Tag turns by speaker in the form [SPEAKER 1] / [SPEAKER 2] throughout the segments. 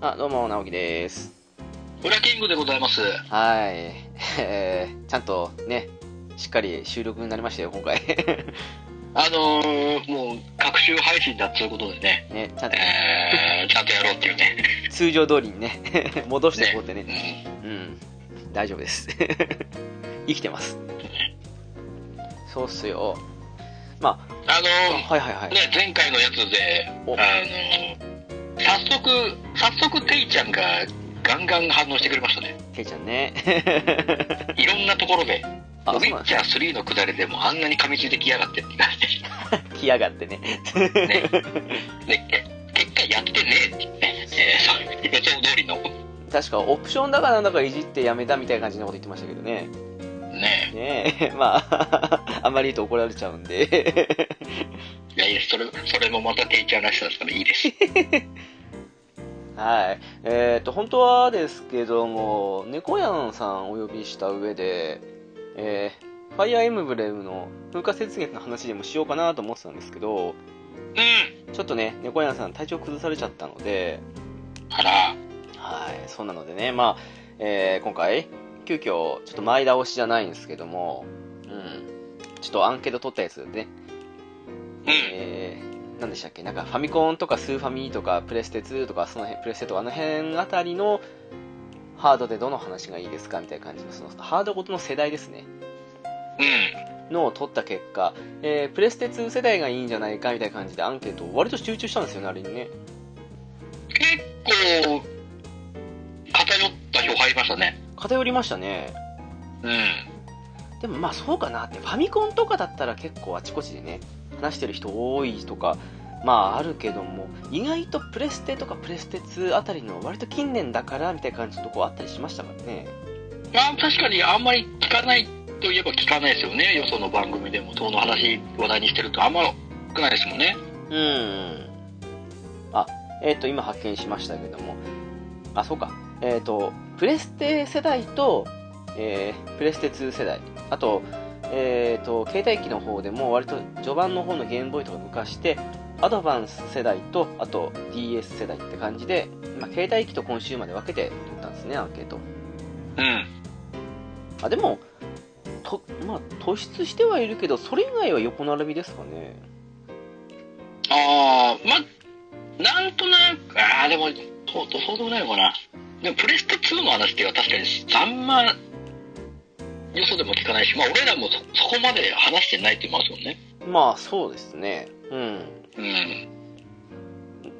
[SPEAKER 1] あ、どうも、直樹です。
[SPEAKER 2] ウラキングでございます。
[SPEAKER 1] はい。 えー、ちゃんとね、しっかり収録になりましたよ、今回。
[SPEAKER 2] あのー、もう、各週配信だということでね、
[SPEAKER 1] ね、ちゃんと
[SPEAKER 2] えー、ちゃん とやろうっていうね。
[SPEAKER 1] 通常通りにね、 戻していこうってね。
[SPEAKER 2] う
[SPEAKER 1] うん。大丈夫です。 生きてます。そうっすよ。ま
[SPEAKER 2] んあ
[SPEAKER 1] あ、
[SPEAKER 2] の
[SPEAKER 1] はいはいは
[SPEAKER 2] ー、
[SPEAKER 1] い。
[SPEAKER 2] ね、前回のやつで、
[SPEAKER 1] お
[SPEAKER 2] あのー、早速、早速、ていちゃんがガンガン反応してくれましたね。
[SPEAKER 1] ていちゃんね。
[SPEAKER 2] いろんなところで、ウ
[SPEAKER 1] あ、そう
[SPEAKER 2] ィ
[SPEAKER 1] なん
[SPEAKER 2] ッ
[SPEAKER 1] で
[SPEAKER 2] チャー3のくだりでもあんなに噛みついてきやがってって感じ
[SPEAKER 1] す。来やがってね。
[SPEAKER 2] で、 ね、で結果やってねえっていうね、えー、そう予想通りの、
[SPEAKER 1] 確かオプションだからなんだかいじってやめたみたいな感じのこと言ってましたけどね。
[SPEAKER 2] ね
[SPEAKER 1] ね え、まあ、 あんまり言うと怒られちゃうんで。
[SPEAKER 2] いやいや、それ、それもまたていちゃんらしさですからいいです。
[SPEAKER 1] はい。えっ、と、本当はですけども、猫やんさんお呼びした上で、えー、ファイアーエムブレムの風化雪月の話でもしようかなと思ってたんですけど、
[SPEAKER 2] うん。
[SPEAKER 1] ちょっとね、猫やんさん体調崩されちゃったので、
[SPEAKER 2] あら、
[SPEAKER 1] はい、そうなのでね、まあ、えー今回、急遽、ちょっと前倒しじゃないんですけども、うん、ちょっとアンケート取ったやつでね、
[SPEAKER 2] うん。
[SPEAKER 1] えー、何でしたっけなんかファミコンとかスーファミとかプレステ2とかその辺プレステとかあの辺あたりのハードでどの話がいいですかみたいな感じのそのハードごとの世代ですね
[SPEAKER 2] う
[SPEAKER 1] のを取った結果、えープレステ2世代がいいんじゃないかみたいな感じでアンケートを割と集中したんですよねあれにね
[SPEAKER 2] ん、結構偏った票入りましたね
[SPEAKER 1] 偏りましたね
[SPEAKER 2] うん
[SPEAKER 1] でもまあそうかなってファミコンとかだったら結構あちこちでね話してる人多いとかまああるけども意外とプレステとかプレステ2あたりの割と近年だからみたいな感じのとこあったりしましたからね
[SPEAKER 2] まあ確かにあんまり聞かないといえば聞かないですよねよその番組でもその話話題にしてるとあんま少ないですもんね
[SPEAKER 1] うん。あ、えっ、と、今発見しましたけども。あ、そうか。えっ、と、プレステ世代と、えープレステ2世代。あと、えっ、と、携帯機の方でも割と序盤の方のゲームボーイとか抜かして、アドバンス世代と、あと DS 世代って感じで、まあ、携帯機とコンシューマーで分けて取ったんですね、アンケート。
[SPEAKER 2] うん
[SPEAKER 1] あ、でも、と、まあ、突出してはいるけど、それ以外は横並びですかね。
[SPEAKER 2] ああまあなんとなくああでもそうそうでもないのかなでもプレステ2の話っていうのは確かにあんまよそでも聞かないしまあ俺らもそそこまで話してないって言いますもんね
[SPEAKER 1] まあ、そうですね。うん。
[SPEAKER 2] う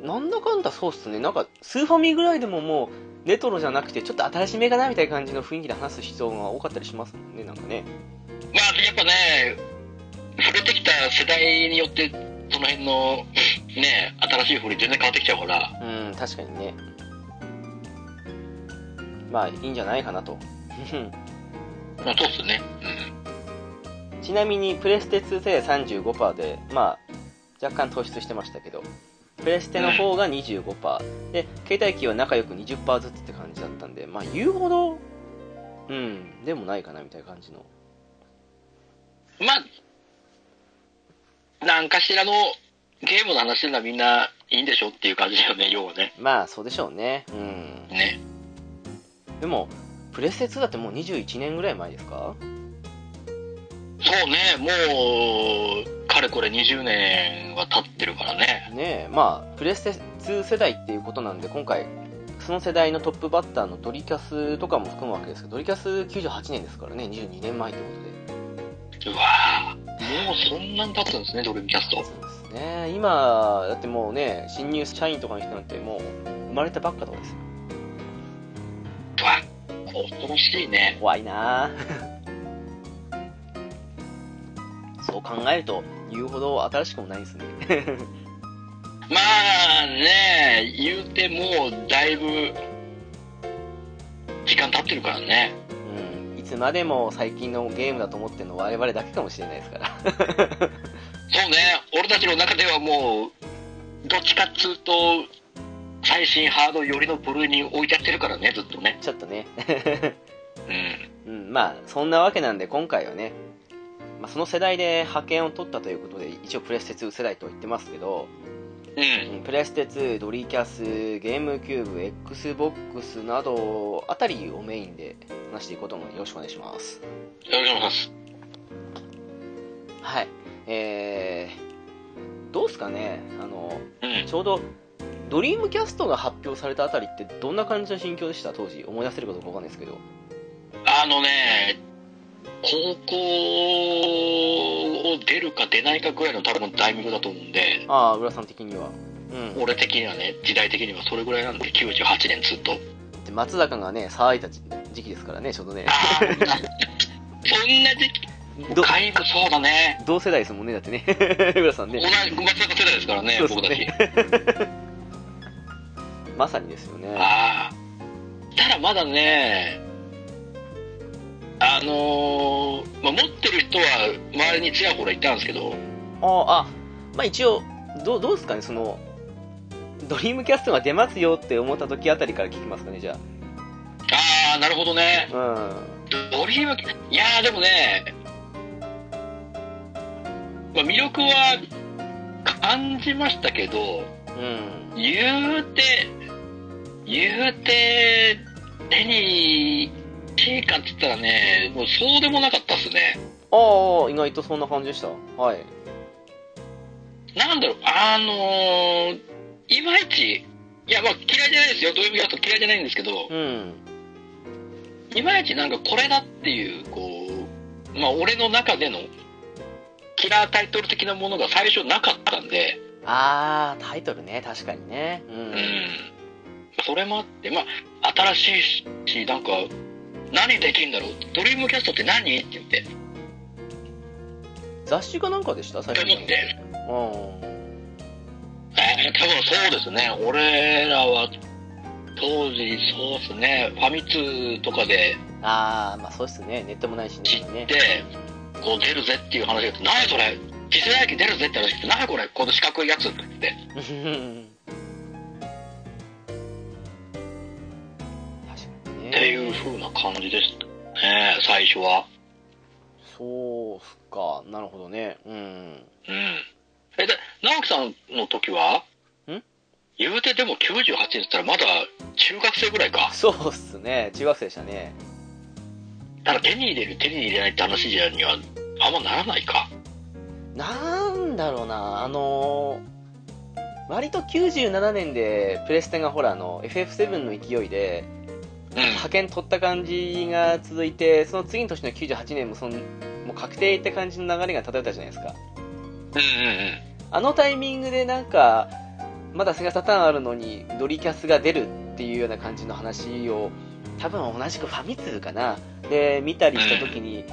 [SPEAKER 2] ん
[SPEAKER 1] なんだかんだそうっすね、なんか、スーファミぐらいでももう、レトロじゃなくて、ちょっと新しめかなみたいな感じの雰囲気で話す人が多かったりしますもんね、なんかね。
[SPEAKER 2] まあやっぱね触れてきた世代によってその辺のね新しい振り全然変わってきちゃうから
[SPEAKER 1] うん、確かにね。まあ、いいんじゃないかなと。
[SPEAKER 2] まあそうっすね
[SPEAKER 1] ちなみに、プレステ2世代35%で、まあ、若干突出してましたけど、プレステの方が25%、で、携帯機は仲良く20%ずつって感じだったんで、まあ、言うほど、うん、でもないかなみたいな感じの。
[SPEAKER 2] うんまあ何かしらのゲームの話ならみんないいんでしょっていう感じだよね要はね
[SPEAKER 1] まあ、そうでしょうね。うん。
[SPEAKER 2] ね
[SPEAKER 1] でも、プレステ2だってもう21年ぐらい前ですか
[SPEAKER 2] そうね、もう、かれこれ20年は経ってるからね。
[SPEAKER 1] ねえ、まあ、プレステ2世代っていうことなんで、今回、その世代のトップバッターのドリキャスとかも含むわけですけど、ドリキャス98年ですからね、22年前ってことで。
[SPEAKER 2] うわぁ、もうそんなに経つんですね、ドルビーキャスト。
[SPEAKER 1] そうですね。今、だってもうね、新入社員とかの人なんてもう、生まれたばっかとかですよ。
[SPEAKER 2] うわ恐ろしいね。
[SPEAKER 1] 怖いなあ そう考えると、言うほど新しくもないですね。
[SPEAKER 2] まあね、言うてもうだいぶ、時間経ってるからね。
[SPEAKER 1] うん。いつまでも最近のゲームだと思ってるのは我々だけかもしれないですから。
[SPEAKER 2] そうね、俺たちの中ではもう、どっちかっつうと、最新ハード寄りの部類に置いちゃってるからね、ずっとね。
[SPEAKER 1] ちょっとね。
[SPEAKER 2] うん。
[SPEAKER 1] うん、まあ、そんなわけなんで今回はね、まあ、その世代で派遣を取ったということで、一応プレステ2世代とは言ってますけど、
[SPEAKER 2] うん。
[SPEAKER 1] うんプレステ2、ドリキャス、ゲームキューブ、XBOX などあたりをメインで話していこうと思うのでよろしくお願いします。
[SPEAKER 2] よろしくお願いします。
[SPEAKER 1] はい。えー、どうですかねあの、
[SPEAKER 2] うん。
[SPEAKER 1] ちょうど、ドリームキャストが発表されたあたりってどんな感じの心境でした当時。思い出せるかどうかわかんないですけど。
[SPEAKER 2] あのね、高校を出るか出ないかぐらいの多分タイミングだと思うんで、
[SPEAKER 1] ああ、浦さん的には。うん。
[SPEAKER 2] 俺的にはね、時代的にはそれぐらいなんで、98年ずっと。
[SPEAKER 1] で松坂がね、騒いだ時時期ですからね、ちょうどね。
[SPEAKER 2] ああ、そんな時期、
[SPEAKER 1] ど
[SPEAKER 2] 怪物そうだね。
[SPEAKER 1] 同世代ですもんね、だってね。 浦さん
[SPEAKER 2] 同
[SPEAKER 1] ね
[SPEAKER 2] じ。、松坂世代ですからね、
[SPEAKER 1] そう
[SPEAKER 2] 僕
[SPEAKER 1] で
[SPEAKER 2] た
[SPEAKER 1] す
[SPEAKER 2] ち
[SPEAKER 1] ね。 まさにですよね。
[SPEAKER 2] ああ。ただまだね、あのーまあ、持ってる人は周りにちらほらいたんですけど、
[SPEAKER 1] あーあまあ一応どうどうですかねそのドリームキャストが出ますよって思った時あたりから聞きますかねじゃ
[SPEAKER 2] ああ、なるほどね。
[SPEAKER 1] あ
[SPEAKER 2] ドリームいやーでもね、まあ、魅力は感じましたけど
[SPEAKER 1] うんうん
[SPEAKER 2] 言うて言うて手にいいかって言ったらねもうそうでもなかったっすね
[SPEAKER 1] ああ意外とそんな感じでしたはい
[SPEAKER 2] なんだろうあのー、いまいちいやまあ嫌いじゃないですよドリームキャスト嫌いじゃないんですけど
[SPEAKER 1] うん
[SPEAKER 2] いまいちなんかこれだっていうこうまあ俺の中でのキラータイトル的なものが最初なかったんで、
[SPEAKER 1] ああタイトルね確かにねう
[SPEAKER 2] うんん、それもあって、まあ、新しいし、なんか、何できるんだろう、ドリームキャストって何って言って、
[SPEAKER 1] 雑誌かなんかでした最
[SPEAKER 2] と
[SPEAKER 1] 初
[SPEAKER 2] 思って、
[SPEAKER 1] うん
[SPEAKER 2] えー、多分そうですね、俺らは当時、そうですね、ファミ通とかで
[SPEAKER 1] ああまあそうっすねネットもないしね
[SPEAKER 2] 知っ
[SPEAKER 1] 今ね
[SPEAKER 2] て、こう出るぜっていう話があって、何それ、次世代機出るぜって話があって、何これ、この四角いやつって言って、
[SPEAKER 1] うん確かに
[SPEAKER 2] って
[SPEAKER 1] ね
[SPEAKER 2] いう風な感じでしたね、最初は。
[SPEAKER 1] そうっすかなるほどねうん
[SPEAKER 2] うん。え、で、直樹さんの時は
[SPEAKER 1] ん
[SPEAKER 2] 言うてでも98って言ったらまだ中学生ぐらいか。
[SPEAKER 1] そうっすね中学生でしたね
[SPEAKER 2] だから手に入れる、手に入れないって話じゃにはあんまならないか。
[SPEAKER 1] なんだろうなあのー割と97年でプレステがほらあの FF7 の勢いで
[SPEAKER 2] うん。
[SPEAKER 1] 派遣取った感じが続いてその次の年の98年もそのもう確定って感じの流れが漂ったじゃないですか
[SPEAKER 2] うんうんうん。
[SPEAKER 1] あのタイミングでなんかまだセガサターンあるのにドリキャスが出るっていうような感じの話を多分同じくファミ通かなで見たりした時に、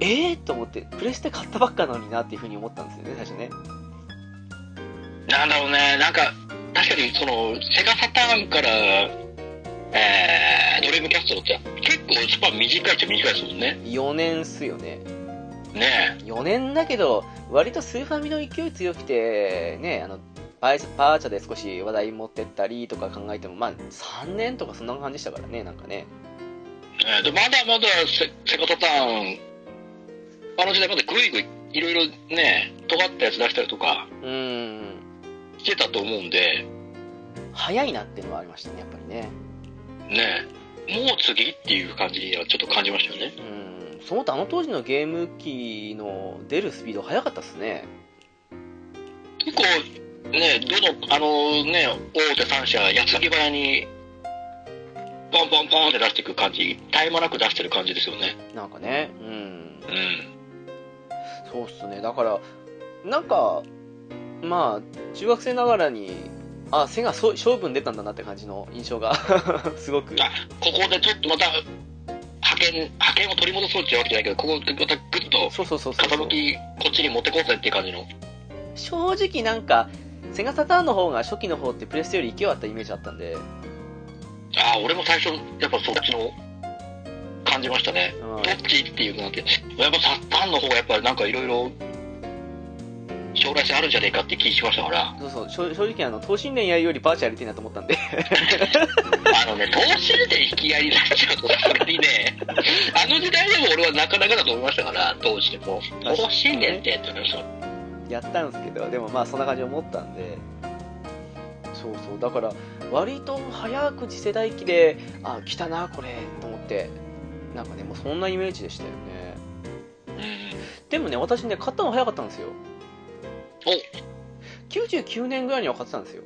[SPEAKER 1] えー、と思ってプレステ買ったばっかなのになっていうふうに思ったんですよね最初ね
[SPEAKER 2] なんだろうね、なんか、確かにその、セガサターンから、えー、ドリームキャストって結構スパン短いっちゃ短いですもんね。
[SPEAKER 1] 4年っすよね
[SPEAKER 2] ね
[SPEAKER 1] 4年だけど割とスーファミの勢い強くてねあのパーパーチャで少し話題持ってったりとか考えてもまあ3年とかそんな感じでしたからねなんかね
[SPEAKER 2] え。ねえで、まだまだセセガサターン、あの時代まだグイグイいろいろね、尖ったやつ出したりとか、
[SPEAKER 1] うーん
[SPEAKER 2] してたと思うんで、
[SPEAKER 1] 早いなっていうのはありましたねやっぱりね
[SPEAKER 2] ねもう次っていう感じはちょっと感じましたよね。
[SPEAKER 1] うんその他あの当時のゲーム機の出るスピード速かったですね
[SPEAKER 2] 結構、ね、どの、あのね、大手3社、八つ先早に、ポンポンポンって出していく感じ、絶え間なく出してる感じですよね。
[SPEAKER 1] なんかねうん
[SPEAKER 2] うん。
[SPEAKER 1] そうっすねだからなんかまあ中学生ながらにあ背がそ勝負に出たんだなって感じの印象が すごく
[SPEAKER 2] あここでちょっとまた、派遣、派遣を取り戻そうっていうわけじゃないけど、ここでまたぐっと
[SPEAKER 1] そうそうそうそうそう
[SPEAKER 2] 傾き、こっちに持ってこうぜっていう感じの。
[SPEAKER 1] 正直なんかセガサターンの方が初期の方ってプレステより勢いあったイメージあったんで
[SPEAKER 2] ああ、俺も最初、やっぱそっちの、感じましたね。
[SPEAKER 1] うん
[SPEAKER 2] どっちっていうのなんて、やっぱサッタンの方がやっぱりなんかいろいろ、将来性あるんじゃねえかって気しましたから。
[SPEAKER 1] そうそう正正直あの等身連やるよりバーチャルやりてえなと思ったんで
[SPEAKER 2] あのね、投資で引き合いになっちゃうと、それにね、あの時代でも俺はなかなかだと思いましたから、投資でも。投資でってってなりました。
[SPEAKER 1] やったんですけどでもまあそんな感じで思ったんでそうそうだから割と早く次世代機であ来たなこれと思ってなんかねもうそんなイメージでしたよねでもね私ね買ったの早かったんですよ99年ぐらいには買ってたんですよ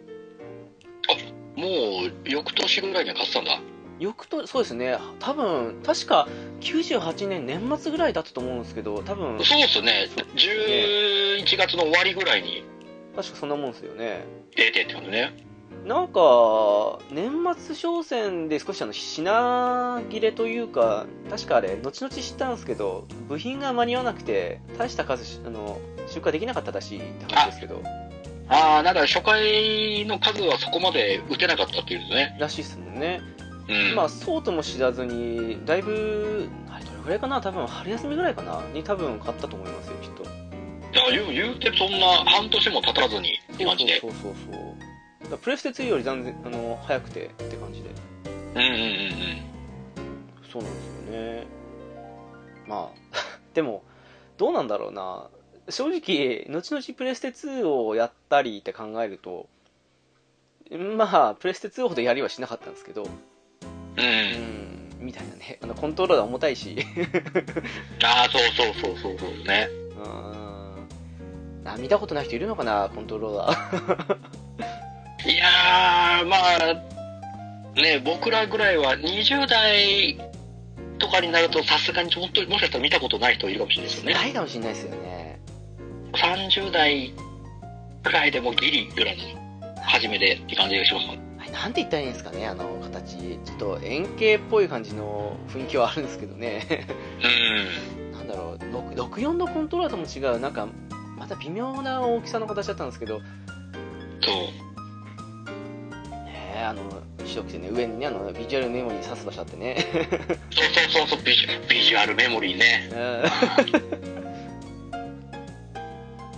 [SPEAKER 2] おもう、翌年ぐらいには買ってたんだ。
[SPEAKER 1] 翌とそうですね多分確か98年年末ぐらいだったと思うんですけど多分確か
[SPEAKER 2] そうっすね、11月の終わりぐらいに
[SPEAKER 1] そんなもんですよね
[SPEAKER 2] 出てってことね。
[SPEAKER 1] なんか年末商戦で少しあの品切れというか確かあれ後々知ったんですけど部品が間に合わなくて大した数しあの出荷できなかったらしいって話ですけど
[SPEAKER 2] ああ、なんか初回の数はそこまで打てなかったっていうね。
[SPEAKER 1] らしいですもんね
[SPEAKER 2] うん。
[SPEAKER 1] まあそうとも知らずにだいぶあれどれぐらいかな多分春休みぐらいかなに多分買ったと思いますよきっと
[SPEAKER 2] だから言う言うてそんな半年も経たずにって
[SPEAKER 1] そう
[SPEAKER 2] 感じで。
[SPEAKER 1] そうそうそうそうだからプレステ2より断然あの早くてって感じで
[SPEAKER 2] うんうんうんうん。
[SPEAKER 1] そうなんですよねまあ でもどうなんだろうな正直後々プレステ2をやったりって考えるとまあプレステ2ほどやりはしなかったんですけど
[SPEAKER 2] う。
[SPEAKER 1] うんんみたいなねあのコントローラー重たいし
[SPEAKER 2] ああ、そうそうそうそうそうね。
[SPEAKER 1] うんあ見たことない人いるのかなコントローラー
[SPEAKER 2] いやー、まあ、ね、僕らぐらいは20代とかになると、さすがに本当にもしかしたら見たことない人いるかもしれないですよね。
[SPEAKER 1] ないかもしれないですよね
[SPEAKER 2] 30代ぐらいでもギリぐらいの初めでって感じがしますもん。
[SPEAKER 1] あれなんて言ったらいいんですかねあの形ちょっと円形っぽい感じの雰囲気はあるんですけどねなんだろう6 64のコントローラーとも違うなんかまた微妙な大きさの形だったんですけど、ね
[SPEAKER 2] うん。そう。
[SPEAKER 1] え、あの白くてね上にねあのビジュアルメモリー刺す場所あってね
[SPEAKER 2] そうそうそうそうビジュ、ビジュアルメモリーね。
[SPEAKER 1] うん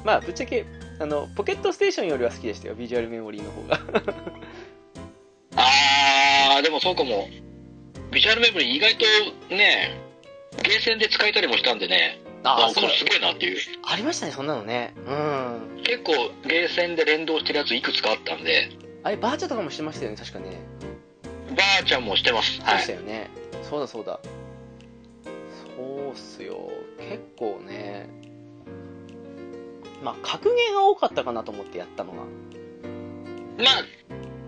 [SPEAKER 1] まあぶっちゃけあのポケットステーションよりは好きでしたよビジュアルメモリーの方が
[SPEAKER 2] あー、でもそうかも。ビジュアルメモリー意外とね、ゲーセンで使えたりもしたんでね、
[SPEAKER 1] あ
[SPEAKER 2] あ
[SPEAKER 1] あ
[SPEAKER 2] こ
[SPEAKER 1] そう
[SPEAKER 2] れすげえなっていう。
[SPEAKER 1] ありましたねそんなのねうん
[SPEAKER 2] 結構ゲーセンで連動してるやついくつかあったんで、
[SPEAKER 1] あれバーチャとかもしてましたよね確かね
[SPEAKER 2] ばあちゃんもしてます。
[SPEAKER 1] そう
[SPEAKER 2] は
[SPEAKER 1] でし
[SPEAKER 2] い
[SPEAKER 1] た。よね、そうだそうだそうっすよ結構ねまあ格ゲーが多かったかなと思ってやったのが
[SPEAKER 2] まあ、そ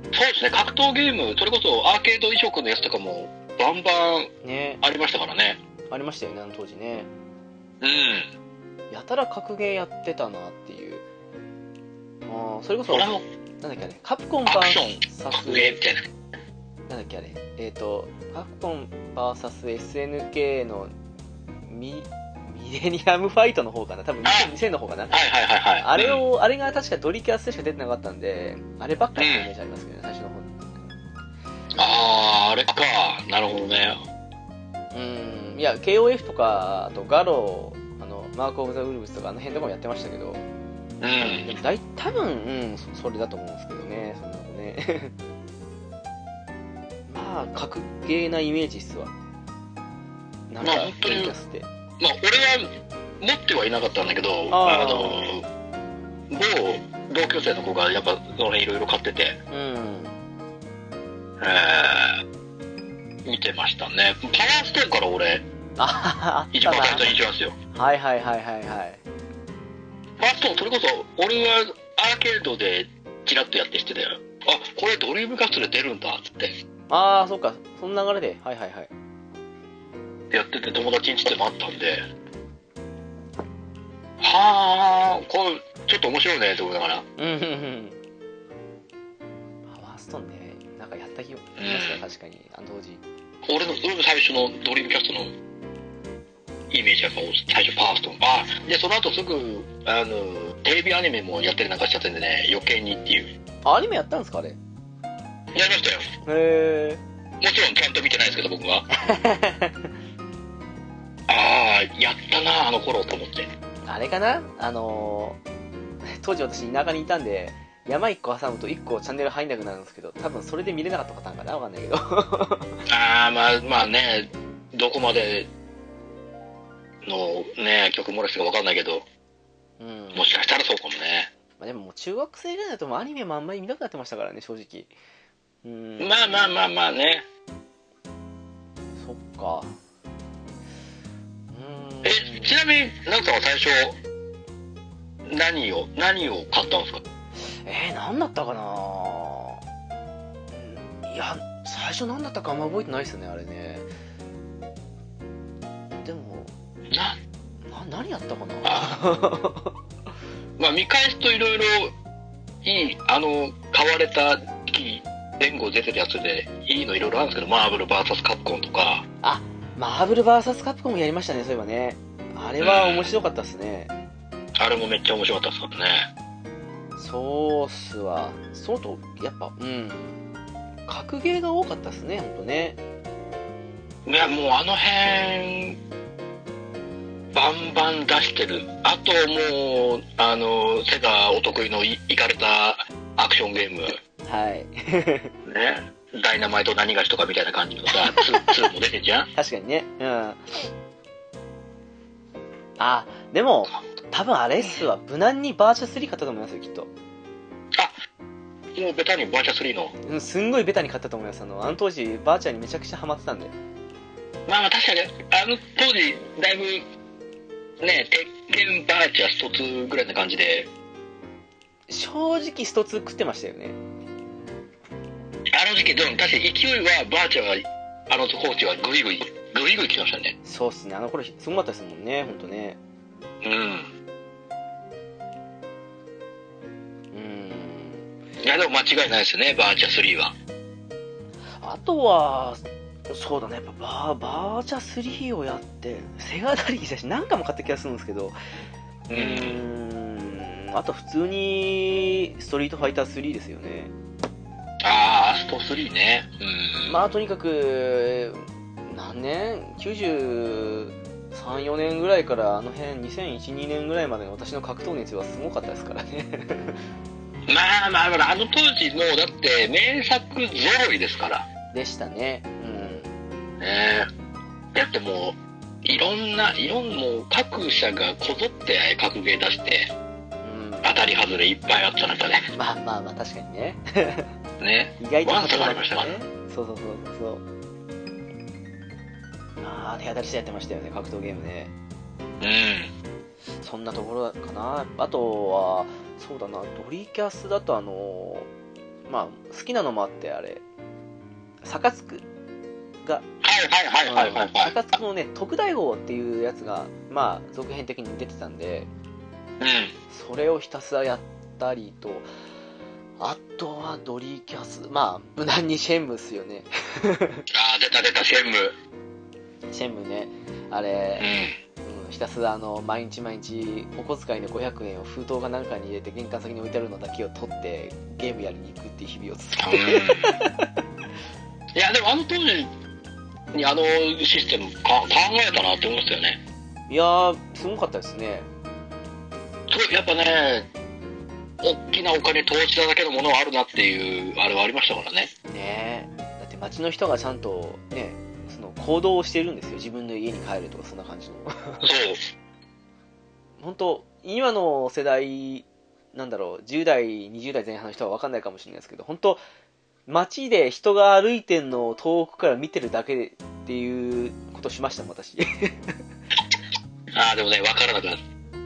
[SPEAKER 2] うですね、格闘ゲーム、それこそアーケード移植のやつとかも、バンバン
[SPEAKER 1] ね
[SPEAKER 2] ありましたからね。
[SPEAKER 1] ありましたよねあの当時ね
[SPEAKER 2] うん。
[SPEAKER 1] やたら格ゲーやってたなっていうあーそれこそ
[SPEAKER 2] これ
[SPEAKER 1] なんだ
[SPEAKER 2] も
[SPEAKER 1] っけあれカプコン
[SPEAKER 2] ア
[SPEAKER 1] バ
[SPEAKER 2] ク
[SPEAKER 1] ー
[SPEAKER 2] ショ
[SPEAKER 1] サス
[SPEAKER 2] 格ゲーみたいな。
[SPEAKER 1] なんだっけあれえっ、とカプコン VSSNK のミミレニアムファイトの方かな多分2000の方かな
[SPEAKER 2] はいはいはいはい。
[SPEAKER 1] あれを、あれが確かドリキャスでしか出てなかったんで、あればっかりのイメージありますけどね、最初の方に。
[SPEAKER 2] うん。ああ、あれか。なるほどね。
[SPEAKER 1] うん、いや、KOF とか、あとガロー、あの、マーク・オブ・ザ・ウルブスとか、あの辺とかもやってましたけど、
[SPEAKER 2] う
[SPEAKER 1] で
[SPEAKER 2] ん。
[SPEAKER 1] も大多分、うん、そそれだと思うんですけどね、そんなのね。 まあ、格ゲーなイメージっすわ。なんか
[SPEAKER 2] まあ本、当
[SPEAKER 1] ド
[SPEAKER 2] に
[SPEAKER 1] リキャスって。
[SPEAKER 2] まあ、俺は持ってはいなかったんだけど、
[SPEAKER 1] あ
[SPEAKER 2] あ
[SPEAKER 1] ー
[SPEAKER 2] の、某同級生の子がやっぱ、それいろいろ買ってて、
[SPEAKER 1] うん。
[SPEAKER 2] えー見てましたね。パワーストーンから俺、
[SPEAKER 1] ああっ
[SPEAKER 2] 一
[SPEAKER 1] た
[SPEAKER 2] 番最初に
[SPEAKER 1] な
[SPEAKER 2] 行きますよ。
[SPEAKER 1] はいはいはいはいはい
[SPEAKER 2] パワーストーン、それこそ、俺はアーケードでチラッとやってしてたよ。あ、これドリームキャストで出るんだ、つって。
[SPEAKER 1] ああそっかその流れではいはいはい
[SPEAKER 2] やってて友達んちでもあったんではあこれちょっと面白いねと思いながら
[SPEAKER 1] うんうんうんパワーストーンねなんかやった気がしますね確かにあの当時
[SPEAKER 2] 俺の俺の最初のドリームキャストのイメージが最初パワーストーンあでその後すぐあのテレビアニメもやったりなんかしちゃってんでね余計にっていう
[SPEAKER 1] あアニメやったんですかあれへ
[SPEAKER 2] やりましたよ
[SPEAKER 1] え
[SPEAKER 2] もちろんちゃんと見てないですけど 僕はああやったなあの頃と思って
[SPEAKER 1] あれかなあのー当時私田舎にいたんで山1個挟むと1個チャンネル入んなくなるんですけど多分それで見れなかったパターンかなわかんないけど
[SPEAKER 2] ああまあまあねどこまでのね曲漏らしか分かんないけど
[SPEAKER 1] うん
[SPEAKER 2] もしかしたらそうかもね。
[SPEAKER 1] まあ、でももう中学生ぐらいだともうアニメもあんまり見なくなってましたからね正直うん
[SPEAKER 2] まあまあまあまあね。
[SPEAKER 1] そっかうーん
[SPEAKER 2] え、ちなみに、なんかは最初、何を、何を買ったんですか
[SPEAKER 1] えー、何だったかなうんいや最初何だったかあんま覚えてないですねあれねでも
[SPEAKER 2] な、
[SPEAKER 1] な何やったかな
[SPEAKER 2] まあ見返すといろいろ、いい、あの、買われた時期、前後出てるやつで、いいのいろいろあるんですけど、マーブル VS カプコンとか、
[SPEAKER 1] マーブル VS カプコンもやりましたねそういえばねあれは面白かったっすね
[SPEAKER 2] あれもめっちゃ面白かったですからね。
[SPEAKER 1] そうっすわ相当やっぱうん格ゲーが多かったっすねほんとね
[SPEAKER 2] いや、もうあの辺、バンバン出してる。あともう、あの、セガお得意のいいかれたアクションゲーム。
[SPEAKER 1] はい
[SPEAKER 2] ね、ダイナマイト何がしとかみたいな感じのさ、ツーも出てんじゃん。
[SPEAKER 1] 確かにねうんあでも多分あれっすわ無難にバーチャ3買ったと思いますよきっと
[SPEAKER 2] もうベタにバーチャ3の。
[SPEAKER 1] うんすんごいベタに買ったと思いますあのあの当時バーチャにめちゃくちゃハマってたんで
[SPEAKER 2] まあまあ確かに、あの当時、だいぶ、ね、鉄拳バーチャ一つぐらいな感じで、
[SPEAKER 1] 正直スト2食ってましたよね
[SPEAKER 2] あの時期、でも確かに勢いは、バーチャは、あのコーチはグイグイ、グイグイ来てましたね。
[SPEAKER 1] そうっすねあの頃すごかったですもんねほんとね
[SPEAKER 2] うん。
[SPEAKER 1] うん
[SPEAKER 2] いやでも間違いないですよね、バーチャ3は。
[SPEAKER 1] あとはそうだねやっぱバーバーチャ3をやってセガなりきだし何回も買った気がするんですけどうーんあと普通にストリートファイター3ですよね
[SPEAKER 2] あー、スト3ね。うん。
[SPEAKER 1] まあとにかく何年934年ぐらいからあの辺2012年ぐらいまでの私の格闘熱はすごかったですからね
[SPEAKER 2] まあまあまあ、あの当時もうだって名作揃いですから。
[SPEAKER 1] でしたねうん
[SPEAKER 2] ねえだってもういろんないろんもう各社がこぞって格ゲー出して
[SPEAKER 1] うん
[SPEAKER 2] 当たり外れいっぱいあった中で
[SPEAKER 1] まあまあまあ確かにね
[SPEAKER 2] ね
[SPEAKER 1] 意外と
[SPEAKER 2] ワンとかありましたから
[SPEAKER 1] ねそうそうそうそうああ手当たりしてやってましたよね格闘ゲームね
[SPEAKER 2] うん
[SPEAKER 1] そんなところかなあとはそうだなドリキャスだとあのーまあ好きなのもあってあれ坂津くが
[SPEAKER 2] はいはいはいはいはいは
[SPEAKER 1] 坂津くのね特大号っていうやつがまあ続編的に出てたんで
[SPEAKER 2] い
[SPEAKER 1] それをひたすらやったりとあとはドリキャスまあ無難にシェンムっすよね
[SPEAKER 2] うんああ出た出た専務
[SPEAKER 1] シェンムねあ
[SPEAKER 2] う
[SPEAKER 1] れ、
[SPEAKER 2] ん
[SPEAKER 1] うん、ひたすらあの毎日毎日お小遣いの500円を封筒かなんかに入れて玄関先に置いてあるのだけを取ってゲームやりに行くっていう日々を続けて、
[SPEAKER 2] いやでもあの当時にあのシステムか考えたなって思いましたよね
[SPEAKER 1] いやーすごかったですね
[SPEAKER 2] すごいやっぱね大きなお金投資だだけのものはあるなっていうあれはありましたから ね
[SPEAKER 1] ねえだって街の人がちゃんとねその行動をしてるんですよ自分の家に帰るとかそんな感じの
[SPEAKER 2] そう
[SPEAKER 1] 本当今の世代なんだろう10代20代前半の人は分かんないかもしれないですけど本当街で人が歩いてんのを遠くから見てるだけっていうことしましたもん私
[SPEAKER 2] ああ、でもね、わからなくなる。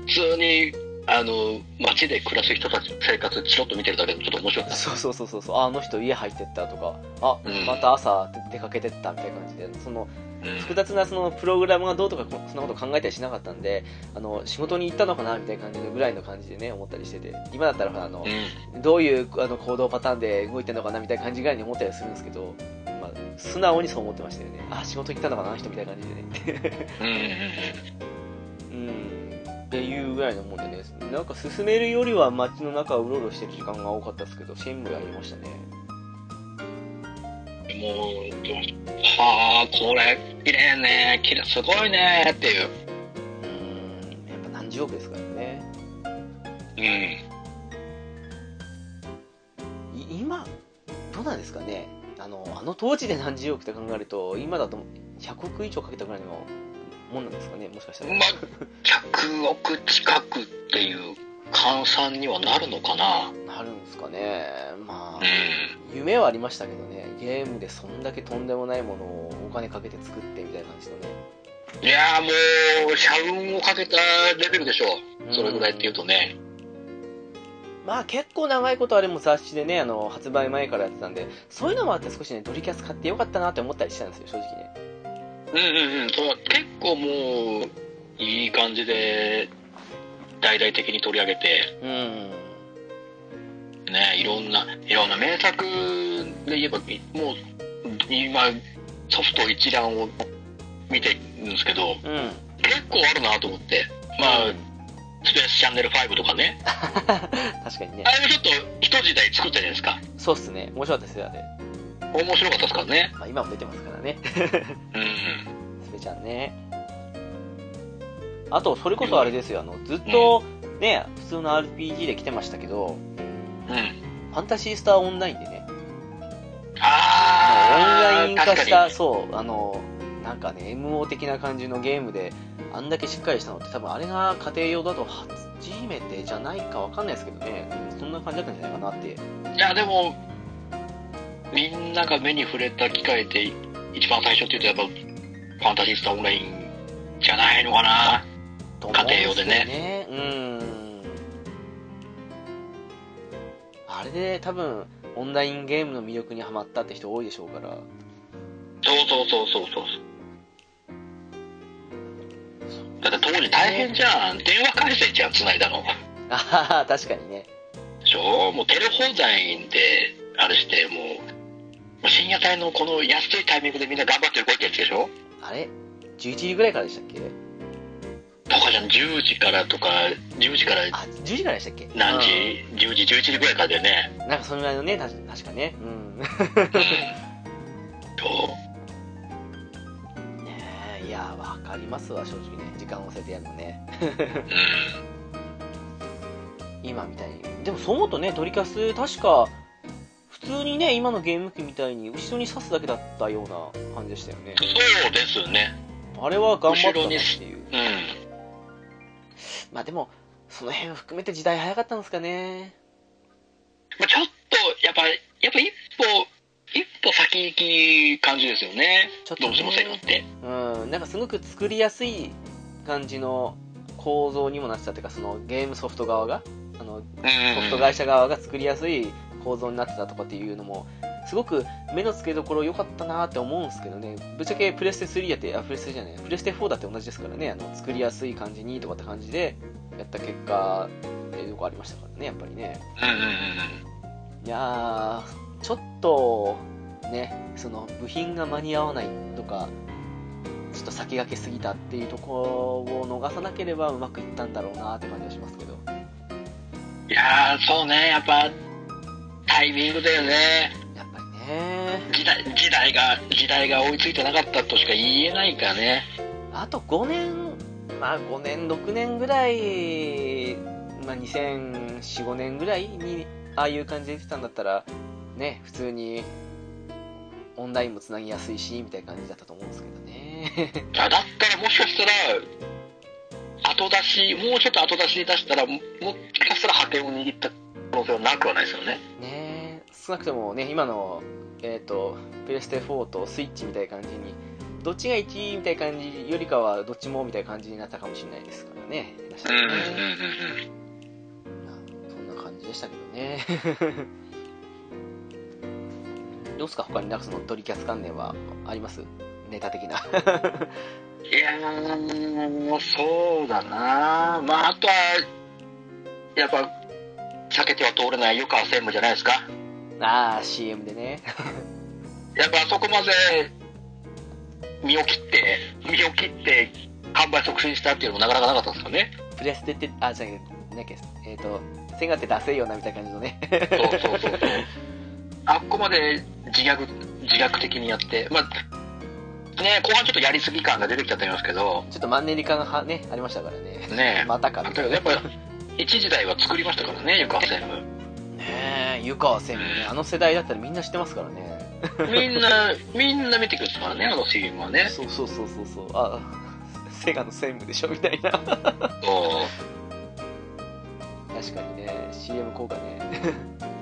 [SPEAKER 2] 普通に、あの、街で暮らす人たちの生活、ちょっと見てるだけでもちょっと面白くなる。
[SPEAKER 1] そうそうそうそうそうああの人家入ってったとかあ
[SPEAKER 2] うん
[SPEAKER 1] また朝出かけてったみたいな感じでその複雑なそのプログラムがどうとかこそんなこと考えたりしなかったんであの仕事に行ったのかなみたいな感じのぐらいの感じでね思ったりしてて今だったらほらあの
[SPEAKER 2] うん。
[SPEAKER 1] どういうあの行動パターンで動いてるのかなみたいな感じぐらいに思ったりするんですけど、まあ、素直にそう思ってましたよねあ仕事行ったのかなあの人みたいな感じでね
[SPEAKER 2] うん。うん。
[SPEAKER 1] うんっていうぐらいのもんでねなんか進めるよりは街の中をうろうろしてる時間が多かったですけどシェンムーやりましたね
[SPEAKER 2] うんもう、はあ、これ、綺麗ね、綺麗、すごいね、っていう。
[SPEAKER 1] うんやっぱ何十億ですからね
[SPEAKER 2] うん。
[SPEAKER 1] い今どうなんですかねあのあの当時で何十億って考えると今だと100億以上かけたぐらいのもんなんですかねもしかしたら
[SPEAKER 2] まあ、100億近くっていう換算にはなるのかな。
[SPEAKER 1] なるんですかねまあ
[SPEAKER 2] う
[SPEAKER 1] 夢はありましたけどねゲームでそんだけとんでもないものをお金かけて作ってみたいな感じのね
[SPEAKER 2] ん。いやーもう、社運をかけたレベルでしょう。それぐらいっていうとね。
[SPEAKER 1] まあ結構長いことあれも雑誌でねあの発売前からやってたんでそういうのもあって少しねドリキャス買ってよかったなって思ったりしたんですよ正直ね
[SPEAKER 2] うんうんうん、そう結構もう、いい感じで、大々的に取り上げて、
[SPEAKER 1] うん
[SPEAKER 2] ね、いろんな、いろんな名作で言えば、いもう、今、ソフト一覧を見てるんですけど、
[SPEAKER 1] うん
[SPEAKER 2] 結構あるなと思って、まあ、スペースチャンネル5とかね、
[SPEAKER 1] 確かにね
[SPEAKER 2] あれもちょっと一時代作ったじゃないですか。
[SPEAKER 1] そうっすね面白かったですよあれ、
[SPEAKER 2] 面白かったですからね。
[SPEAKER 1] まあ、今も出てますからね
[SPEAKER 2] うん。
[SPEAKER 1] すべちゃんねあとそれこそあれですよあのずっとね普通の RPG で来てましたけど
[SPEAKER 2] うん。
[SPEAKER 1] ファンタシースターオンラインでね
[SPEAKER 2] あ
[SPEAKER 1] オ
[SPEAKER 2] ー、
[SPEAKER 1] ンライン化し
[SPEAKER 2] 確か
[SPEAKER 1] た
[SPEAKER 2] に。
[SPEAKER 1] そうあのなんかね MO 的な感じのゲームであんだけしっかりしたのって多分あれが家庭用だと初めてじゃないかわかんないですけどねそんな感じだったんじゃないかなって
[SPEAKER 2] いやでもみんなが目に触れた機会で一番最初っていうとやっぱファンタジスタオンラインじゃないのかな
[SPEAKER 1] と思うんすけどうーんあれで多分オンラインゲームの魅力にはまったって人多いでしょうから
[SPEAKER 2] そうそうそうそうそうだって当時大変じゃん、電話回線じゃん繋いだの
[SPEAKER 1] あはは確かにね
[SPEAKER 2] でしょもうテレ放題であれしてもう深夜帯のこの安いタイミングでみんな頑張って動いてるやつでしょ
[SPEAKER 1] あれ11時ぐらいからでしたっけ
[SPEAKER 2] とかじゃん10時からとか10時から
[SPEAKER 1] あ10時からでしたっけ
[SPEAKER 2] 何時、10時11時ぐらいからだよね
[SPEAKER 1] うんなんかそのぐらいのねたし確かねうん
[SPEAKER 2] そう
[SPEAKER 1] ねえいやわかりますわ正直ね時間をせてやるのね
[SPEAKER 2] う
[SPEAKER 1] 今みたいにでもそう思うとねトリキャス確か普通にね今のゲーム機みたいに後ろに刺すだけだったような感じでしたよね
[SPEAKER 2] ん、そうですね
[SPEAKER 1] あれは頑張ったなっていう
[SPEAKER 2] うん
[SPEAKER 1] まあでもその辺を含めて時代早かったんですかね
[SPEAKER 2] まあ、ちょっとやっぱやっぱ一歩一歩先行き感じですよね
[SPEAKER 1] ちょっと
[SPEAKER 2] どうしてもセグっ
[SPEAKER 1] ね
[SPEAKER 2] て
[SPEAKER 1] うんなんかすごく作りやすい感じの構造にもなってたっていうかそのゲームソフト側があの
[SPEAKER 2] うん
[SPEAKER 1] ソフト
[SPEAKER 2] う
[SPEAKER 1] 会社側が作りやすい構造になってたとかっていうのもすごく目の付けどころ良かったなって思うんですけどねぶっちゃけプレステ3やってあプレステじゃないプレステ4だって同じですからねあの作りやすい感じにとかって感じでやった結果っていうとこありましたからねやっぱりね
[SPEAKER 2] んうんうん
[SPEAKER 1] いやーちょっとねその部品が間に合わないとかちょっと先駆けすぎたっていうところを逃さなければうまくいったんだろうなって感じはしますけど
[SPEAKER 2] うんいやーそうねやっぱタイミングだよね
[SPEAKER 1] やっぱりね
[SPEAKER 2] 時代時代が時代が追いついてなかったとしか言えないからね
[SPEAKER 1] あと5年、まあ5年、6年ぐらい、まあ2004、5年ぐらいに、ああいう感じで出てたんだったら、ね、普通に、オンラインもつなぎやすいし、みたいな感じだったと思うんですけどね。
[SPEAKER 2] あだったらもしかしたら後出しもうちょっと後出しで出したらももしかしたら覇権を握った可能性はなくはないですよね
[SPEAKER 1] ね少なくともね、今の、えっ、と、プレステ4とスイッチみたいな感じに、どっちが1位みたいな感じよりかは、どっちもみたいな感じになったかもしれないですからね。下手した
[SPEAKER 2] うんう
[SPEAKER 1] ら
[SPEAKER 2] ん
[SPEAKER 1] ね
[SPEAKER 2] うんうん
[SPEAKER 1] まあそんな感じでしたけどね。 どうっすか、他になんかそのドリキャス関連はありますネタ的な。
[SPEAKER 2] いやー、そうだな、まあ、あとは、やっぱ、避けては通れない湯川専務じゃないですか、
[SPEAKER 1] ああ、CM でね。
[SPEAKER 2] やっぱあそこまで身を切って、身を切って、販売促進したっていうのもなかなかなかったですよね、
[SPEAKER 1] プレステって、あ、じゃななんだっけ、えっ、と、セガって出せよなみたいな感じのね。
[SPEAKER 2] そうそうそうそう、あっこまで自虐自虐的にやって、まあね、後半ちょっとやりすぎ感が出てきちゃってますけど、
[SPEAKER 1] ちょっとマンネリ化がはね、ありましたからね。
[SPEAKER 2] ね
[SPEAKER 1] またか
[SPEAKER 2] だ
[SPEAKER 1] み
[SPEAKER 2] け
[SPEAKER 1] た
[SPEAKER 2] ど
[SPEAKER 1] い
[SPEAKER 2] や
[SPEAKER 1] な
[SPEAKER 2] っ。ぱ、一時代は作りましたからね、湯川専務。
[SPEAKER 1] ねえ、湯川専務ね、あの世代だったらみんな知ってますからね。
[SPEAKER 2] みんな、みんな見てくるからね、あの CM はね。
[SPEAKER 1] そうそうそうそうそう。あ、 セガの専務でしょみたいな。
[SPEAKER 2] そう。
[SPEAKER 1] 確かにね、CM 効果ね。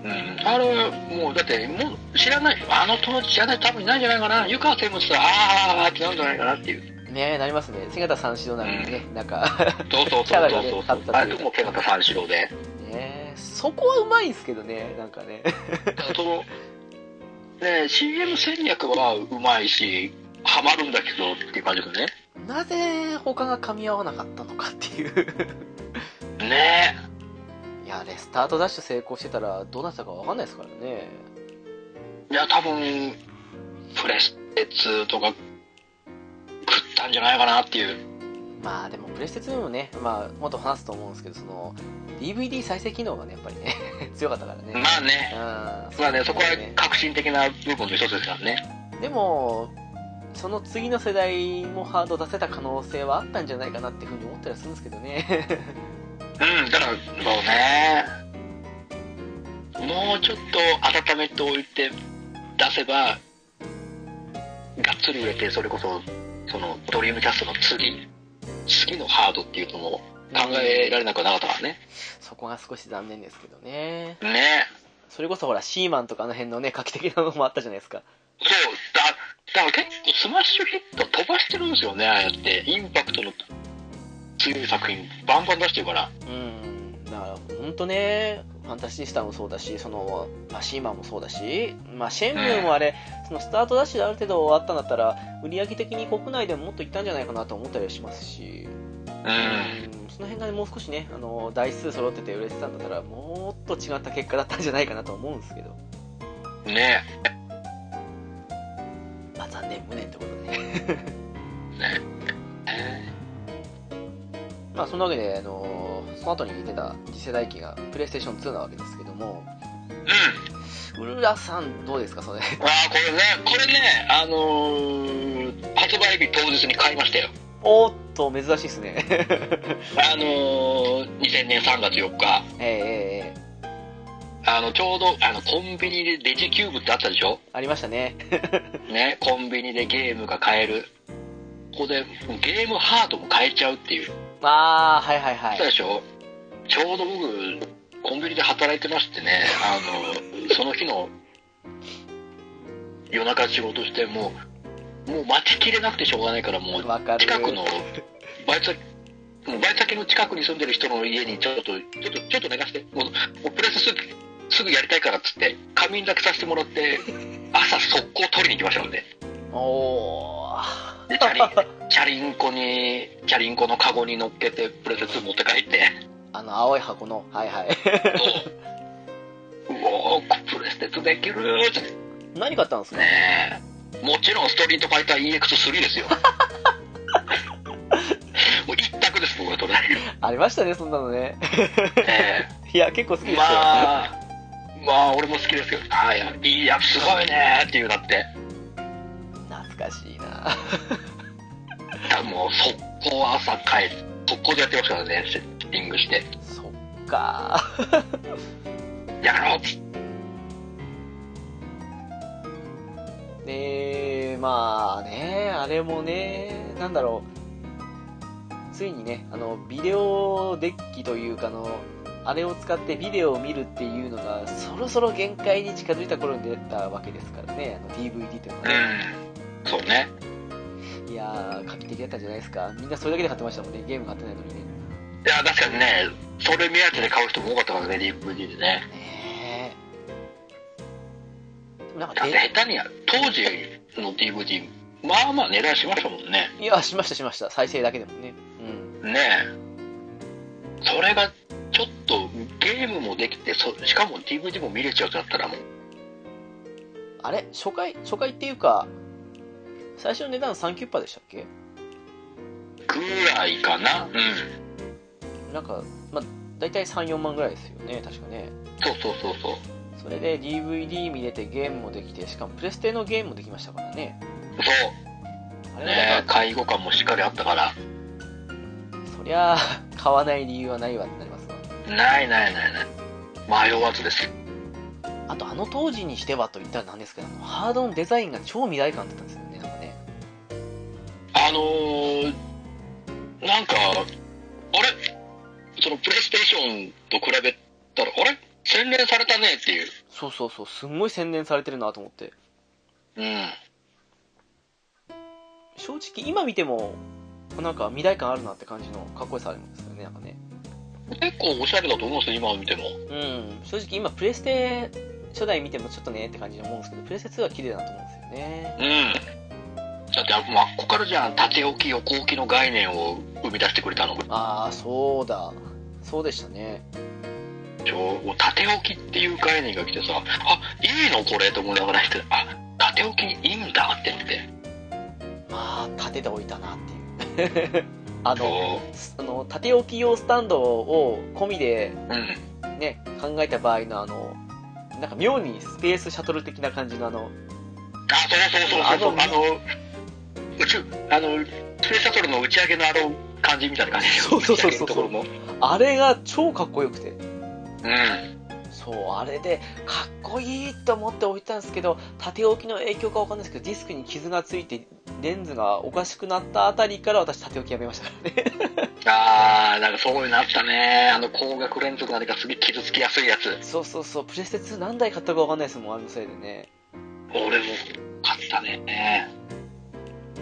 [SPEAKER 2] うん。あれは、もう、だって、もう、知らない、あの当時知らない、多分いないんじゃないかな。湯川専務って言ったら、あーあーあーってなるんじゃないかなっていう。
[SPEAKER 1] ねえ、なりますね。セガタ三四郎なのにね、なんか、
[SPEAKER 2] そうそう
[SPEAKER 1] キャ
[SPEAKER 2] そ
[SPEAKER 1] ラ
[SPEAKER 2] うそ
[SPEAKER 1] が
[SPEAKER 2] う
[SPEAKER 1] ね
[SPEAKER 2] そう。
[SPEAKER 1] 立った
[SPEAKER 2] あ
[SPEAKER 1] ってい
[SPEAKER 2] れ
[SPEAKER 1] う
[SPEAKER 2] とも手形三四郎で。
[SPEAKER 1] ねえ、そこはうまいんすけどね、なんかね。
[SPEAKER 2] その、 ね CM 戦略はうまいし、ハマるんだけどっていう感じですね。
[SPEAKER 1] なぜ他が噛み合わなかったのかっていう。
[SPEAKER 2] ね
[SPEAKER 1] いや、ね、スタートダッシュ成功してたらどうなってたかわかんないですからね。
[SPEAKER 2] え。いや、多分、プレステ2とか、食ったんじゃないかなっていう。
[SPEAKER 1] まあでもプレステ2もね、まあもっと話すと思うんですけど、その DVD 再生機能がね、やっぱりね、 強かったからね。
[SPEAKER 2] まあね。
[SPEAKER 1] うん
[SPEAKER 2] まあね、そこは
[SPEAKER 1] ね
[SPEAKER 2] 革新的な部分の一つですからね。
[SPEAKER 1] でも、その次の世代もハード出せた可能性はあったんじゃないかなっていうふうに思ったりはするんですけどね。
[SPEAKER 2] うん、だから、そうね。もうちょっと温めておいて出せば、がっつり売れて、それこそ、その、ドリームキャストの次、次のハードっていうのも考えられなくはなかったからね。
[SPEAKER 1] そこが少し残念ですけどね。
[SPEAKER 2] ね
[SPEAKER 1] それこそほら、シーマンとかあの辺のね、画期的なのもあったじゃないですか。
[SPEAKER 2] そう、だ、だから結構スマッシュヒット飛ばしてるんですよね、ああやって。インパクトの強い作品、バンバン出してるから。
[SPEAKER 1] うん。だから、ほんとね、ファンタシースターもそうだし、その、まあ、シーマンもそうだし、まあ、シェンムーもあれ、そのスタートダッシュである程度終わったんだったら、売り上げ的に国内でももっといったんじゃないかなと思ったりはしますし。
[SPEAKER 2] うん。
[SPEAKER 1] うんその辺がねもう少しねあの台数揃ってて売れてたんだったらもっと違った結果だったんじゃないかなと思うんですけど、
[SPEAKER 2] ね
[SPEAKER 1] まあ、残念無念ってことで、ね、まあそんなわけであのその後に出た次世代機がプレイステーション2なわけですけども
[SPEAKER 2] うん。
[SPEAKER 1] 浦さんどうですかそれ
[SPEAKER 2] ああこれねこれねあのー発売日当日に買いましたよ
[SPEAKER 1] おーっと珍しいですね
[SPEAKER 2] あのー2000年3月4日
[SPEAKER 1] ええええええ
[SPEAKER 2] あのちょうどあのコンビニでデジキューブってあったでしょ
[SPEAKER 1] ありましたね
[SPEAKER 2] ねコンビニでゲームが買えるここでゲームハードも買えちゃうっていう
[SPEAKER 1] ああはいはいは
[SPEAKER 2] あった
[SPEAKER 1] い
[SPEAKER 2] でしょちょうど僕コンビニで働いてましてねあのその日の夜中仕事してもうもう待ちきれなくてしょうがないからもう
[SPEAKER 1] わかる
[SPEAKER 2] 近くのバイト先もうバイト先の近くに住んでる人の家にちょっとちょっとちょっと寝かしてもうもうプレスすぐすぐやりたいからっつって仮眠だけさせてもらって朝速攻取りに行きましたもんね
[SPEAKER 1] おー
[SPEAKER 2] でチャリンチャリンコにチャリンコのカゴに乗っけてプレス2持って帰って
[SPEAKER 1] あの青い箱のはいはい
[SPEAKER 2] うおープレステ2できるーって
[SPEAKER 1] 何買ったんですか
[SPEAKER 2] ねもちろんストリートファイター EX3 ですよもう一択です僕は取れない
[SPEAKER 1] ありましたねそんなのね
[SPEAKER 2] えー
[SPEAKER 1] いや結構好きですよ、
[SPEAKER 2] まあ、まあ、俺も好きですけど、ああ、いや、いいや、すごいねーっていうなって、
[SPEAKER 1] 懐かしいな
[SPEAKER 2] 多分もう、速攻朝帰って、速攻でやってましたからね、セッティングして、
[SPEAKER 1] そっか
[SPEAKER 2] やろうっつって、
[SPEAKER 1] でまあねあれもねなんだろうついにねあのビデオデッキというかあのあれを使ってビデオを見るっていうのがそろそろ限界に近づいた頃に出たわけですからねあの DVD とかね
[SPEAKER 2] うんそうね
[SPEAKER 1] いやー画期的だったんじゃないですかみんなそれだけで買ってましたもんねゲーム買ってないのにね
[SPEAKER 2] いや確かにねそれ目当てで買う人も多かったからね DVD でね
[SPEAKER 1] ねえでもなん
[SPEAKER 2] だ
[SPEAKER 1] か
[SPEAKER 2] っ
[SPEAKER 1] で
[SPEAKER 2] て下手に当時の DVD まあまあ値段しましたもんね
[SPEAKER 1] いやしましたしました再生だけでもねうん
[SPEAKER 2] ねえそれがちょっとゲームもできてそしかも DVD も見れちゃうとなったらもう
[SPEAKER 1] あれ初回初回っていうか最初の値段3キュッパでしたっけ
[SPEAKER 2] ぐらいかなうん
[SPEAKER 1] なんか、まあ、大体34万ぐらいですよね確かね
[SPEAKER 2] そうそうそうそう
[SPEAKER 1] それで DVD 見れてゲームもできてしかもプレステのゲームもできましたからね
[SPEAKER 2] そう
[SPEAKER 1] あれは
[SPEAKER 2] ね
[SPEAKER 1] だか
[SPEAKER 2] 介護感もしっかりあったから
[SPEAKER 1] ら、そりゃあ買わない理由はないわってなりますわ
[SPEAKER 2] ないないないない迷わずです
[SPEAKER 1] あとあの当時にしてはと言ったらなんですけどあのハードのデザインが超未来感だったんですよねなんかね
[SPEAKER 2] あのー、なんかあれそのプレイステーションと比べたらあれ洗練されたねっていう
[SPEAKER 1] そうそうそうすんごい洗練されてるなと思って
[SPEAKER 2] うん
[SPEAKER 1] 正直今見てもなんか未来感あるなって感じのかっこよさありますよねなんかね
[SPEAKER 2] 結構おしゃれだと思うんですよ今見ても
[SPEAKER 1] うん正直今プレステ初代見てもちょっとねって感じに思うんですけどプレステ2は綺麗だなと思うんですよね
[SPEAKER 2] うん。だって、真っこからじゃん、縦置き、横置きの概念を生み出してくれたの。
[SPEAKER 1] ああそうだそうでしたね
[SPEAKER 2] ちょ縦置きっていう概念が来てさ、あ、いいのこれと思いながらして、あ、縦置きいいんだって言って。
[SPEAKER 1] まあ立てておいたなっていう あの
[SPEAKER 2] そ
[SPEAKER 1] すあの縦置き用スタンドを込みで
[SPEAKER 2] う。うん。
[SPEAKER 1] ね考えた場合のあのなんか妙にスペースシャトル的な感じのあの
[SPEAKER 2] あ、そうそうそうそうそう。あの、宇宙、あの、スペースシャトルの打ち上げのあの感じみたいな感じでしょ
[SPEAKER 1] そうそうそうそう
[SPEAKER 2] 打ち上げのところも。うん。
[SPEAKER 1] あれが超かっこよくてそうあれでかっこいいと思って置いたんですけど縦置きの影響かわかんないですけどディスクに傷がついてレンズがおかしくなったあたりから私縦置きやめましたからね
[SPEAKER 2] あー、なんかそういうのあったね。あの、光学連続のあれがすげえ傷つきやすいやつ。
[SPEAKER 1] そうそうそうプレステ2何台買ったかわかんないですもんあれのせいでね
[SPEAKER 2] 俺も買ったね。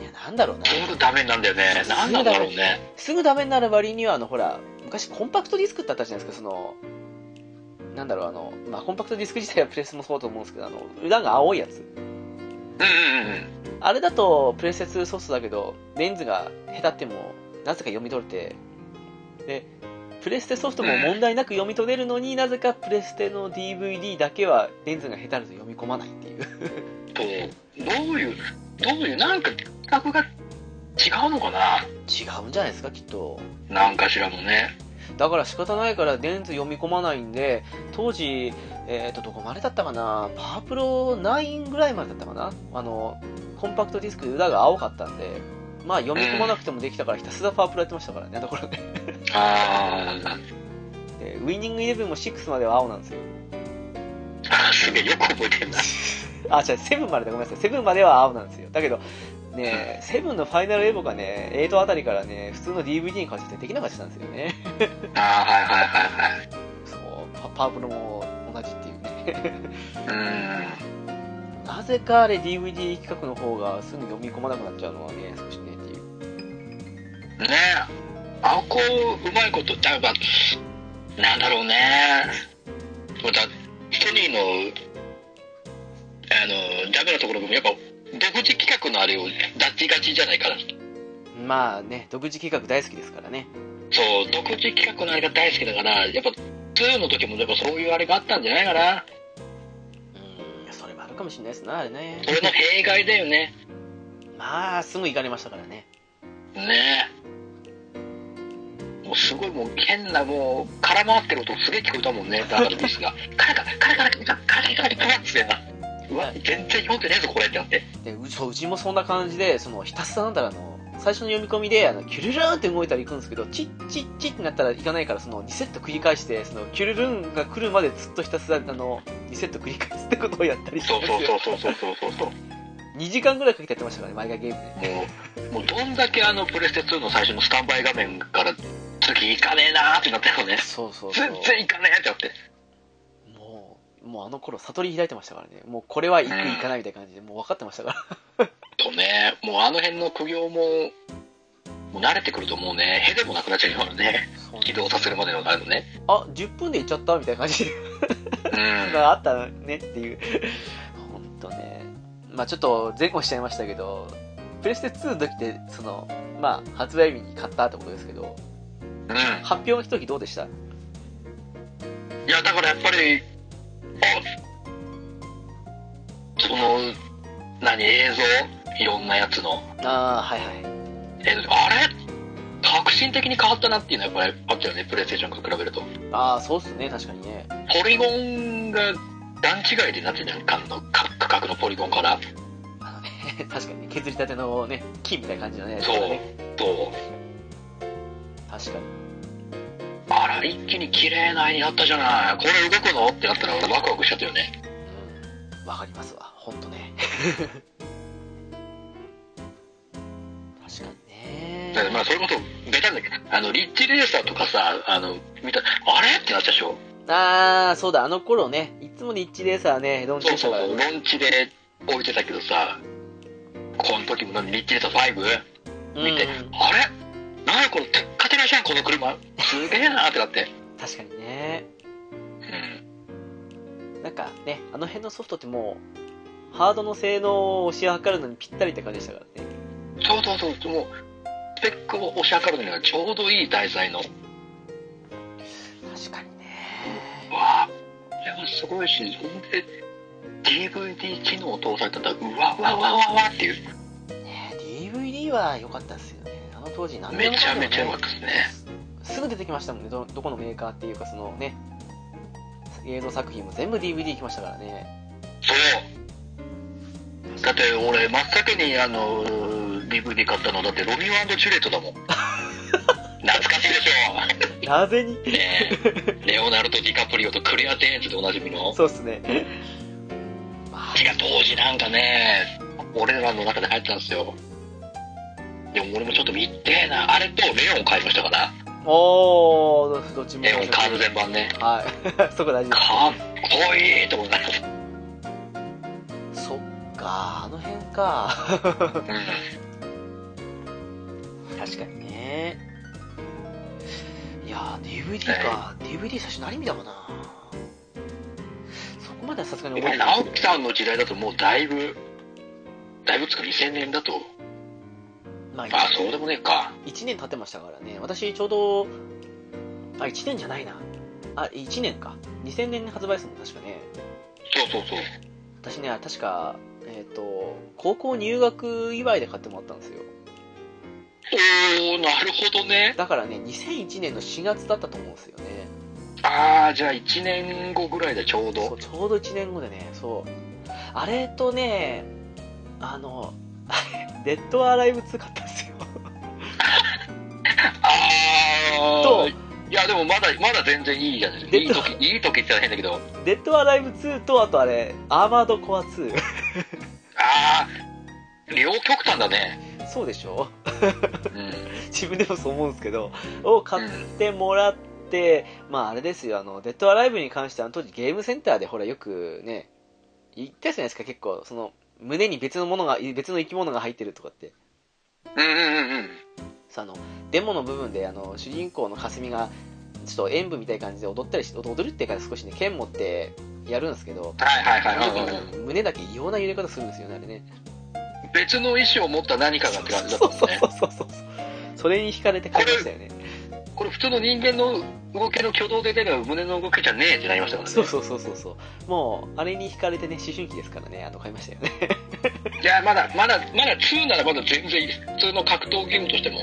[SPEAKER 1] いやなんだろうな
[SPEAKER 2] 全部ダメなんだよね。なんなんだろうね。
[SPEAKER 1] すぐダメになる割にはあのほら昔コンパクトディスクってあったじゃないですかそのなんだろうあの、まあ、コンパクトディスク自体はプレスもそうだと思うんですけどあの裏が青いやつ
[SPEAKER 2] うんうんうん。
[SPEAKER 1] あれだとプレステ2ソフトだけどレンズが下手ってもなぜか読み取れてでプレステソフトも問題なく読み取れるのになぜかプレステの DVD だけはレンズが下手だと読み込まないっていう
[SPEAKER 2] と、どういう、どういう、なんか、企画が違うのかな
[SPEAKER 1] 違うんじゃないですかきっと
[SPEAKER 2] なんかしらもね。
[SPEAKER 1] だから仕方ないからレンズ読み込まないんで当時、えー、とどこまでだったかなパワープロ9ぐらいまでだったかなあのコンパクトディスクで裏が青かったんでまあ読み込まなくてもできたからひたすらパワープロやってましたからねだからね
[SPEAKER 2] あ
[SPEAKER 1] でウィニングイレブンも6までは青なんですよ
[SPEAKER 2] あ、すげえ、よく覚えてるな。
[SPEAKER 1] あ違う7までだごめんなさい7までは青なんですよだけど ね7のファイナルエボがね8あたりからね普通の DVD に変わっちゃってできなかったんですよね
[SPEAKER 2] ああ、はいはいはいはい。
[SPEAKER 1] そうパパワープロも同じっていうね
[SPEAKER 2] うん。
[SPEAKER 1] なぜかあれ DVD 企画の方がすぐ読み込まなくなっちゃうのはね、少しねっていう。
[SPEAKER 2] ねえ。あこう、うまいこと、だから、なんだろうね。また、ソニーの、あの、ダメなところも、やっぱ、独自企画のあれをダッチがちじゃないから。
[SPEAKER 1] まあね、独自企画大好きですからね。
[SPEAKER 2] そう、独自企画のあれが大好きだから、やっぱ2の時もやっぱそういうあれがあったんじゃないかな。
[SPEAKER 1] うん、それもあるかもしれないですな、あれね。
[SPEAKER 2] それの弊害だよね。
[SPEAKER 1] まあ、すぐ行かれましたからね。
[SPEAKER 2] ねえ。もうすごいもう変なもう空回ってる音すげえ聞こえたもんね、だからミスが。カラカラカラカラカラカラカラカラっつってな。うわ、全然読んでねえぞこれってなって。
[SPEAKER 1] で、うそう、うちもそんな感じで、その、ひたすらなんだろう、あの、最初の読み込みで、あの、キュルルーンって動いたら行くんですけど、チッチッチッってなったら行かないから、その、リセット繰り返して、その、キュルルーンが来るまでずっとひたすら、あの、リセット繰り返すってことをやったりして
[SPEAKER 2] そ
[SPEAKER 1] ま
[SPEAKER 2] う
[SPEAKER 1] す
[SPEAKER 2] そう
[SPEAKER 1] よ。
[SPEAKER 2] そうそうそうそうそうそう。
[SPEAKER 1] 2時間ぐらいかけてやってましたからね、毎回ゲームで。
[SPEAKER 2] もう、もうどんだけあのプレステ2の最初のスタンバイ画面から次行かねえなーってなったよね。
[SPEAKER 1] そうそうそう
[SPEAKER 2] 全然行かねえってなって。
[SPEAKER 1] もうもうあの頃悟り開いてましたからねもうこれは行く
[SPEAKER 2] うん
[SPEAKER 1] 行かないみたいな感じでもう分かってましたから
[SPEAKER 2] とね、もうあの辺の苦行も、もう慣れてくるともうね、へでもなくなっちゃうようなね、
[SPEAKER 1] そう
[SPEAKER 2] 起動させるまでのあのね。
[SPEAKER 1] あ10分で行っちゃったみたいな感じ
[SPEAKER 2] うん。
[SPEAKER 1] があったねっていう本当ねまあちょっと前後しちゃいましたけどプレステ2の時ってそのまあ発売日に買ったってことですけど
[SPEAKER 2] うん。
[SPEAKER 1] 発表の時どうでした
[SPEAKER 2] いや、だからやっぱり、あその、何、映像いろんなやつの
[SPEAKER 1] ああはいはい
[SPEAKER 2] 映像であれ革新的に変わったなっていうのはやっぱりあったよね、プレイステーションから比べると。
[SPEAKER 1] ああそうっすね確かにね
[SPEAKER 2] ポリゴンが段違いでなってんじゃん、かのか価格のポリゴンから。
[SPEAKER 1] あのね確かにね削りたてのね木みたいな感じのね
[SPEAKER 2] そう
[SPEAKER 1] ね、
[SPEAKER 2] そう。
[SPEAKER 1] 確かに
[SPEAKER 2] あら、一気に綺麗な絵になったじゃない。これ動くのってなったら俺ワクワクしちゃったよね。
[SPEAKER 1] うんわかりますわ本当ね 確かに
[SPEAKER 2] だから
[SPEAKER 1] ね
[SPEAKER 2] まあ、それこそ、ベタなんだけど、あの、リッチレーサーとかさ、あの、見た、あれってなったでしょ
[SPEAKER 1] ああそうだあの頃ねいつもリッチレーサーねどんち
[SPEAKER 2] そ
[SPEAKER 1] ん
[SPEAKER 2] う
[SPEAKER 1] した
[SPEAKER 2] そう
[SPEAKER 1] から
[SPEAKER 2] そう、ロンチで置いてたけどさ、この時も何、リッチレーサー5見て、
[SPEAKER 1] うん
[SPEAKER 2] あれなにこのテッカテカじゃん、この車。すげえなってなって。
[SPEAKER 1] 確かにね
[SPEAKER 2] うん。
[SPEAKER 1] なんかねあの辺のソフトってもうハードの性能を推し量るのにぴったりって感じでしたからね
[SPEAKER 2] そうそうそう、もう、スペックを押し量るのにはちょうどいい題材の。わ
[SPEAKER 1] 確かにね
[SPEAKER 2] あ、これはすごいし、ほんで、DVD 機能を搭載だったら、うわうわうわうわうわっていう。
[SPEAKER 1] ね DVD は良かったですよねあの当時何で
[SPEAKER 2] め
[SPEAKER 1] も
[SPEAKER 2] ちゃめちゃうま
[SPEAKER 1] か
[SPEAKER 2] くですね。
[SPEAKER 1] すぐ出てきましたもんねどどこのメーカーっていうかそのね映像作品も全部 DVD 来ましたからね
[SPEAKER 2] そう。だって俺、真っ先にあの、DVD 買ったの、だってロミオジュレットだもん。 懐かしいでし
[SPEAKER 1] なぜに
[SPEAKER 2] ょ。ねえ。レオナルド・ディカプリオとクレア・デーンズでおなじみの。
[SPEAKER 1] そうっすねまあ
[SPEAKER 2] 違う、当時なんかね、俺らの中で流行ってたんですよ。でも俺もちょっと見てえな。あれとレオン買いましたから。
[SPEAKER 1] おおどっちも
[SPEAKER 2] レオン完全版ね。
[SPEAKER 1] はい そこ大事です
[SPEAKER 2] かっこいいと思いました。
[SPEAKER 1] そっかあの辺か
[SPEAKER 2] うん。
[SPEAKER 1] 確かにねいやー DVD か、DVD 最初何見たかなそこまではさすがに覚えてない
[SPEAKER 2] 直樹さんの時代だともうだいぶ、だいぶつか2000年だと。
[SPEAKER 1] まあ
[SPEAKER 2] あ、そうでもねえか。
[SPEAKER 1] 1年経ってましたからね私ちょうどあ1年じゃないなあ1年か2000年に発売ですもん確かね
[SPEAKER 2] そうそうそう。
[SPEAKER 1] 私ね確かえっ、と高校入学祝いで買ってもらったんですよ
[SPEAKER 2] おー、なるほどね。
[SPEAKER 1] だからね2001年の4月だったと思うんですよね
[SPEAKER 2] あー、じゃあ1年後ぐらいでちょ
[SPEAKER 1] そ
[SPEAKER 2] うど
[SPEAKER 1] う。ちょうど1年後でねそうあれとねあの デッドアライブ2買ったんですよ
[SPEAKER 2] あー。
[SPEAKER 1] と
[SPEAKER 2] いや、でもまだ、まだ全然いいじゃない
[SPEAKER 1] で
[SPEAKER 2] いい時、いい時って言ったら変だけど。
[SPEAKER 1] デッドアライブ2とあとあれアーマードコア2
[SPEAKER 2] あー、両極端だね。
[SPEAKER 1] そうでしょ
[SPEAKER 2] うん。うん。
[SPEAKER 1] 自分でもそう思うんですけどを買ってもらって、まああれですよあのデッドアライブに関してはあの当時ゲームセンターでほらよくね言ったじゃないですか結構その胸に別のものが別の生き物が入ってるとかって
[SPEAKER 2] うんうんうん。
[SPEAKER 1] さあのデモの部分であの主人公の霞がちょっと演舞みたいな感じで踊ったりし踊るっていうか少しね剣持ってやるんですけど、
[SPEAKER 2] はいはいはい
[SPEAKER 1] その
[SPEAKER 2] は
[SPEAKER 1] 時
[SPEAKER 2] いはい。
[SPEAKER 1] に胸だけ異様な揺れ方するんですよねあれね
[SPEAKER 2] 別の意思を持った何かがって感じだったもんね。
[SPEAKER 1] そうそうそうそうそれに惹かれて買いましたよね
[SPEAKER 2] これ普通の人間の動きの挙動で出る胸の動きじゃねえってなりましたからね。
[SPEAKER 1] そうそうそうそうそうもうあれに惹かれてね思春期ですからねあの買いましたよね
[SPEAKER 2] いや、まだ、まだ、まだ2ならまだ全然いいです。普通の格闘ゲームとしても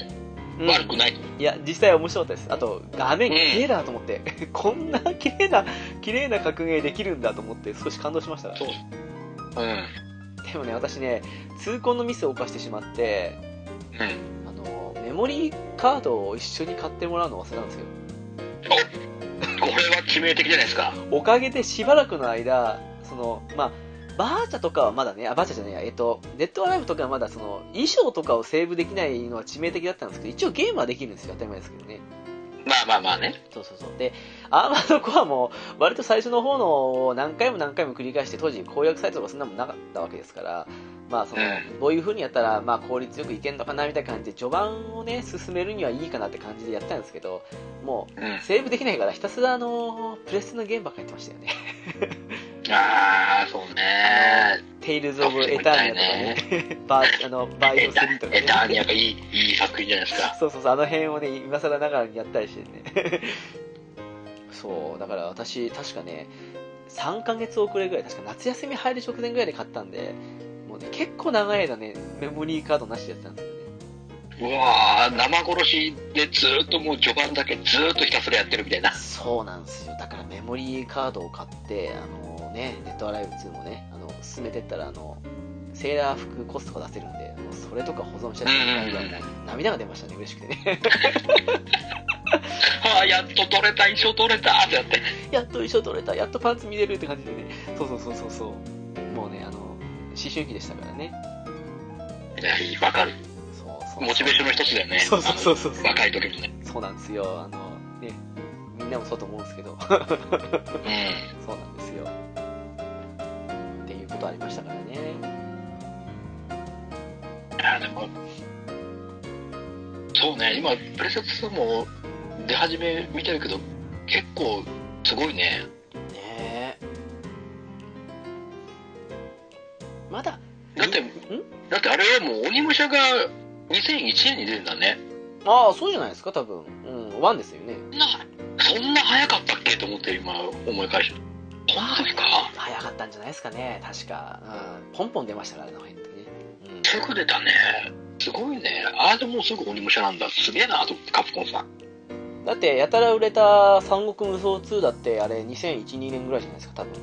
[SPEAKER 1] うん
[SPEAKER 2] 悪くない。
[SPEAKER 1] いや実際面白かったですあと画面
[SPEAKER 2] うん
[SPEAKER 1] 綺麗だなと思って、 こんな綺麗な綺麗な格ゲーできるんだと思って少し感動しましたから
[SPEAKER 2] そう。うん。うん。
[SPEAKER 1] でもね私ね痛恨のミスを犯してしまってあのメモリーカードを一緒に買ってもらうのを忘れたんですよ
[SPEAKER 2] これは致命的じゃないですか。
[SPEAKER 1] おかげでしばらくの間そのまあバーチャとかはまだねあバーチャじゃないやえっとネットアライブとかはまだその衣装とかをセーブできないのは致命的だったんですけど一応ゲームはできるんですよ当たり前ですけどね
[SPEAKER 2] まあまあまあね。
[SPEAKER 1] そうそうそう。で、アーマードコアも、割と最初の方のを何回も何回も繰り返して、当時攻略サイトとかそんなもんなかったわけですから、まあその、
[SPEAKER 2] う
[SPEAKER 1] どういう風にやったら、まあ効率よくいけんのかなみたいな感じで、序盤をね、進めるにはいいかなって感じでやったんですけど、も
[SPEAKER 2] ん。うん
[SPEAKER 1] う、。セーブできないから、ひたすらあの、プレステのゲームばっかりやってましたよね。
[SPEAKER 2] ああ、そうね。
[SPEAKER 1] テイルズ・オブ・エターニアとかね、 バー、あの、バイオ3とか
[SPEAKER 2] エター
[SPEAKER 1] ね。
[SPEAKER 2] ニアがいい、いい作品じゃないですか。
[SPEAKER 1] そうそうそう、あの辺をね、今更ながらにやったりしてね。 そう、だから私、確かね、3ヶ月遅れぐらい、確か夏休み入る直前ぐらいで買ったんで、もうね、結構長い間ね、メモリーカードなしでやってたんですよね。
[SPEAKER 2] うわー生殺しでずーっともう序盤だけずーっとひたすらやってるみたいな。
[SPEAKER 1] そうなんですよ。だからメモリーカードを買って、あのね、ネットアライブ2もね、あの、進めてったら、あの、セーラー服コストコ出せるんで、もうそれとか保存したり
[SPEAKER 2] うんうん
[SPEAKER 1] 涙が出ましたね、嬉しくてね。
[SPEAKER 2] ああ、やっと取れた、一生取れたってやって。
[SPEAKER 1] やっと衣装取れた、やっとパンツ見れるって感じでね、そうそうそうそうそう、もうね、あの思春期でしたからね、
[SPEAKER 2] いや、いいわかる。
[SPEAKER 1] そうそう
[SPEAKER 2] モチベーションの一つだよね。
[SPEAKER 1] そうそうそうそう
[SPEAKER 2] あの若い時のね。
[SPEAKER 1] そうなんですよ、あのね、みんなもそうと思うんですけど、
[SPEAKER 2] うん。
[SPEAKER 1] そうなんですよ。っていうことありましたからね、
[SPEAKER 2] あでも、そうね、今、プレセツ2も出始め見てるけど、結構すごいね。
[SPEAKER 1] ねえ。まだ、
[SPEAKER 2] だって
[SPEAKER 1] ん、
[SPEAKER 2] だってあれはもう鬼武者が2001年に出るんだね。
[SPEAKER 1] ああ、そうじゃないですか、多分うん、ワンですよね。
[SPEAKER 2] そんな、そんな早かったっけと思って今思い返した。その時か
[SPEAKER 1] 早かったんじゃないですかね、確か。うん、ポンポン出ましたからね、あの辺ってね。うん
[SPEAKER 2] すぐ出たね。すごいね。ああ、でもうすぐ鬼武者なんだ。すげえなと思って、カプコンさん。
[SPEAKER 1] だってやたら売れた「三国無双2」だってあれ2012年ぐらいじゃないですか多分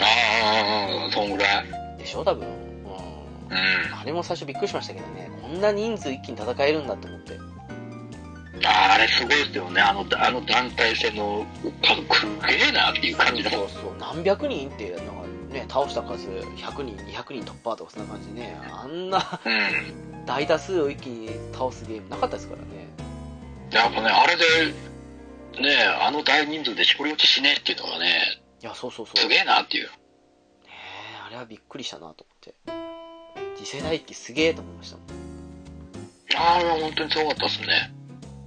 [SPEAKER 2] ああ、そんぐらい。
[SPEAKER 1] でしょ多分
[SPEAKER 2] う
[SPEAKER 1] うん
[SPEAKER 2] ん。
[SPEAKER 1] あれも最初びっくりしましたけどねこんな人数一気に戦えるんだと思って
[SPEAKER 2] ああれすごいですよね。あの、あの団体戦の数、すげえなっていう感じだ
[SPEAKER 1] そ
[SPEAKER 2] もん。
[SPEAKER 1] うそう何百人ってなんかね倒した数100人200人突破とかそんな感じでねあんな
[SPEAKER 2] うん。
[SPEAKER 1] 大多数を一気に倒すゲームなかったですからね
[SPEAKER 2] やっぱね、あれで、ねえ、あの大人数で絞り落ちしねえっていうのがね、
[SPEAKER 1] いやそうそうそう
[SPEAKER 2] すげえなっていう。
[SPEAKER 1] ねえあれはびっくりしたなと思って次世代機すげえと思いましたもん
[SPEAKER 2] あれは本当にすごかったっすね。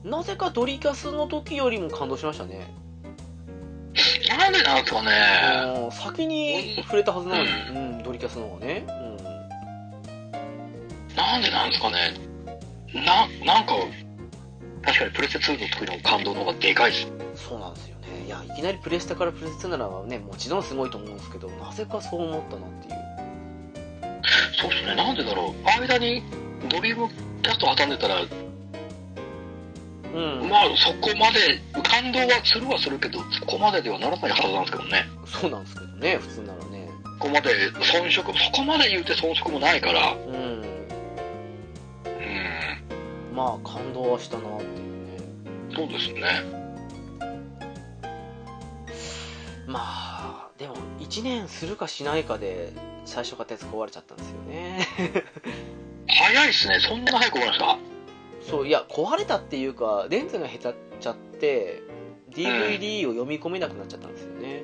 [SPEAKER 1] なぜかドリキャスの時よりも感動しましたね
[SPEAKER 2] なんでなんですかね。
[SPEAKER 1] うん先に触れたはずなのに、うん、ドリキャスの方がね、
[SPEAKER 2] なんでなんですかね。な、なんか、確かにプレステ2の時の感動の方がでかいっす。
[SPEAKER 1] うん、そうなんですよねいやいきなりプレステからプレステ2ならねもちろんすごいと思うんですけどなぜかそう思ったなっていう
[SPEAKER 2] そうっすね、なんでだろう。間にドリームキャスト挟んでたら、
[SPEAKER 1] うん、
[SPEAKER 2] まあそこまで感動はするはするけどそこまでではならないはずなんですけどね
[SPEAKER 1] そうなんですけどね普通ならね
[SPEAKER 2] そこまで遜色そこまで言うて遜色もないから
[SPEAKER 1] うん
[SPEAKER 2] うん
[SPEAKER 1] まあ感動はしたなっていうね
[SPEAKER 2] そうですね
[SPEAKER 1] まあでも1年するかしないかで最初買ったやつ壊れちゃったんですよね
[SPEAKER 2] 早いっすねそんな早く終わりました
[SPEAKER 1] そういや壊れたっていうかレンズが下手っちゃって DVD を読み込めなくなっちゃったんですよね、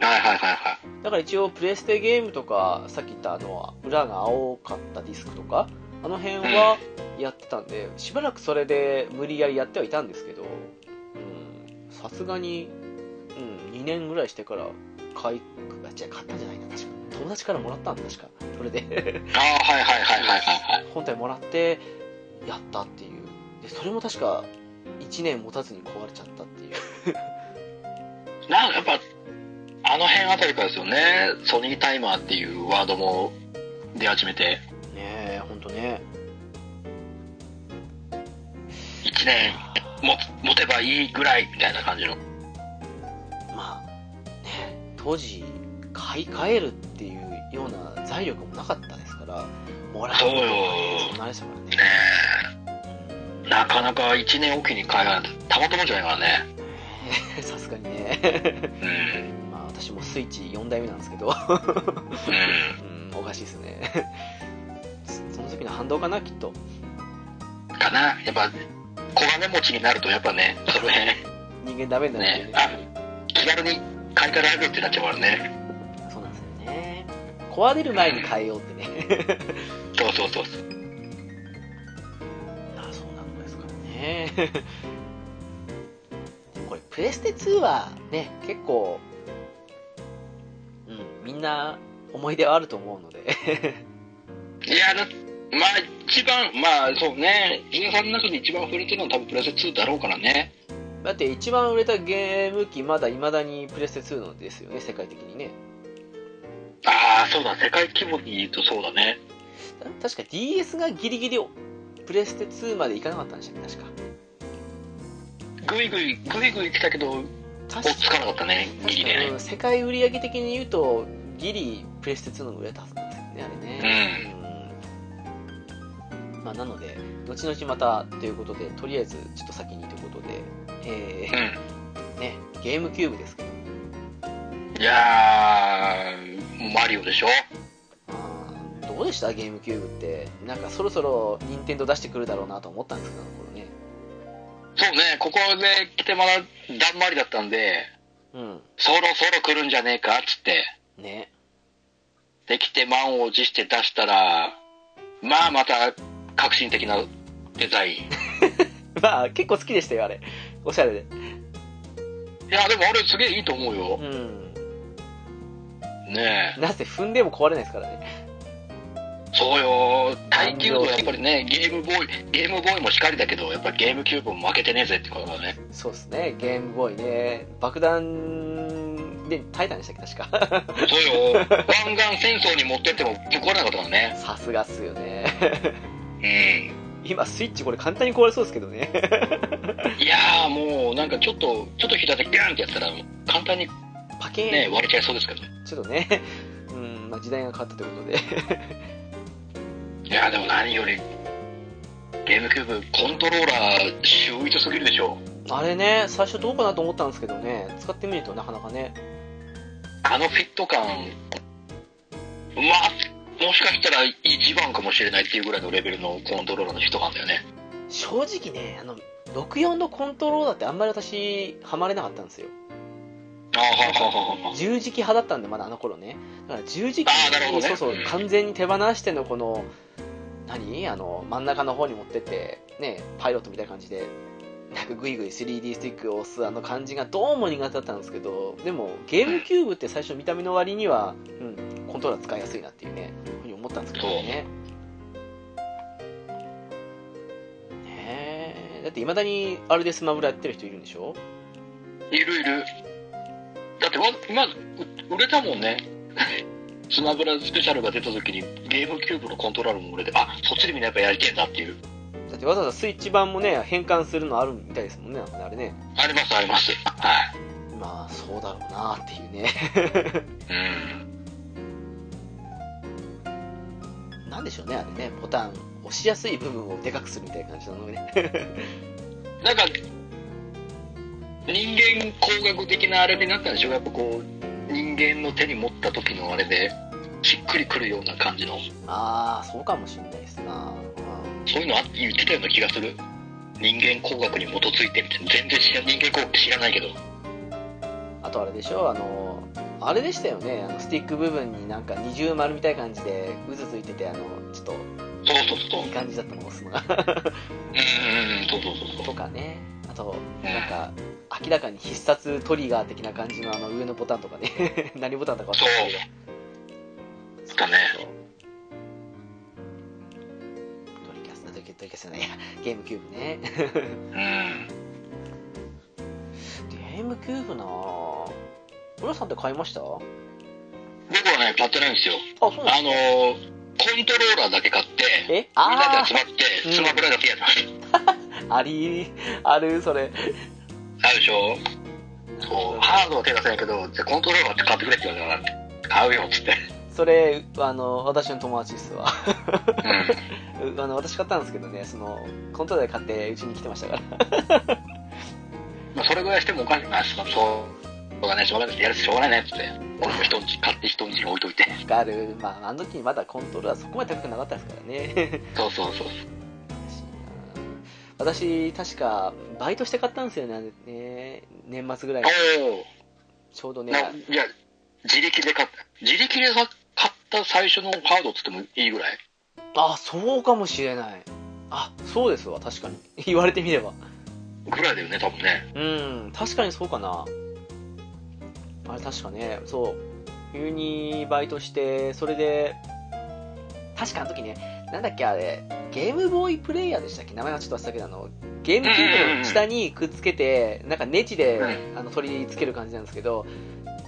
[SPEAKER 2] はいはいはいはい
[SPEAKER 1] だから一応プレステゲームとかさっき言ったあの裏が青かったディスクとかあの辺はやってたんでしばらくそれで無理やりやってはいたんですけどうんさすがに、うん、2年ぐらいしてから買いあ違う買ったんじゃないな確か友達からもらったんだ確かそれで
[SPEAKER 2] ああはいはいはいはいはいはい
[SPEAKER 1] 本体もらってやったっていうでそれも確か1年持たずに壊れちゃったっていう
[SPEAKER 2] なんかやっぱあの辺あたりからですよねソニータイマーっていうワードも出始めて
[SPEAKER 1] ねえ本当ね
[SPEAKER 2] 1年も持てばいいぐらいみたいな感じの
[SPEAKER 1] まあね、当時買い替えるっていうような財力もなかったですからもらう
[SPEAKER 2] そうよ
[SPEAKER 1] そうなりそう
[SPEAKER 2] ねえなかなか1年おきに買いなんてたまったもんじゃないからね
[SPEAKER 1] ね さすがにね
[SPEAKER 2] うん
[SPEAKER 1] まあ私もスイッチ4代目なんですけど
[SPEAKER 2] う
[SPEAKER 1] うんおかしいですねその時の反動かなきっと
[SPEAKER 2] んかなやっぱ小金持ちになるとやっぱね、その辺、
[SPEAKER 1] 人間ダメになるん
[SPEAKER 2] ね、
[SPEAKER 1] だよ
[SPEAKER 2] あ
[SPEAKER 1] ね。
[SPEAKER 2] 気軽に買い替えられるってなっちゃうからね。
[SPEAKER 1] そうなんですよね。壊れる前に変えようってね。
[SPEAKER 2] そうそうそうそう。
[SPEAKER 1] あ、そうなのですからね。でも これ、プレステ2はね、結構、うん、みんな思い出はあると思うので。
[SPEAKER 2] いや、だまあ一番、まあそうね、伊沢さんの中で一番触れてるのは多分プレステ2だろうからね。
[SPEAKER 1] だって一番売れたゲーム機、まだ未だにプレステ2のですよね、世界的にね。
[SPEAKER 2] ああ、そうだ、世界規模に言うとそうだね。
[SPEAKER 1] 確か DS がギリギリプレステ2までいかなかったんでしたっけ確か。
[SPEAKER 2] ぐいぐい、ぐいぐい来たけど、追っ
[SPEAKER 1] 確か
[SPEAKER 2] つかなかったね、
[SPEAKER 1] 確
[SPEAKER 2] ギリ
[SPEAKER 1] か
[SPEAKER 2] ね。
[SPEAKER 1] に世界売上的に言うとギリプレステ2の方が売れたはずなんですよねあれねうん、まあ、なので後々またということでとりあえずちょっと先にということで、え
[SPEAKER 2] う
[SPEAKER 1] ーね、ゲームキューブですけど
[SPEAKER 2] ん。いやー、もうマリオでしょ
[SPEAKER 1] あーどうでしたゲームキューブってなんかそろそろ任天堂出してくるだろうなと思ったんですけどこれね
[SPEAKER 2] そうね、ここで来てまだ、だんまりだったんで、
[SPEAKER 1] う
[SPEAKER 2] そろそろ来るんじゃねえかっつって、
[SPEAKER 1] んね
[SPEAKER 2] できて満を持して出したら、まあまた革新的なデザイン。
[SPEAKER 1] まあ結構好きでしたよあれおしゃれで
[SPEAKER 2] いや、でも俺すげえいいと思うよ
[SPEAKER 1] う。ん
[SPEAKER 2] ね
[SPEAKER 1] なぜ踏んでも壊れないですからね
[SPEAKER 2] え。そうよ。耐久度やっぱりね、ゲームボーイ、ゲームボーイもしかりだけど、やっぱゲームキューブも負けてねえぜってことだね。
[SPEAKER 1] そうですね、ゲームボーイね、爆弾でタイタンでしたっけ、確 か。
[SPEAKER 2] そうよ。湾岸戦争に持ってってもぶっ壊れなかったからね。
[SPEAKER 1] さすがっすよね。
[SPEAKER 2] う
[SPEAKER 1] 今、スイッチこれ簡単に壊れそうですけどね。
[SPEAKER 2] ん。いやーもうなんかちょっと、ちょっと左でビャンってやったら、簡単に
[SPEAKER 1] パケーン、
[SPEAKER 2] ね、割れちゃいそうですけど。
[SPEAKER 1] ちょっとね、うん、まあ、時代が変わったということで。
[SPEAKER 2] いやーでも何より、ゲームキューブコントローラー秀逸すぎるでしょ。
[SPEAKER 1] あれね、最初どうかなと思ったんですけどね、使ってみるとなかなかね、
[SPEAKER 2] あのフィット感、まあ、もしかしたら一番かもしれないっていうぐらいのレベルのコントローラーのフィット感だよね。
[SPEAKER 1] 正直ね、あの、64のコントローラーってあんまり私、ハマれなかったんですよ。
[SPEAKER 2] ああ、はははは
[SPEAKER 1] 十字機派だったんでまだあの頃ねだから十字機
[SPEAKER 2] あーなるほどね
[SPEAKER 1] そうそう完全に手放してのこの何あの真ん中の方に持ってってねパイロットみたいな感じでなんかグイグイ 3D スティックを押すあの感じがどうも苦手だったんですけどでもゲームキューブって最初見た目の割には、うん、コントローラー使いやすいなっていうねふうに思ったんですけどねねえだっていまだにあれでスマブラやってる人いるんでしょ
[SPEAKER 2] いるいる。だってわ、まず、う売れたもんね。 スマブラスペシャルが出た時にゲームキューブのコントローラーも売れて、あ、そっちでみんなやっぱやりてんだっていう。
[SPEAKER 1] だってわざわざスイッチ版もね変換するのあるみたいですもんねなんかねあれね
[SPEAKER 2] ありますあります。はい。
[SPEAKER 1] まあそうだろうなっていうね
[SPEAKER 2] うん。
[SPEAKER 1] なんでしょうねあれねボタン押しやすい部分をでかくするみたいな感じなのね
[SPEAKER 2] なんか、人間工学的なあれになったんでしょやっぱこう、人間の手に持った時のあれで、しっくりくるような感じの、
[SPEAKER 1] ああそうかもしれないですな、うん
[SPEAKER 2] そういうのあ言ってたような気がする。人間工学に基づいてみたいな。全然知ら人間工学知らないけど。
[SPEAKER 1] あとあれでしょあのあれでしたよねあのスティック部分になんか二重丸みたいな感じで渦ついててあのちょっと
[SPEAKER 2] そうそうそう。
[SPEAKER 1] いい感じだったの押すのが
[SPEAKER 2] うんうんうん、そうそうそうそう。
[SPEAKER 1] とかねあとなんか明らかに必殺トリガー的な感じのあの上のボタンとかね 何ボタンだか忘れたけど
[SPEAKER 2] だね
[SPEAKER 1] ドリキャスなドリキャスドリキャスじゃないやゲームキューブね
[SPEAKER 2] うん。
[SPEAKER 1] ゲームキューブなぁ浦さんって買いましたあ
[SPEAKER 2] 僕はね、買ってないんですよ。
[SPEAKER 1] そうなん
[SPEAKER 2] あのー、コントローラーだけ買って、
[SPEAKER 1] え
[SPEAKER 2] みんな
[SPEAKER 1] あ
[SPEAKER 2] で集まって、スマブラだけやります。
[SPEAKER 1] あありあるそれ
[SPEAKER 2] あるでしょそう、ハードは手出せないけど、じゃあコントローラーって買ってくれって言われたから、買うよっつって。
[SPEAKER 1] それあの私の友達ですわ
[SPEAKER 2] うん。
[SPEAKER 1] うあの私買ったんですけどねそのコントローラーで買ってうちに来てましたから
[SPEAKER 2] まあ、それぐらいしてもおかしくない。そう、そうだね、しょうがないです。やるしょうがないねっつって。俺も人んち買って人んちに置いといて。
[SPEAKER 1] わかるまああの時にまだコントローラーそこまで高くなかったですからね
[SPEAKER 2] そうそうそう。
[SPEAKER 1] 私、確か、バイトして買ったんですよね、ね年末ぐらいに、
[SPEAKER 2] お
[SPEAKER 1] ちょうど
[SPEAKER 2] お、
[SPEAKER 1] ね、
[SPEAKER 2] な、いや、自力で買った、自力で買った最初のカードって言ってもいいぐらい。
[SPEAKER 1] あ、そうかもしれない。あ、そうですわ、確かに。言われてみれば。
[SPEAKER 2] ぐらいだよね、多分ね。
[SPEAKER 1] うん、確かにそうかな。あれ、確かね、そう。急にバイトして、それで、確かあの時ね、なんだっけあれ、ゲームボーイプレイヤーでしたっけ名前はちょっと忘れたけど、あの、ゲームキューブの下にくっつけて、なんかネジで
[SPEAKER 2] う
[SPEAKER 1] あの取り付ける感じなんですけど、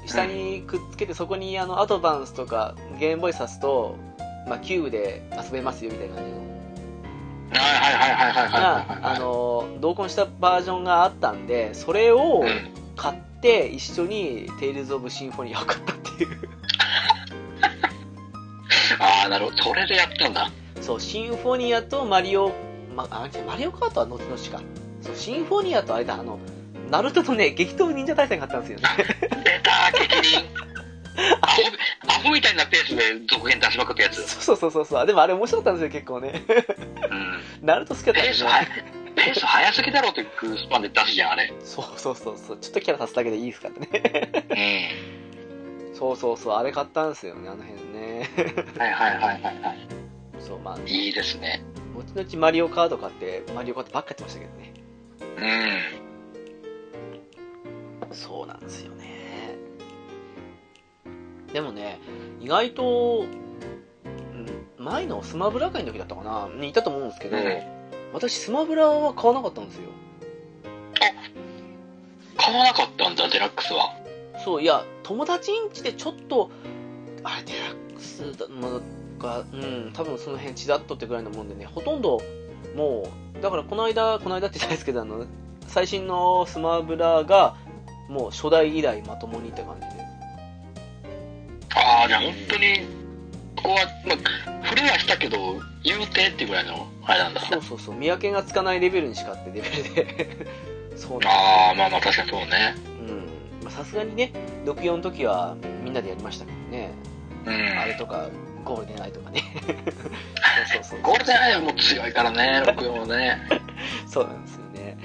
[SPEAKER 1] 下にくっつけて、そこにあのアドバンスとかゲームボーイ刺すと、まあ、キューブで遊べますよみたいな感じの。
[SPEAKER 2] はいはいはいはいはいはい
[SPEAKER 1] が
[SPEAKER 2] はい、はい。
[SPEAKER 1] あの同梱したバージョンがあったんでそれを
[SPEAKER 2] うん
[SPEAKER 1] 買って一緒に「テイルズ・オブ・シンフォニー」を買ったって いう
[SPEAKER 2] ああ、なるほど。それでやったんだ。
[SPEAKER 1] そうシンフォニアとマリオ、ま、あ違うマリオカートは後々かそうシンフォニアとあれだあのナルトとね激闘忍者対戦があったんですよね
[SPEAKER 2] 出たー、激輪。アホ、アホみたいなペースで続編出しまくったやつ。
[SPEAKER 1] そうそうそうそうでもあれ面白かったんですよ結構ね
[SPEAKER 2] うん。
[SPEAKER 1] ナルト好きだったん
[SPEAKER 2] ペー
[SPEAKER 1] です
[SPEAKER 2] ス
[SPEAKER 1] よ
[SPEAKER 2] は、ペース早すぎだろっていうスパンで出すじゃん、あれ。
[SPEAKER 1] そうそうそうそうちょっとキャラさすだけでいいですからね
[SPEAKER 2] うん。
[SPEAKER 1] そうそうそうあれ買ったんですよねあの辺ね
[SPEAKER 2] はいはいはいはいは
[SPEAKER 1] そうまあ
[SPEAKER 2] い。いいですね。
[SPEAKER 1] 後々マリオカード買ってマリオカードばっかやってましたけどね
[SPEAKER 2] うん。
[SPEAKER 1] そうなんですよねでもね意外と、うん、前のスマブラ界の時だったかなにいたと思うんですけど、
[SPEAKER 2] うん
[SPEAKER 1] 私スマブラは買わなかったんですよ
[SPEAKER 2] 買わなかったんだ、デラックスは。
[SPEAKER 1] そういや友達ん家でちょっとあれデラックスだのかうん多分その辺チラッとってぐらいのもんでねほとんどもうだからこの間この間って言ったんですけどあの最新のスマブラがもう初代以来まともにって感じで
[SPEAKER 2] ああ、じゃあ本当に、ここは、まあ、触れはしたけど、言うてってぐらいの、あれなんだ。
[SPEAKER 1] そうそうそう見分けがつかないレベルにしかってレベルで そうなん
[SPEAKER 2] ああ、まあまあ確かにそうね。
[SPEAKER 1] うんまあさすがにね64の時はみんなでやりましたけどね、
[SPEAKER 2] う
[SPEAKER 1] あれ
[SPEAKER 2] ん。
[SPEAKER 1] とかゴールデンアイとかね そうそうそう
[SPEAKER 2] ゴールデンアイはもう強いからね、64は ね。
[SPEAKER 1] そうなんですよね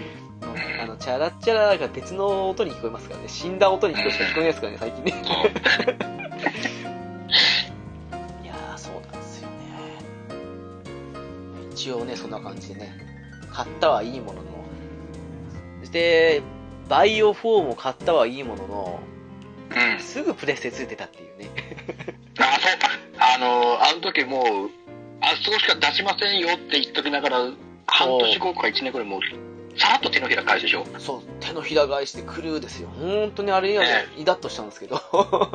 [SPEAKER 1] あのチャラッチャラが別の音に聞こえますからね死んだ音に聞こえしか聞こえないですからね最近ね
[SPEAKER 2] そう
[SPEAKER 1] いやーそうなんですよね一応ねそんな感じでね買ったはいいもののそしてバイオ4も買ったはいいものの
[SPEAKER 2] うん。あ
[SPEAKER 1] すぐプレステ2出たっていうね。
[SPEAKER 2] あ、そうか。あのー、あの時もう、あそこしか出しませんよって言っときながら、半年後か1年後にもう、さらっと手のひら返すでしょ。
[SPEAKER 1] そう、手のひら返してクルーですよ。本当にあれにはね、イラッとしたんですけ ど。
[SPEAKER 2] 腹、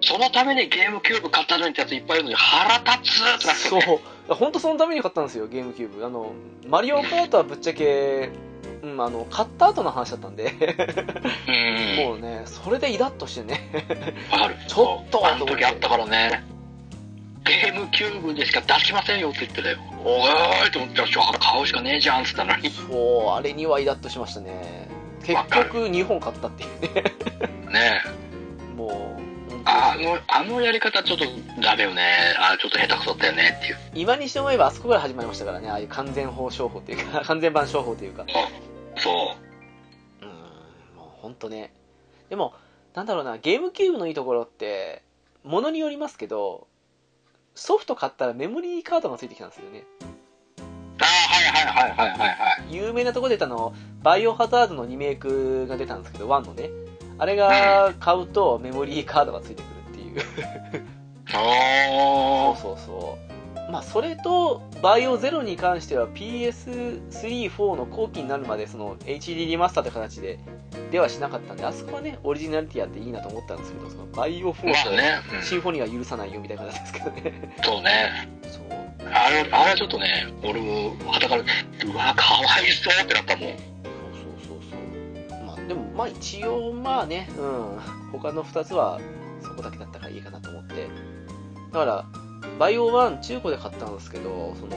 [SPEAKER 2] そのためにゲームキューブ買ったのにってやついっぱいいるのに腹立つってなってた
[SPEAKER 1] そ
[SPEAKER 2] ね
[SPEAKER 1] う。本当そのために買ったんですよ、ゲームキューブ。あの、マリオカートはぶっちゃけ、うん、あの、買った後の話だったんで、
[SPEAKER 2] うん。
[SPEAKER 1] もうね、それでイラッとしてね。
[SPEAKER 2] わかる。
[SPEAKER 1] ちょっと
[SPEAKER 2] そうあの時あったからね。ゲームキューブでしか出しませんよって言ってたよ。おーいと思って、私は買うしかねえじゃんって言ったのに。
[SPEAKER 1] そう、あれにはイラッとしましたね。結
[SPEAKER 2] わか
[SPEAKER 1] 局、2本買ったっていうね。
[SPEAKER 2] ね
[SPEAKER 1] もう、本当
[SPEAKER 2] あの、あのやり方ちょっとダメよね。あちょっと下手くそだったよねっていう。
[SPEAKER 1] 今にして思えばあそこから始まりましたからね、ああいう完全法商法っていうか、完全版商法というか。
[SPEAKER 2] そう。
[SPEAKER 1] うーんもうほんとねでもなんだろうなゲームキューブのいいところってものによりますけどソフト買ったらメモリーカードがついてきたんですよね
[SPEAKER 2] ああ、はいはいはいはいはいはい。
[SPEAKER 1] 有名なとこで出たのバイオハザードのリメイクが出たんですけど1のねあれが買うとメモリーカードがついてくるっていうそ
[SPEAKER 2] お
[SPEAKER 1] うそうそうまあそれとバイオゼロに関しては PS34 の後期になるまでその HD リマスターって形でではしなかったんであそこはねオリジナリティあっていいなと思ったんですけどそのバイオ4
[SPEAKER 2] まあね、
[SPEAKER 1] とシンフォニーは許さないよみたいな感じですけどね
[SPEAKER 2] うん、そうね。
[SPEAKER 1] そう
[SPEAKER 2] あれ、あれはちょっとね、俺も、はたから、うわ、かわいそうってなったもん。
[SPEAKER 1] そうそうそうそうまあでもまあ一応まあねうん他の2つはそこだけだったからいいかなと思ってだからバイオ1中古で買ったんですけどその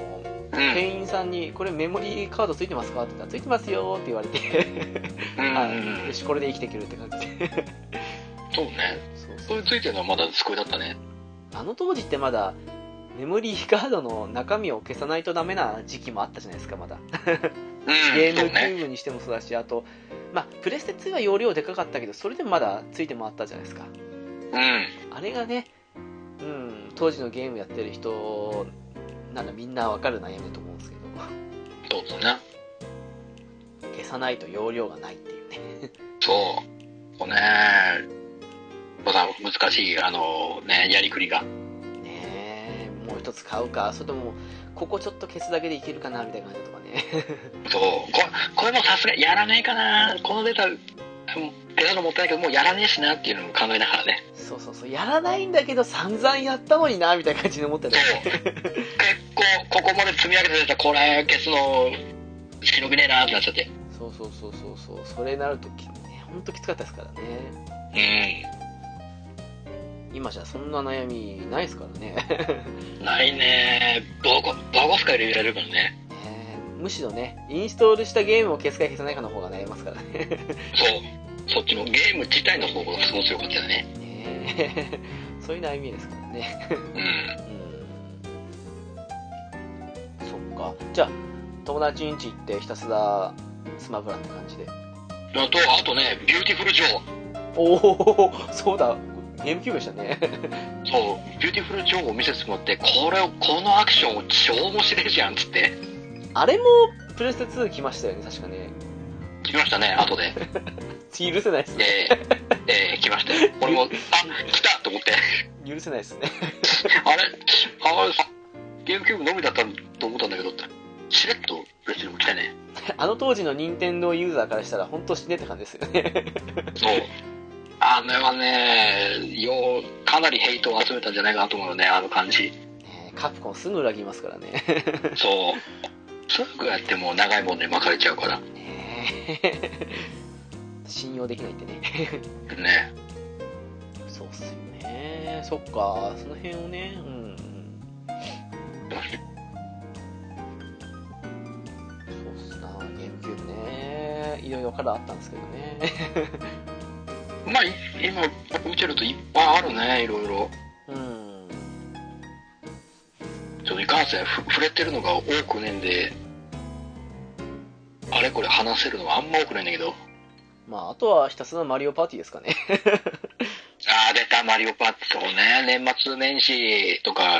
[SPEAKER 2] うん。
[SPEAKER 1] 店員さんに「これメモリーカードついてますか?」って言ったら「ついてますよ」って言われて
[SPEAKER 2] うん
[SPEAKER 1] は
[SPEAKER 2] うん
[SPEAKER 1] い
[SPEAKER 2] うん
[SPEAKER 1] よ。しこれで生きていけるって感じで
[SPEAKER 2] そうね。
[SPEAKER 1] そう
[SPEAKER 2] そ
[SPEAKER 1] そう
[SPEAKER 2] れついてるのはまだ救いだったね。
[SPEAKER 1] あの当時ってまだメモリーカードの中身を消さないとダメな時期もあったじゃないですかまだ
[SPEAKER 2] うん、
[SPEAKER 1] ゲー
[SPEAKER 2] そう
[SPEAKER 1] ムキュ
[SPEAKER 2] ね。
[SPEAKER 1] ーブにしてもそうだしあと、まあ、プレステ2は容量でかかったけどそれでもまだついてもあったじゃないですか
[SPEAKER 2] う
[SPEAKER 1] あれがね、うん、当時のゲームやってる人ならみんなわかる悩みだと思うんですけど
[SPEAKER 2] ん、そうだね。
[SPEAKER 1] 消さないと容量がないっていうね
[SPEAKER 2] そう。そうね。まだ難しい、あの、ね、やりくりが。
[SPEAKER 1] ねえもう一つ買うかそれともここちょっと消すだけでいけるかなみたいな感じだとかね
[SPEAKER 2] そう。ここれもさすが、やらないかな。このデータ、ペダル持ってないけど、もうやらねえしなっていうのも考えながらね。
[SPEAKER 1] そうそうそうやらないんだけど散々やったのになみたいな感じに思ってね
[SPEAKER 2] そう。結構、ここまで積み上げてたこれ消すの、しのぐねえなってなっちゃって。
[SPEAKER 1] そうそうそうそうそうそれになるときねほんときつかったですからね
[SPEAKER 2] う
[SPEAKER 1] 今じゃそんな悩みないですからね
[SPEAKER 2] ん。ないね。ボコ、ボコスカ入れられるからね。
[SPEAKER 1] ねむしろねインストールしたゲームを消すか消さないかの方が悩みますからね
[SPEAKER 2] そう。そっちのゲーム自体の方がすごく強かったよね。
[SPEAKER 1] ねえそういう悩みですからね
[SPEAKER 2] うん。
[SPEAKER 1] うんそっかじゃあ友達ん家行ってひたすらスマブラって感じで
[SPEAKER 2] あと、あとね、ビューティフルジョー。
[SPEAKER 1] おおそうだゲームキューブでしたね
[SPEAKER 2] そう、ビューティフルジョーを見せてもらって、これを、このアクションを超面白いじゃんっつって、
[SPEAKER 1] あれもプレステ2来ましたよね確かね
[SPEAKER 2] 来ましたね、後 で。
[SPEAKER 1] 許せないですね
[SPEAKER 2] えー、えー、来ましたよ。俺も、あ、来たと思って、
[SPEAKER 1] 許せないですね
[SPEAKER 2] あれ、あれ、ゲームキューブのみだったと思ったんだけどって、しれっとレスリング来たね。
[SPEAKER 1] あの当時の任天堂ユーザーからしたら本当死ねって感じですよ ね
[SPEAKER 2] そう。あれはね、よう、かなりヘイトを集めたんじゃないかなと思うよね、あの感じ。
[SPEAKER 1] ねえカプコンすぐ裏切りますからね
[SPEAKER 2] そう。すぐやっても長いもんで巻かれちゃうから。
[SPEAKER 1] ねえ 信用できないってね
[SPEAKER 2] ね。
[SPEAKER 1] そうっすよねそっかその辺をねうんうんそうっすなゲームキューブねいろいろからあったんですけどね
[SPEAKER 2] まあ、い今、見てるといっぱいあるね、いろいろ。
[SPEAKER 1] うん
[SPEAKER 2] ちょっといかんせんふ触れてるのが多くねえんであれこれ話せるのはあんま多くないんだけど
[SPEAKER 1] まああとはひたすらマリオパーティーですかね
[SPEAKER 2] ああ出たマリオパーティーそうね年末年始とか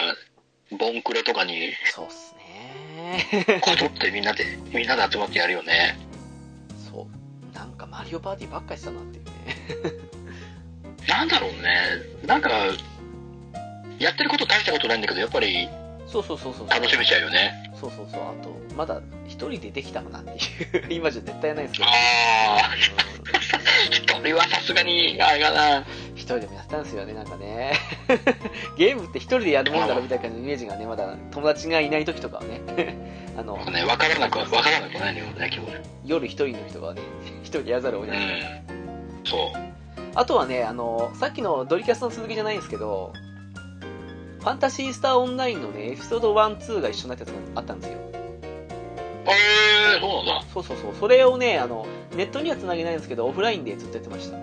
[SPEAKER 2] ボンクレとかに
[SPEAKER 1] そうっすね
[SPEAKER 2] こぞってみんなでみんなで集まってやるよね
[SPEAKER 1] そうなんかマリオパーティーばっかりしたなっていうね
[SPEAKER 2] なんだろうねなんかやってること大したことないんだけどやっぱり
[SPEAKER 1] そうそうそうそう
[SPEAKER 2] 楽しめちゃうよね
[SPEAKER 1] そうそうそうあとまだ一人でできたかなっていう今じゃ絶対ないですけ
[SPEAKER 2] あ
[SPEAKER 1] ど
[SPEAKER 2] あ
[SPEAKER 1] うん
[SPEAKER 2] 一人はさすがにあれがな
[SPEAKER 1] 一人でもやってたんですよねなんかねゲームって一人でやるもんだろみたいなイメージがねまだ友達がいない時とかはねあの
[SPEAKER 2] なんかね分からなくは分からなくはないのよね気分うん
[SPEAKER 1] 夜一人の人はね一人でやらざるを得ない、
[SPEAKER 2] そう
[SPEAKER 1] あとはねあのさっきのドリキャスの続きじゃないんですけどファンタシースターオンラインのねエピソード12が一緒になったやつがあったんですよ
[SPEAKER 2] ええそうなんだ
[SPEAKER 1] そうそうそうそれをねあのネットには繋げないんですけどオフラインでずっとやってました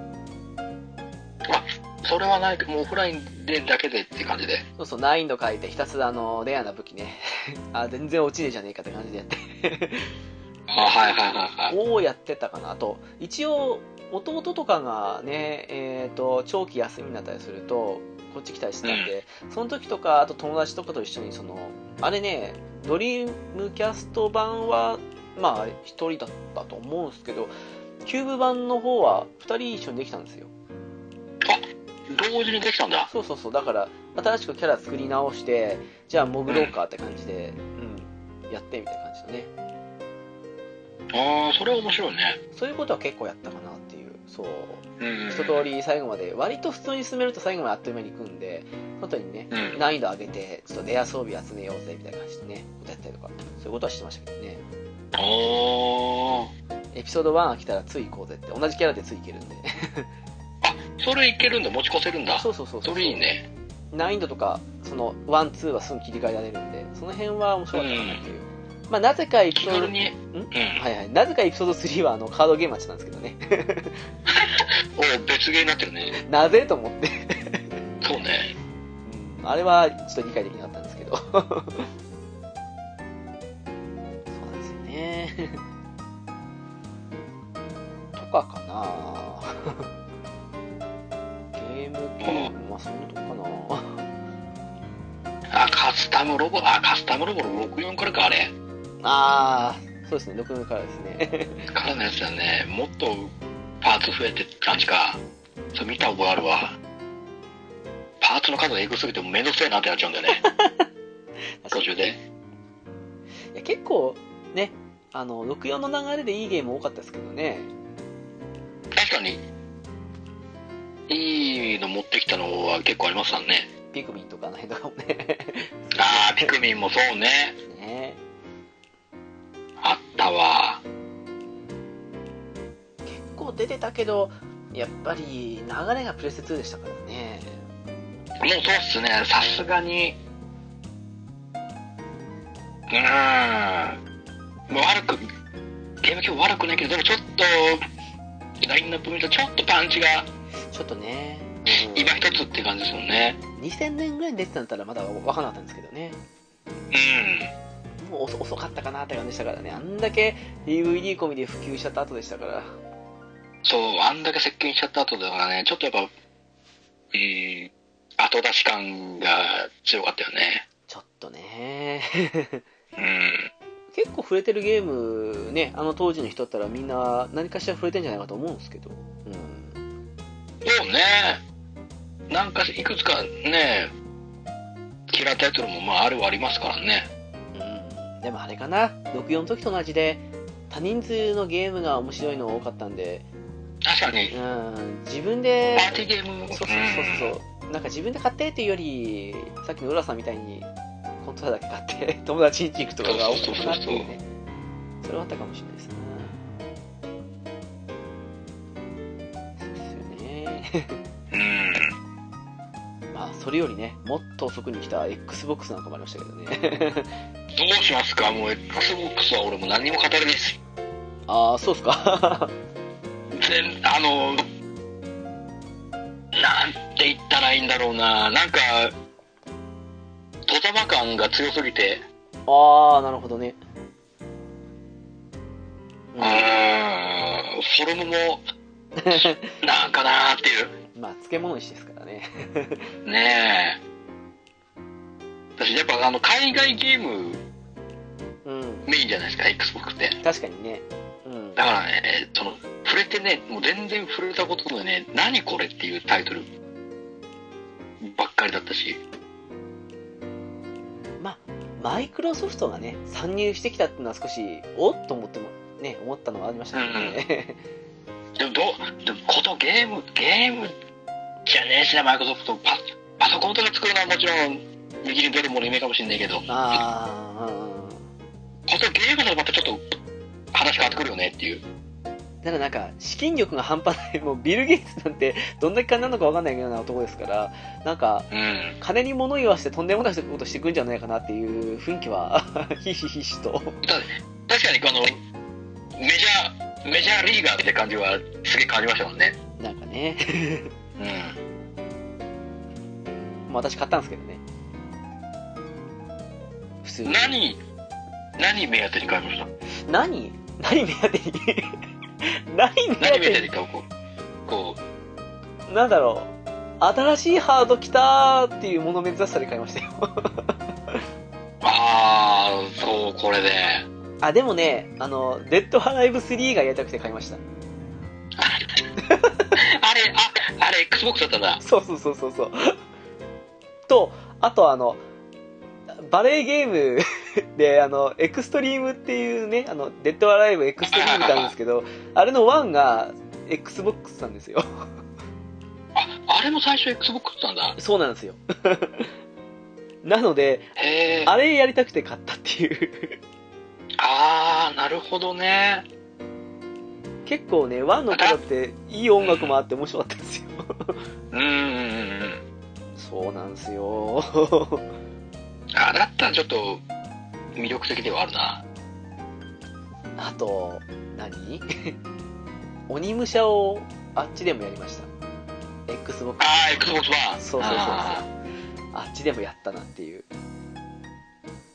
[SPEAKER 2] それはないもうオフラインでだけでって感じで
[SPEAKER 1] そうそう難易度変えてひたすらあのレアな武器ね あ全然落ちねえじゃねえかって感じでやって
[SPEAKER 2] あはいはいはいはい
[SPEAKER 1] をやってたかなと一応弟とかがね、えー、と長期休みになったりするとこっち来たりしてたんで、その時とかあと友達とかと一緒にそのあれねドリームキャスト版はまあ一人だったと思うんですけどキューブ版の方は2人一緒にできたんですよ
[SPEAKER 2] 同時にできたんだ
[SPEAKER 1] そうそうそうだから新しくキャラ作り直してじゃあ潜ろうかって感じで、うん、やってみたいな感じだね
[SPEAKER 2] ああそれは面白いね
[SPEAKER 1] そういうことは結構やったかなっていうそう
[SPEAKER 2] うん
[SPEAKER 1] 一通り最後まで割と普通に進めると最後まであっという間に行くんで本当にね
[SPEAKER 2] うん
[SPEAKER 1] 難易度上げてちょっとレア装備集めようぜみたいな感じでねことやったりとかそういうことはしてましたけどね
[SPEAKER 2] おー
[SPEAKER 1] エピソード1飽きたらつい行こうぜって同じキャラでつい行けるんで
[SPEAKER 2] それいけるんだ持ち越せるんだ
[SPEAKER 1] そうそうそう
[SPEAKER 2] そうれいいね
[SPEAKER 1] 難易度とかその12はすぐ切り替えられるんでその辺は面白かったかなっていう、まあなぜかエピ
[SPEAKER 2] 気
[SPEAKER 1] ソード
[SPEAKER 2] 軽にうん
[SPEAKER 1] はいはいなぜかエピソード3はあのカードゲームマッチなんですけどね
[SPEAKER 2] お別ゲーになってるね
[SPEAKER 1] なぜと思って
[SPEAKER 2] そうね
[SPEAKER 1] うんあれはちょっと理解できなかったんですけど。そうなんですよね。 とかかなゲーム機、まあそんなとこか
[SPEAKER 2] あ、カスタムロボ、あ、カスタムロボの64からか、あれ。
[SPEAKER 1] なああ、そうですね、6からですね。
[SPEAKER 2] からのやつだね。もっとパーツ増えてって感じか。それ見た覚えあるわ。パーツの数がエグすぎてもうめんどくせえなってなっちゃうんだよ ね。途中で。
[SPEAKER 1] いや結構ね、あの、64の流れでいいゲーム多かったですけどね。
[SPEAKER 2] 確かに、いいの持ってきたのは結構ありましたね。
[SPEAKER 1] ピクミンとかあの辺とかもね。
[SPEAKER 2] ああ、ピクミンもそうね。
[SPEAKER 1] ね
[SPEAKER 2] あったわ。
[SPEAKER 1] 結構出てたけど、やっぱり流れがプレステ2でしたからね。
[SPEAKER 2] もうそうっすね、さすがに。うーん。もう悪く、ゲーム機も悪くないけど、でもちょっと、ラインナップ見るとちょっとパンチが
[SPEAKER 1] ちょっとね、うん
[SPEAKER 2] 今一つって感じですもんね。
[SPEAKER 1] 2000年ぐらいに出てたんだったらまだ分かんなかったんですけどね。
[SPEAKER 2] う
[SPEAKER 1] もう遅遅かったかなって感じでしたからね。あんだけ DVD 込みで普及しちゃった後でしたから。
[SPEAKER 2] ん。そう、あんだけ接近しちゃった後だからね、ちょっとやっぱ、うん、後出し感が強かったよね。
[SPEAKER 1] ちょっとね。
[SPEAKER 2] うん。
[SPEAKER 1] 結構触れてるゲームね、あの当時の人だったらみんな何かしら触れてんじゃないかと思うんですけど。うん。
[SPEAKER 2] そうね。なんかいくつかね、嫌いタイトルもまああるはありますからね。
[SPEAKER 1] うん。でもあれかな。64の時と同じで、多人数のゲームが面白いの多かったんで、
[SPEAKER 2] 確かに
[SPEAKER 1] う。ん、自分で
[SPEAKER 2] パ、ーティーゲーム
[SPEAKER 1] そうそうそうそう、なんか自分で買ってっていうより、さっきの浦さんみたいに、コントローラーだけ買って、 友達に行くとかが多かったなっていうね、それはあったかもしれないですね。そうですよね。
[SPEAKER 2] うん。うん
[SPEAKER 1] まあ、それよりね、もっと遅くに来た XBOX なんかもありましたけどね。
[SPEAKER 2] どうしますかもう XBOX は俺も何にも語れないです。
[SPEAKER 1] ああ、そうっすか。
[SPEAKER 2] 全、あの、なんて言ったらいいんだろうな。なんか、戸様感が強すぎて。
[SPEAKER 1] ああ、なるほどね。
[SPEAKER 2] うーん。フォルムも、 なんかなーっていう。
[SPEAKER 1] まあ、漬物石ですからね。
[SPEAKER 2] ねえ。私やっぱあの海外ゲーム
[SPEAKER 1] うん。
[SPEAKER 2] メインじゃないですか、Xbox って。
[SPEAKER 1] 確かにね。うん。
[SPEAKER 2] だからね、その、触れてね、もう全然触れたことのね、何これっていうタイトルばっかりだったし。
[SPEAKER 1] まあ、マイクロソフトがね、参入してきたっていうのは少し、おっと思っても、ね、思ったのはありましたけどね。
[SPEAKER 2] でもどう、でもことゲーム、ゲームじゃねえしな、マイクロソフト。パパソコンとか作るのはもちろん、右に出るもの夢かもしれないけど、こと
[SPEAKER 1] あ
[SPEAKER 2] ゲームのまたちょっと話変わってくるよねっていう。
[SPEAKER 1] あ、ただなんか、資金力が半端ない、もうビル・ゲイツなんて、どんだけ金なのかわかんないような男ですから、なんか、
[SPEAKER 2] うん。
[SPEAKER 1] 金に物言わしてとんでもないことしてくんじゃないかなっていう雰囲気は、 ひしひしと。
[SPEAKER 2] 確かにこの、メジャー、メジャーリーガーって感じはすげえ感じましたもんね。
[SPEAKER 1] なんかね、
[SPEAKER 2] うん。
[SPEAKER 1] もう私買ったんですけどね。普通に。
[SPEAKER 2] 何、何目当てに買いました
[SPEAKER 1] 何何目当てに 何目当て
[SPEAKER 2] 何目当
[SPEAKER 1] に
[SPEAKER 2] てに買うこう、こう、
[SPEAKER 1] なんだろう、新しいハード来たーっていうもの珍しさで買いましたよ。
[SPEAKER 2] あー、そう、これで。
[SPEAKER 1] あ、でもね、あの、デッドハライブ3がやりたくて買いました。
[SPEAKER 2] あれ、あ、あれ、Xbox だったんだ。
[SPEAKER 1] そうそうそうそうそう。と、あとあの、バレーゲーム で、あの、エクストリームっていうね、あの、デッドアライブエクストリームってあるんですけ ど、あれの1が Xbox なんですよ。
[SPEAKER 2] あ、あれも最初 Xbox だったんだ。
[SPEAKER 1] そうなんですよ。 なので、
[SPEAKER 2] へえ。
[SPEAKER 1] あれやりたくて買ったっていう。
[SPEAKER 2] あー、なるほどね。
[SPEAKER 1] 結構ね、1の頃っていい音楽もあって面白かったんですよ。
[SPEAKER 2] うんうんうんうん。
[SPEAKER 1] そうなんですよ。
[SPEAKER 2] あ、だったらちょっと、魅力的ではあるな。
[SPEAKER 1] あと、何 鬼武者をあっちでもやりました。Xbox。
[SPEAKER 2] あー、Xbox 版。
[SPEAKER 1] そうそうそうそう
[SPEAKER 2] あ
[SPEAKER 1] あっちでもやったなっていう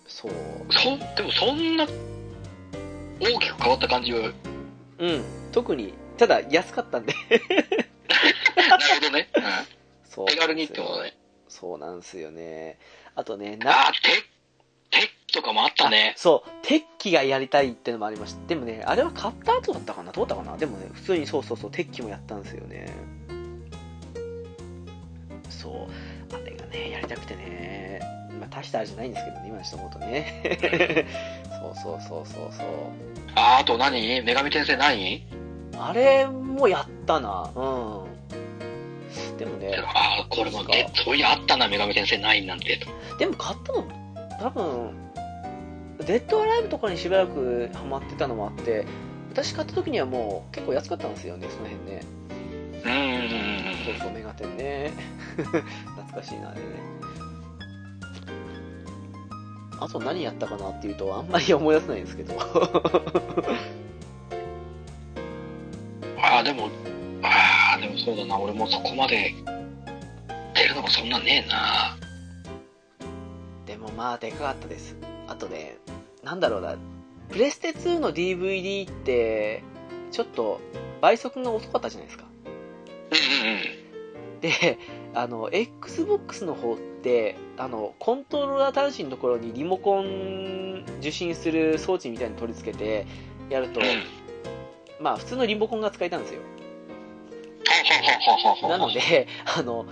[SPEAKER 1] そう
[SPEAKER 2] そんでもそんな大きく変わった感じは なる
[SPEAKER 1] うん特にただ安かったんで
[SPEAKER 2] ほどね、う
[SPEAKER 1] そ
[SPEAKER 2] ん
[SPEAKER 1] う
[SPEAKER 2] 手軽にってことね
[SPEAKER 1] そうなんですよねあとねな
[SPEAKER 2] ああテッテッとかもあったね
[SPEAKER 1] そう、鉄器がやりたいってのもありました。でもね、あれは買った後だったかなどうだったかなでもね、普通にそうそうそう、鉄器もやったんですよね。そう、あれがね、やりたくてね、まあ、大したあれじゃないんですけどね、今にして思うと ね。そうそうそうそうそう。
[SPEAKER 2] ああと何女神転生何
[SPEAKER 1] あれもやったな、うん。でもね、
[SPEAKER 2] ああこれも
[SPEAKER 1] そう
[SPEAKER 2] で
[SPEAKER 1] か
[SPEAKER 2] そういやあったな女神転生ないなんて
[SPEAKER 1] でも買ったの多分デッドアライブとかにしばらくハマってたのもあって私買った時にはもう結構安かったんですよねその辺ね
[SPEAKER 2] うんうんうん
[SPEAKER 1] そうそうメガテンね 懐かしいなあれねあと何やったかなっていうとあんまり思い出せないんですけど
[SPEAKER 2] うんああでもああでもそうだな俺もそこまで出るのがそんなねえな
[SPEAKER 1] でもまあでかかったですあとねなんだろうなプレステ2の DVD ってちょっと倍速が遅かったじゃないですか
[SPEAKER 2] うんうんうん
[SPEAKER 1] であの XBOX の方ってあのコントローラー端子のところにリモコン受信する装置みたいに取り付けてやると、
[SPEAKER 2] うん
[SPEAKER 1] まあ普通のリモコンが使えたんですよ
[SPEAKER 2] ははははは
[SPEAKER 1] なので あの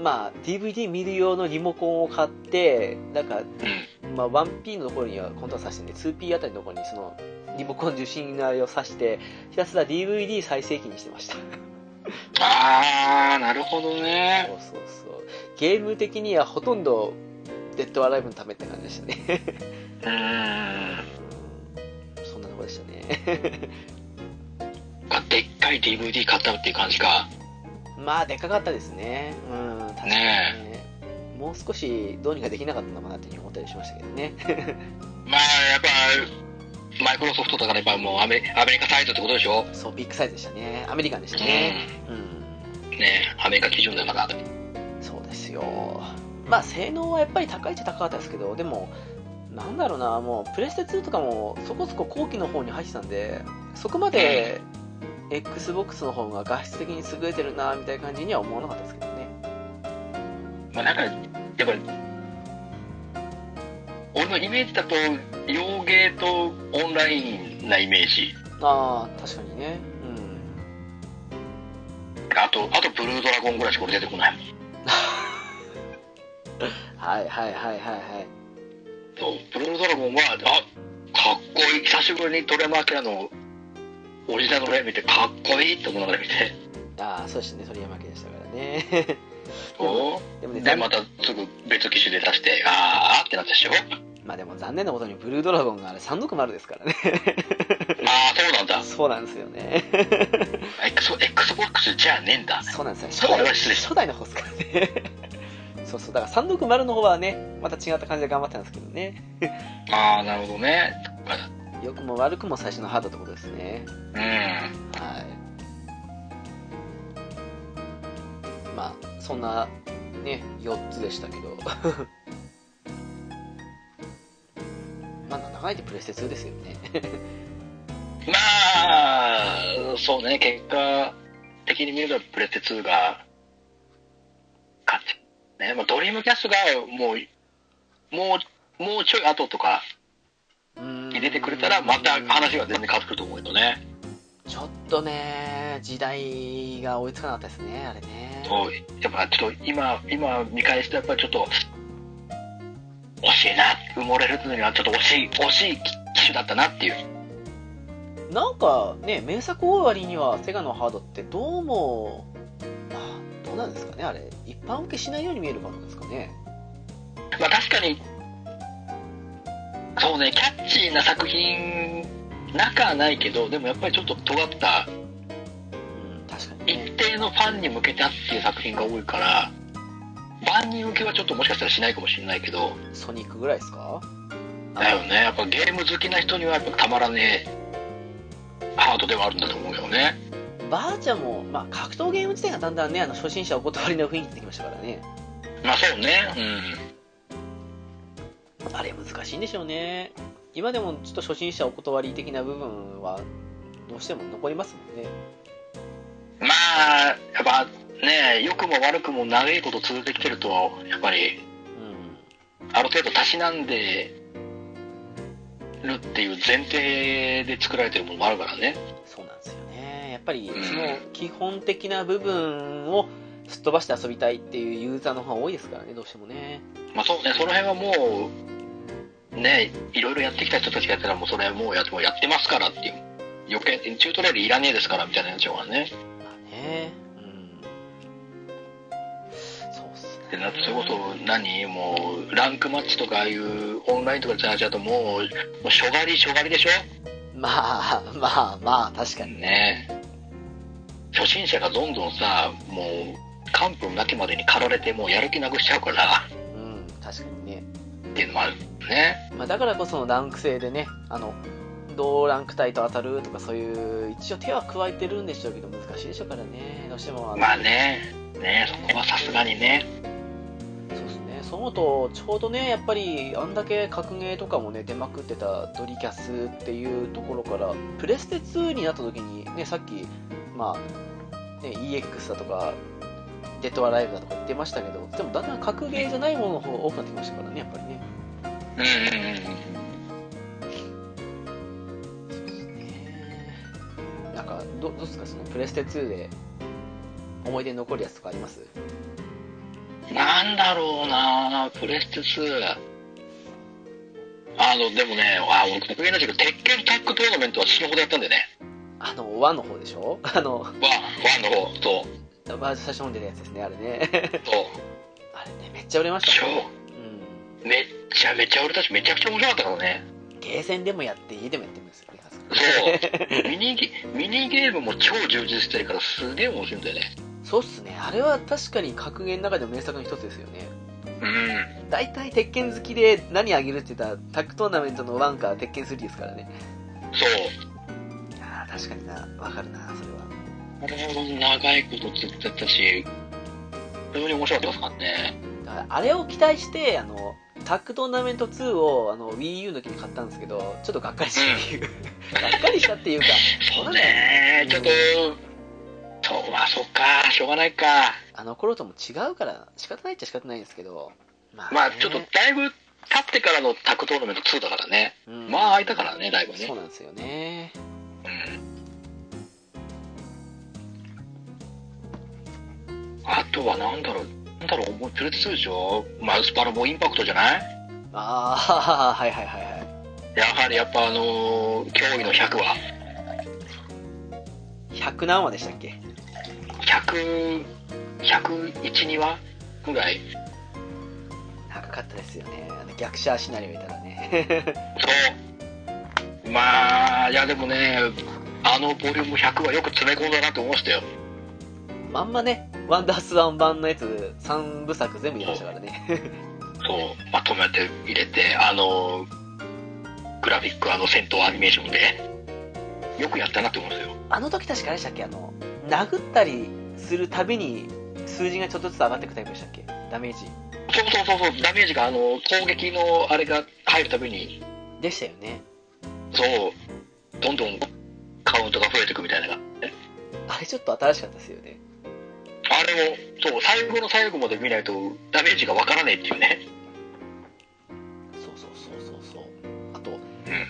[SPEAKER 1] まあ DVD 見る用のリモコンを買ってなんか、
[SPEAKER 2] う
[SPEAKER 1] まあ、1P のところにはコントローラー挿してね 2P あたりのところにそのリモコン受信のあれを挿してひたすら DVD 再生機にしてました
[SPEAKER 2] ああなるほどね
[SPEAKER 1] そうそうそうゲーム的にはほとんどデッドアライブのためって感じでしたね
[SPEAKER 2] うーん
[SPEAKER 1] うんそんなとこでしたね
[SPEAKER 2] あでっかい DVD 買ったっていう感じか
[SPEAKER 1] まあでかかったですねうん確かにねもう少しどうにかできなかったのかなっていうふうに思ったりしましたけどね
[SPEAKER 2] まあやっぱマイクロソフトだからやっぱもうアメリアメリカサイトってことでしょ
[SPEAKER 1] そうビッグサイズでしたねアメリカンでしたねうん
[SPEAKER 2] うんねアメリカ基準だから
[SPEAKER 1] そうですよまあ性能はやっぱり高いっちゃ高かったですけどでもなんだろうなもうプレステ2とかもそこそこ後期の方に入ってたんでそこまで XBOX の方が画質的に優れてるなみたいな感じには思わなかったですけどね
[SPEAKER 2] まあなんかやっぱり俺のイメージだと洋芸とオンラインなイメージ
[SPEAKER 1] ああ確かにね
[SPEAKER 2] あとあとブルードラゴンぐらいしか俺出てこないもん
[SPEAKER 1] うんはいはいはいはいはい
[SPEAKER 2] そうブルードラゴンはあかっこいい久しぶりにトレマー・アキラのオリジナルの絵見てかっこいいって思いながら見て
[SPEAKER 1] ああそうですね鳥山家でしたから ね
[SPEAKER 2] お
[SPEAKER 1] でもね
[SPEAKER 2] でまたすぐ別機種で出してあーあーってなったで しょ
[SPEAKER 1] まあでも残念なことにブルードラゴンがあれ360ですからね
[SPEAKER 2] ああそうなんだ
[SPEAKER 1] そうなんですよ ね
[SPEAKER 2] X- XBOX じゃねえんだ
[SPEAKER 1] そうなんです
[SPEAKER 2] そ
[SPEAKER 1] よ
[SPEAKER 2] れ
[SPEAKER 1] 初代
[SPEAKER 2] は失礼し
[SPEAKER 1] 初代の方ですからね そうそうだから360の方はねまた違った感じで頑張ったんですけどね
[SPEAKER 2] たああなるほどね
[SPEAKER 1] 良くも悪くも最初のハードってことですね
[SPEAKER 2] うん
[SPEAKER 1] はいまあそんなね4つでしたけど まあなんだかんだ言ってプレステ2ですよね
[SPEAKER 2] まあそうね結果的に見るとプレステ2が勝ちねまあドリームキャストがもうもうもうちょい後とか 入れてくれたらまた話が全然変わってくると思うけどね
[SPEAKER 1] ちょっとね時代が追いつかなかったですねあれね
[SPEAKER 2] そうやっぱちょっと今今見返してやっぱりちょっと惜しいな埋もれるのにはちょっと惜しい惜しい機種だったなっていう
[SPEAKER 1] なんかね名作終わりにはセガのハードってどうもまあどうなんですかねあれ一般受けしないように見えるからなんですかね
[SPEAKER 2] まあ確かにそうねキャッチーな作品なくはないけどでもやっぱりちょっと尖った
[SPEAKER 1] うん確かに
[SPEAKER 2] 一
[SPEAKER 1] ね
[SPEAKER 2] 定のファンに向けたっていう作品が多いから万人受けはちょっともしかしたらしないかもしれないけど
[SPEAKER 1] ソニックぐらいですか
[SPEAKER 2] だよねやっぱゲーム好きな人にはやっぱたまらねえハードではあるんだと思うよね
[SPEAKER 1] バーチャも、まあ、格闘ゲーム自体がだんだんねあの初心者お断りの雰囲気になってきましたからね
[SPEAKER 2] まあそうね。
[SPEAKER 1] あれ難しいんでしょうね今でもちょっと初心者お断り的な部分はどうしても残りますもんね
[SPEAKER 2] うん。まあ、やっぱね、良くも悪くも長いこと続けてると、やっぱり
[SPEAKER 1] うん
[SPEAKER 2] ある程度たしなんでるっていう前提で作られてるものもあるからね。
[SPEAKER 1] そうなんですよねやっぱり
[SPEAKER 2] うん
[SPEAKER 1] その基本的な部分をすっ飛ばして遊びたいっていうユーザーの方が多いですからねどうしてもね
[SPEAKER 2] まあそうね、その辺はもう、ね、いろいろやってきた人たちがやったら、もうそれはもうやもうやってますからっていう。余計、チュートリアルいらねえですからみたいなやつはね。
[SPEAKER 1] まあねうんそうっすね
[SPEAKER 2] で、なそれこそ何もう、ランクマッチとかああいうオンラインとかで話だともう、もう、しょがりしょがりでしょ
[SPEAKER 1] まあまあまあ確かにね
[SPEAKER 2] ね初心者がどんどんさ、もう、完膚なきまでに駆られて、もうやる気なくしちゃうから、
[SPEAKER 1] うん確かにね、
[SPEAKER 2] っていうのもあるね。
[SPEAKER 1] まあ、だからこそのランク制でねあの同ランク帯と当たるとかそういう一応手は加えてるんでしょうけど難しいでしょうからねどうしてもあの
[SPEAKER 2] まあね、ね、そこはさすがにね。
[SPEAKER 1] そうですね、そう思うと、ちょうどね、やっぱりあんだけ格ゲーとかもね、出まくってたドリキャスっていうところから、プレステ2になった時に、ね、さっき、まあ、ね、EX だとか、デッドアライブだとか言ってましたけど、でもだんだん格ゲーじゃないものの方が多くなってきましたからね、やっぱりね。
[SPEAKER 2] うんうんうんうん。
[SPEAKER 1] そうですね。なんか、どどうですか、そのプレステ2で思い出に残るやつとかあります
[SPEAKER 2] なんだろうなプレステ2。あの、でもね、あ、俺、格言だけど、鉄拳タッグトーナメントは死ぬほどやったんだよね。
[SPEAKER 1] あの、1の方でしょあの、
[SPEAKER 2] ワン、ワンの方、と、
[SPEAKER 1] バージョン最初に出たやつですね、あれね。
[SPEAKER 2] と、
[SPEAKER 1] あれね、めっちゃ売れました
[SPEAKER 2] 超
[SPEAKER 1] もんね。うん
[SPEAKER 2] めっちゃめちゃ俺たちめちゃくちゃ面白かったからね。
[SPEAKER 1] ゲーセンでもやって家でもやってるんですよ、ね、
[SPEAKER 2] そう。ミニゲ、ミニゲームも超充実してるから、すげえ面白いんだよね。
[SPEAKER 1] そうっすねあれは確かに格言の中でも名作の一つですよね
[SPEAKER 2] うん。
[SPEAKER 1] 大体鉄拳好きで何あげるって言ったらタッグトーナメントの1か鉄拳3ですからね
[SPEAKER 2] そう。
[SPEAKER 1] いやー確かになわかるなそれは
[SPEAKER 2] あれほど長いことずっとやったし、非常に面白かったですからね。
[SPEAKER 1] だからあれを期待してあのタッグトーナメント2をあの WiiU の時に買ったんですけどちょっとがっかり したっていうがっかりしたっていうか
[SPEAKER 2] そうねちょっと、そう、まあ、そっか、しょうがないか。
[SPEAKER 1] あの頃とも違うから仕方ないっちゃ仕方ないんですけどま
[SPEAKER 2] まあ
[SPEAKER 1] ね
[SPEAKER 2] ちょっとだいぶ経ってからのタッグトーナメント2だからね、
[SPEAKER 1] うん
[SPEAKER 2] まあ空いたからね、だいぶね。
[SPEAKER 1] そうなんですよね
[SPEAKER 2] あとはなんだろう、なんだろう、もうプレス通常、マウスパラもインパクトじゃない
[SPEAKER 1] ああはいはいはいはい
[SPEAKER 2] やはりやっぱあのー脅威の100は、
[SPEAKER 1] 100何話でしたっけ
[SPEAKER 2] 100、101、2話ぐらい。
[SPEAKER 1] 長かったですよねあの逆シャアシナリオいたらね
[SPEAKER 2] そう。まあ、いやでもね、あのボリューム100はよく詰め込んだなと思いましたよ。
[SPEAKER 1] まんまねワンダースワン版のやつ3部作全部入れましたからね
[SPEAKER 2] そう、まとめて入れて、あの、グラフィック、あの戦闘アニメーションで、よくやったなって思うんですよ。
[SPEAKER 1] あの時確かあれでしたっけあの殴ったりするたびに数字がちょっとずつ上がっていくタイプでしたっけダメージ
[SPEAKER 2] そうそうそうそう、ダメージが、あの、攻撃のあれが入るたびに、
[SPEAKER 1] でしたよね
[SPEAKER 2] そう、どんどんカウントが増えていくみたいなのが。
[SPEAKER 1] あれちょっと新しかったですよね
[SPEAKER 2] あれも、そう、最後の最後まで見ないと、ダメージがわからないっていうね。
[SPEAKER 1] そうそうそうそうそうあと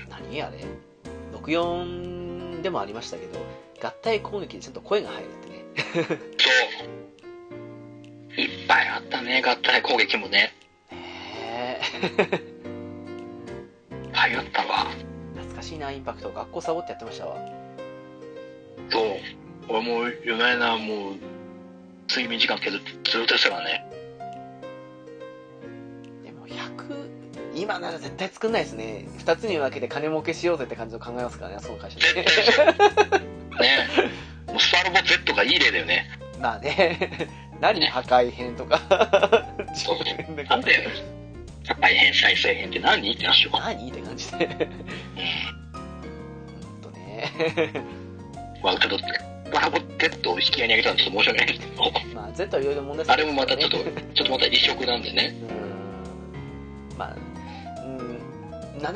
[SPEAKER 1] 何あれ64でもありましたけど合体攻撃でちゃんと声が入るってね
[SPEAKER 2] そう。いっぱいあったね、合体攻撃もね。
[SPEAKER 1] へえ
[SPEAKER 2] 流行ったわ。
[SPEAKER 1] 懐かしいなインパクト学校サボってやってましたわ
[SPEAKER 2] そう。俺も夜な夜なもう、睡眠時間削ってずっとしたからね。
[SPEAKER 1] でも100今なら絶対作んないですね2つに分けて金儲けしようぜって感じを考えますからねあそこの会社
[SPEAKER 2] 絶対
[SPEAKER 1] で
[SPEAKER 2] そう。ねもうスパロボ Z がいい例だよね。
[SPEAKER 1] まあね 何破壊編とか 上編と
[SPEAKER 2] な
[SPEAKER 1] か
[SPEAKER 2] んだよ。大変再生編って何って話を。
[SPEAKER 1] 何って感じでほんとね
[SPEAKER 2] まあ、けど、バラボテッドを引き合いにあげたのはちょっと申し訳ないですけど、
[SPEAKER 1] まあ、Z はいろいろ問題
[SPEAKER 2] あれもまたちょっと、
[SPEAKER 1] う
[SPEAKER 2] ちょっとまた異色なんでね。
[SPEAKER 1] ーんまあ、うん、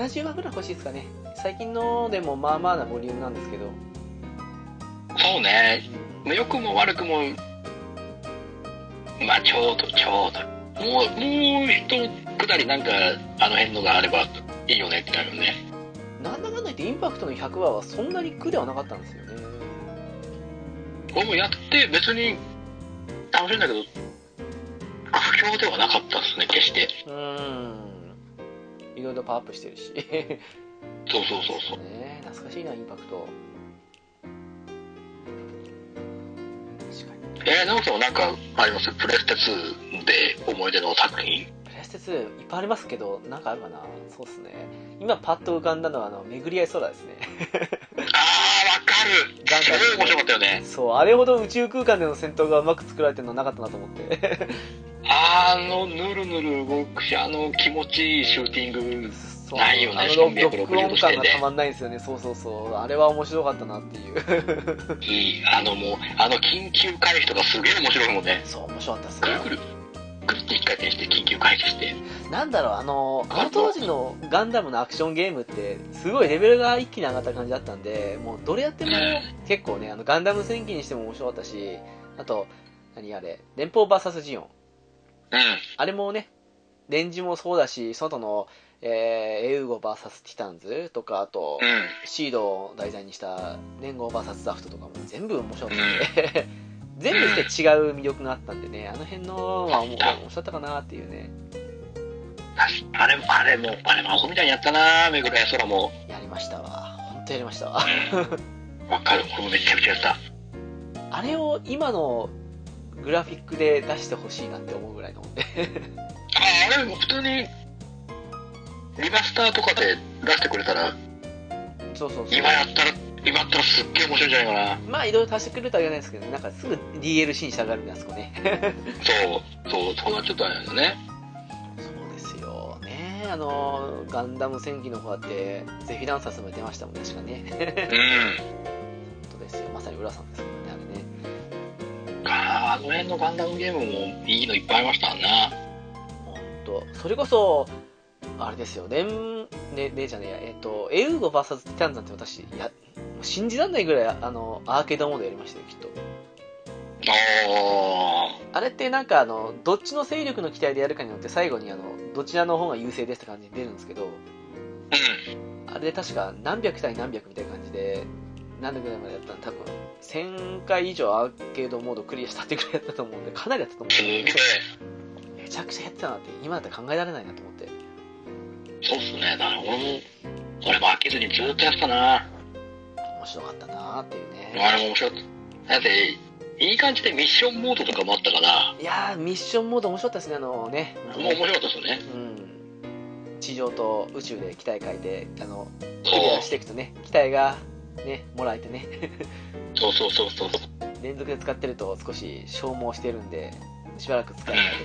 [SPEAKER 1] 70話ぐらい欲しいですかね。最近のでもまあまあなボリュームなんですけど。
[SPEAKER 2] そうね、まあ良くも悪くも、まあちょうどちょうど。もう、もう一くだりなんか、あの辺のがあればいいよねってなるよね。
[SPEAKER 1] なんだかんだ言ってインパクトの100話はそんなに苦ではなかったんですよね。
[SPEAKER 2] 俺もやって別に楽しいんだけど、苦境ではなかったですね、決して。
[SPEAKER 1] うーん。いろいろパワーアップしてるし。ね
[SPEAKER 2] そうそうそうそう。
[SPEAKER 1] え懐かしいな、インパクト。確かに。
[SPEAKER 2] えー、ナオさんもなんかありますプレステ2で思い出の作品。
[SPEAKER 1] プレステ2いっぱいありますけど、なんかあるかなそうっすね。今パッと浮かんだのは、あの、巡り合い空ですね。
[SPEAKER 2] あー、わか
[SPEAKER 1] ガン
[SPEAKER 2] るす
[SPEAKER 1] ダム
[SPEAKER 2] ごい面白かったよね。
[SPEAKER 1] そう、あれほど宇宙空間での戦闘がうまく作られてるのなかったなと思 って。
[SPEAKER 2] あの、ぬるぬる動くし、あの気持ちいいシューティング。
[SPEAKER 1] そう
[SPEAKER 2] ないよね
[SPEAKER 1] あのロッ
[SPEAKER 2] 360
[SPEAKER 1] クオン感が
[SPEAKER 2] 度して
[SPEAKER 1] たまんないんですよね。そうそうそう。あれは面白かったなって いう。
[SPEAKER 2] いい。あのもう、あの緊急回避とかすげえ面白いもんね。
[SPEAKER 1] そう、面白かったっす
[SPEAKER 2] くる
[SPEAKER 1] ね。
[SPEAKER 2] くる、くるって一回転して緊急回避して。
[SPEAKER 1] なんだろう、あの、あの当時のガンダムのアクションゲームって、すごいレベルが一気に上がった感じだったんで、もうどれやっても結構ね、あのガンダム戦記にしても面白かったし、あと、何あれ、連邦 VS ジオン。
[SPEAKER 2] うん。
[SPEAKER 1] あれもね、レンジもそうだし、外の、えーエウゴ VS ティタンズとか、あと、
[SPEAKER 2] う
[SPEAKER 1] シードを題材にした連合 VS ダフトとかも全部面白くて、全部して違う魅力があったんでね、あの辺のはおも面白かったかなっていうね、
[SPEAKER 2] ん。あれも、あれも、あれもアホみたいにやったなめぐらい空も。
[SPEAKER 1] やりましたわ。本当やりましたわ。
[SPEAKER 2] わかる。これもめちゃめちゃやった。
[SPEAKER 1] あれを今のグラフィックで出してほしいなって思うぐらいの。
[SPEAKER 2] ああれも普通にリバスターとかで出してくれたら
[SPEAKER 1] そうそうそう
[SPEAKER 2] 今。やったら今やったらすっげえ面白いんじゃないかな
[SPEAKER 1] まあいろいろ足してくれたら言わないですけど、なんかすぐ DLC にしたがるんであそこね。
[SPEAKER 2] そうそうそうなっちゃったんだよね
[SPEAKER 1] そうですよ。ねあの、ガンダム戦記の方だって、ゼフィダンサスも出ましたもんね、確かね。
[SPEAKER 2] う
[SPEAKER 1] 本当ですよ。まさに浦さんですけどね、あれね。
[SPEAKER 2] んああの辺のガンダムゲームもいいのいっぱいありましたな
[SPEAKER 1] 本当それこそあれですよねんねねじゃねえやえっ、とエウゴ VS ティタンズなんて私いやもう信じられないぐらいあのアーケードモードやりましたよきっと
[SPEAKER 2] お
[SPEAKER 1] あれってなんかあのどっちの勢力の機体でやるかによって最後にあのどちらの方が優勢ですって感じに出るんですけど
[SPEAKER 2] ー
[SPEAKER 1] あれで確か何百対何百みたいな感じで何度ぐらいまでやったの多分1000回以上アーケードモードクリアしたってぐらいやったと思うんでかなりやったと思うん
[SPEAKER 2] すげえ
[SPEAKER 1] でめちゃくちゃやってたなって今だったら考えられないなと思って
[SPEAKER 2] そうっすねだから俺も俺も飽きずにずっとやってたな
[SPEAKER 1] 面白かったなっていうね
[SPEAKER 2] あれも面白かっただっていい感じでミッションモードとかもあったから
[SPEAKER 1] いやーミッションモード面白かったですねあのね
[SPEAKER 2] もう面白かったですよね
[SPEAKER 1] うん地上と宇宙で機体変えてあのク
[SPEAKER 2] そう
[SPEAKER 1] リアしていくとね機体がねもらえてね
[SPEAKER 2] そうそうそうそう
[SPEAKER 1] 連続で使ってると少し消耗してるんでしばらく使えないって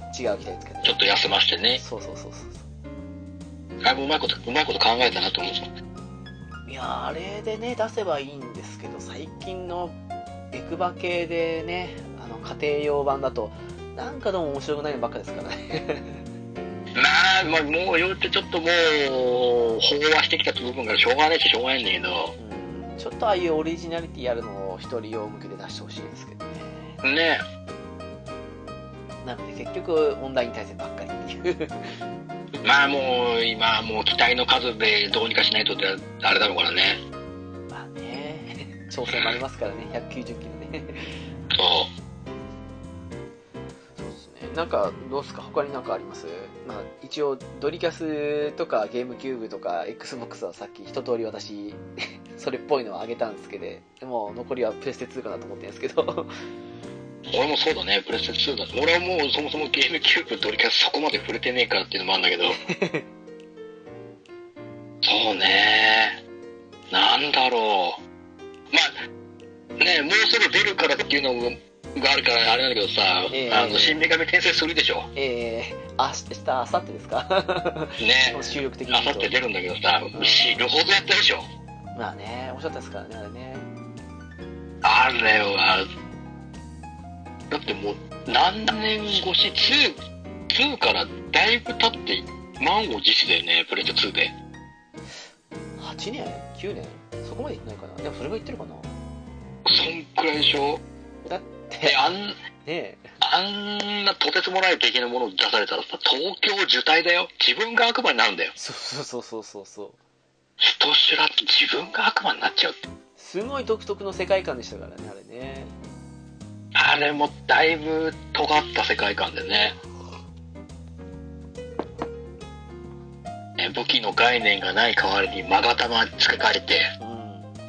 [SPEAKER 1] 感じ違う機体使って
[SPEAKER 2] ちょっと休ませてね
[SPEAKER 1] そうそうそうそう
[SPEAKER 2] だいぶうまいこと、うまいこと考えたなと思うんですよ。
[SPEAKER 1] いやーあれでね出せばいいんですけど最近のエクバ系でねあの家庭用版だとなんかどうも面白くないのばっかですからね
[SPEAKER 2] まあ、まあ、もう言うてちょっともう、飽和してきた部分からしょうがないっちゃしょうがないんだけど、
[SPEAKER 1] うんちょっとああいうオリジナリティやるのを一人用向けで出してほしいんですけどね
[SPEAKER 2] ね
[SPEAKER 1] なので結局オンライン対戦ばっかりっていう
[SPEAKER 2] まあもう、今、もう機体の数でどうにかしないとって、あれだろうからね。
[SPEAKER 1] まあね調整もありますからね190キロね
[SPEAKER 2] そ
[SPEAKER 1] そうですねなんかどうですか他になんかありますまあ一応ドリキャスとかゲームキューブとか XBOX はさっき一通り私 それっぽいのはあげたんですけどでも残りはプレステ2かなと思ってるんですけど
[SPEAKER 2] う。俺もそうだね、プレステ2だ。俺はもうそもそもゲームキューブドリキャスそこまで触れてねえからっていうのもあるんだけど。そうね。なんだろう。まあ、ねもうすぐ出るからっていうのがあるからあれなんだけどさ、
[SPEAKER 1] ええ
[SPEAKER 2] あの、新女神転生するでしょ。
[SPEAKER 1] えー、明日明後日ですか
[SPEAKER 2] ね
[SPEAKER 1] 収録的に
[SPEAKER 2] あ
[SPEAKER 1] 言
[SPEAKER 2] さ
[SPEAKER 1] うと
[SPEAKER 2] って出るんだけどさ、死ぬほどやったでしょ。
[SPEAKER 1] まあね面白かったですからねあれね
[SPEAKER 2] あれは、だってもう何年越し、2、2からだいぶ経って、満を持してだよね、プレステ2で。
[SPEAKER 1] 8年 ?9 年そこまでいってないかなでもそれがいってるかな
[SPEAKER 2] そんくらいでしょ
[SPEAKER 1] だって
[SPEAKER 2] で、あん、
[SPEAKER 1] ねえ
[SPEAKER 2] あんなとてつもない出来のものを出されたらさ、東京受胎だよ。自分が悪魔になるんだよ。
[SPEAKER 1] そうそうそうそうそう
[SPEAKER 2] 人知らず自分が悪魔になっちゃうって。
[SPEAKER 1] すごい独特の世界観でしたからねあれね
[SPEAKER 2] あれもだいぶ尖った世界観でね。ね武器の概念がない代わりに勾玉付け替えて、
[SPEAKER 1] うん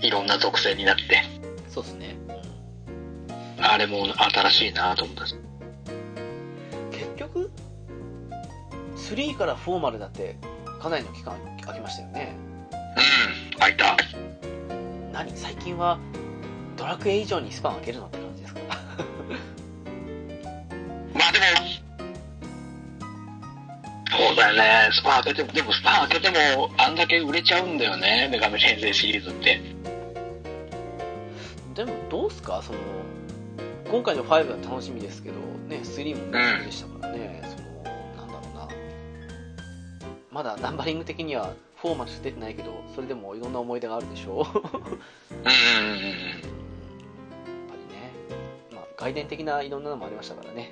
[SPEAKER 2] いろんな属性になって、
[SPEAKER 1] そうっすね
[SPEAKER 2] あれも新しいなと思ったし。
[SPEAKER 1] 結局3から4までだってかなりの期間空きましたよね
[SPEAKER 2] うん、開いた。
[SPEAKER 1] 何最近はドラクエ以上にスパン空けるのって感じですか
[SPEAKER 2] まあでも、そうだよね、スパ開けても、でもスパ開けても、あんだけ売れちゃうんだよね、女神転生シリーズって。
[SPEAKER 1] でもどうすかその今回の5は楽しみですけどね3も楽しみでしたからね、そのなんだろうなまだナンバリング的には4までしか出てないけどそれでもいろんな思い出があるでし ょうやっぱ
[SPEAKER 2] うんうんうんうん。
[SPEAKER 1] りねまあ外伝的ないろんなのもありましたから ね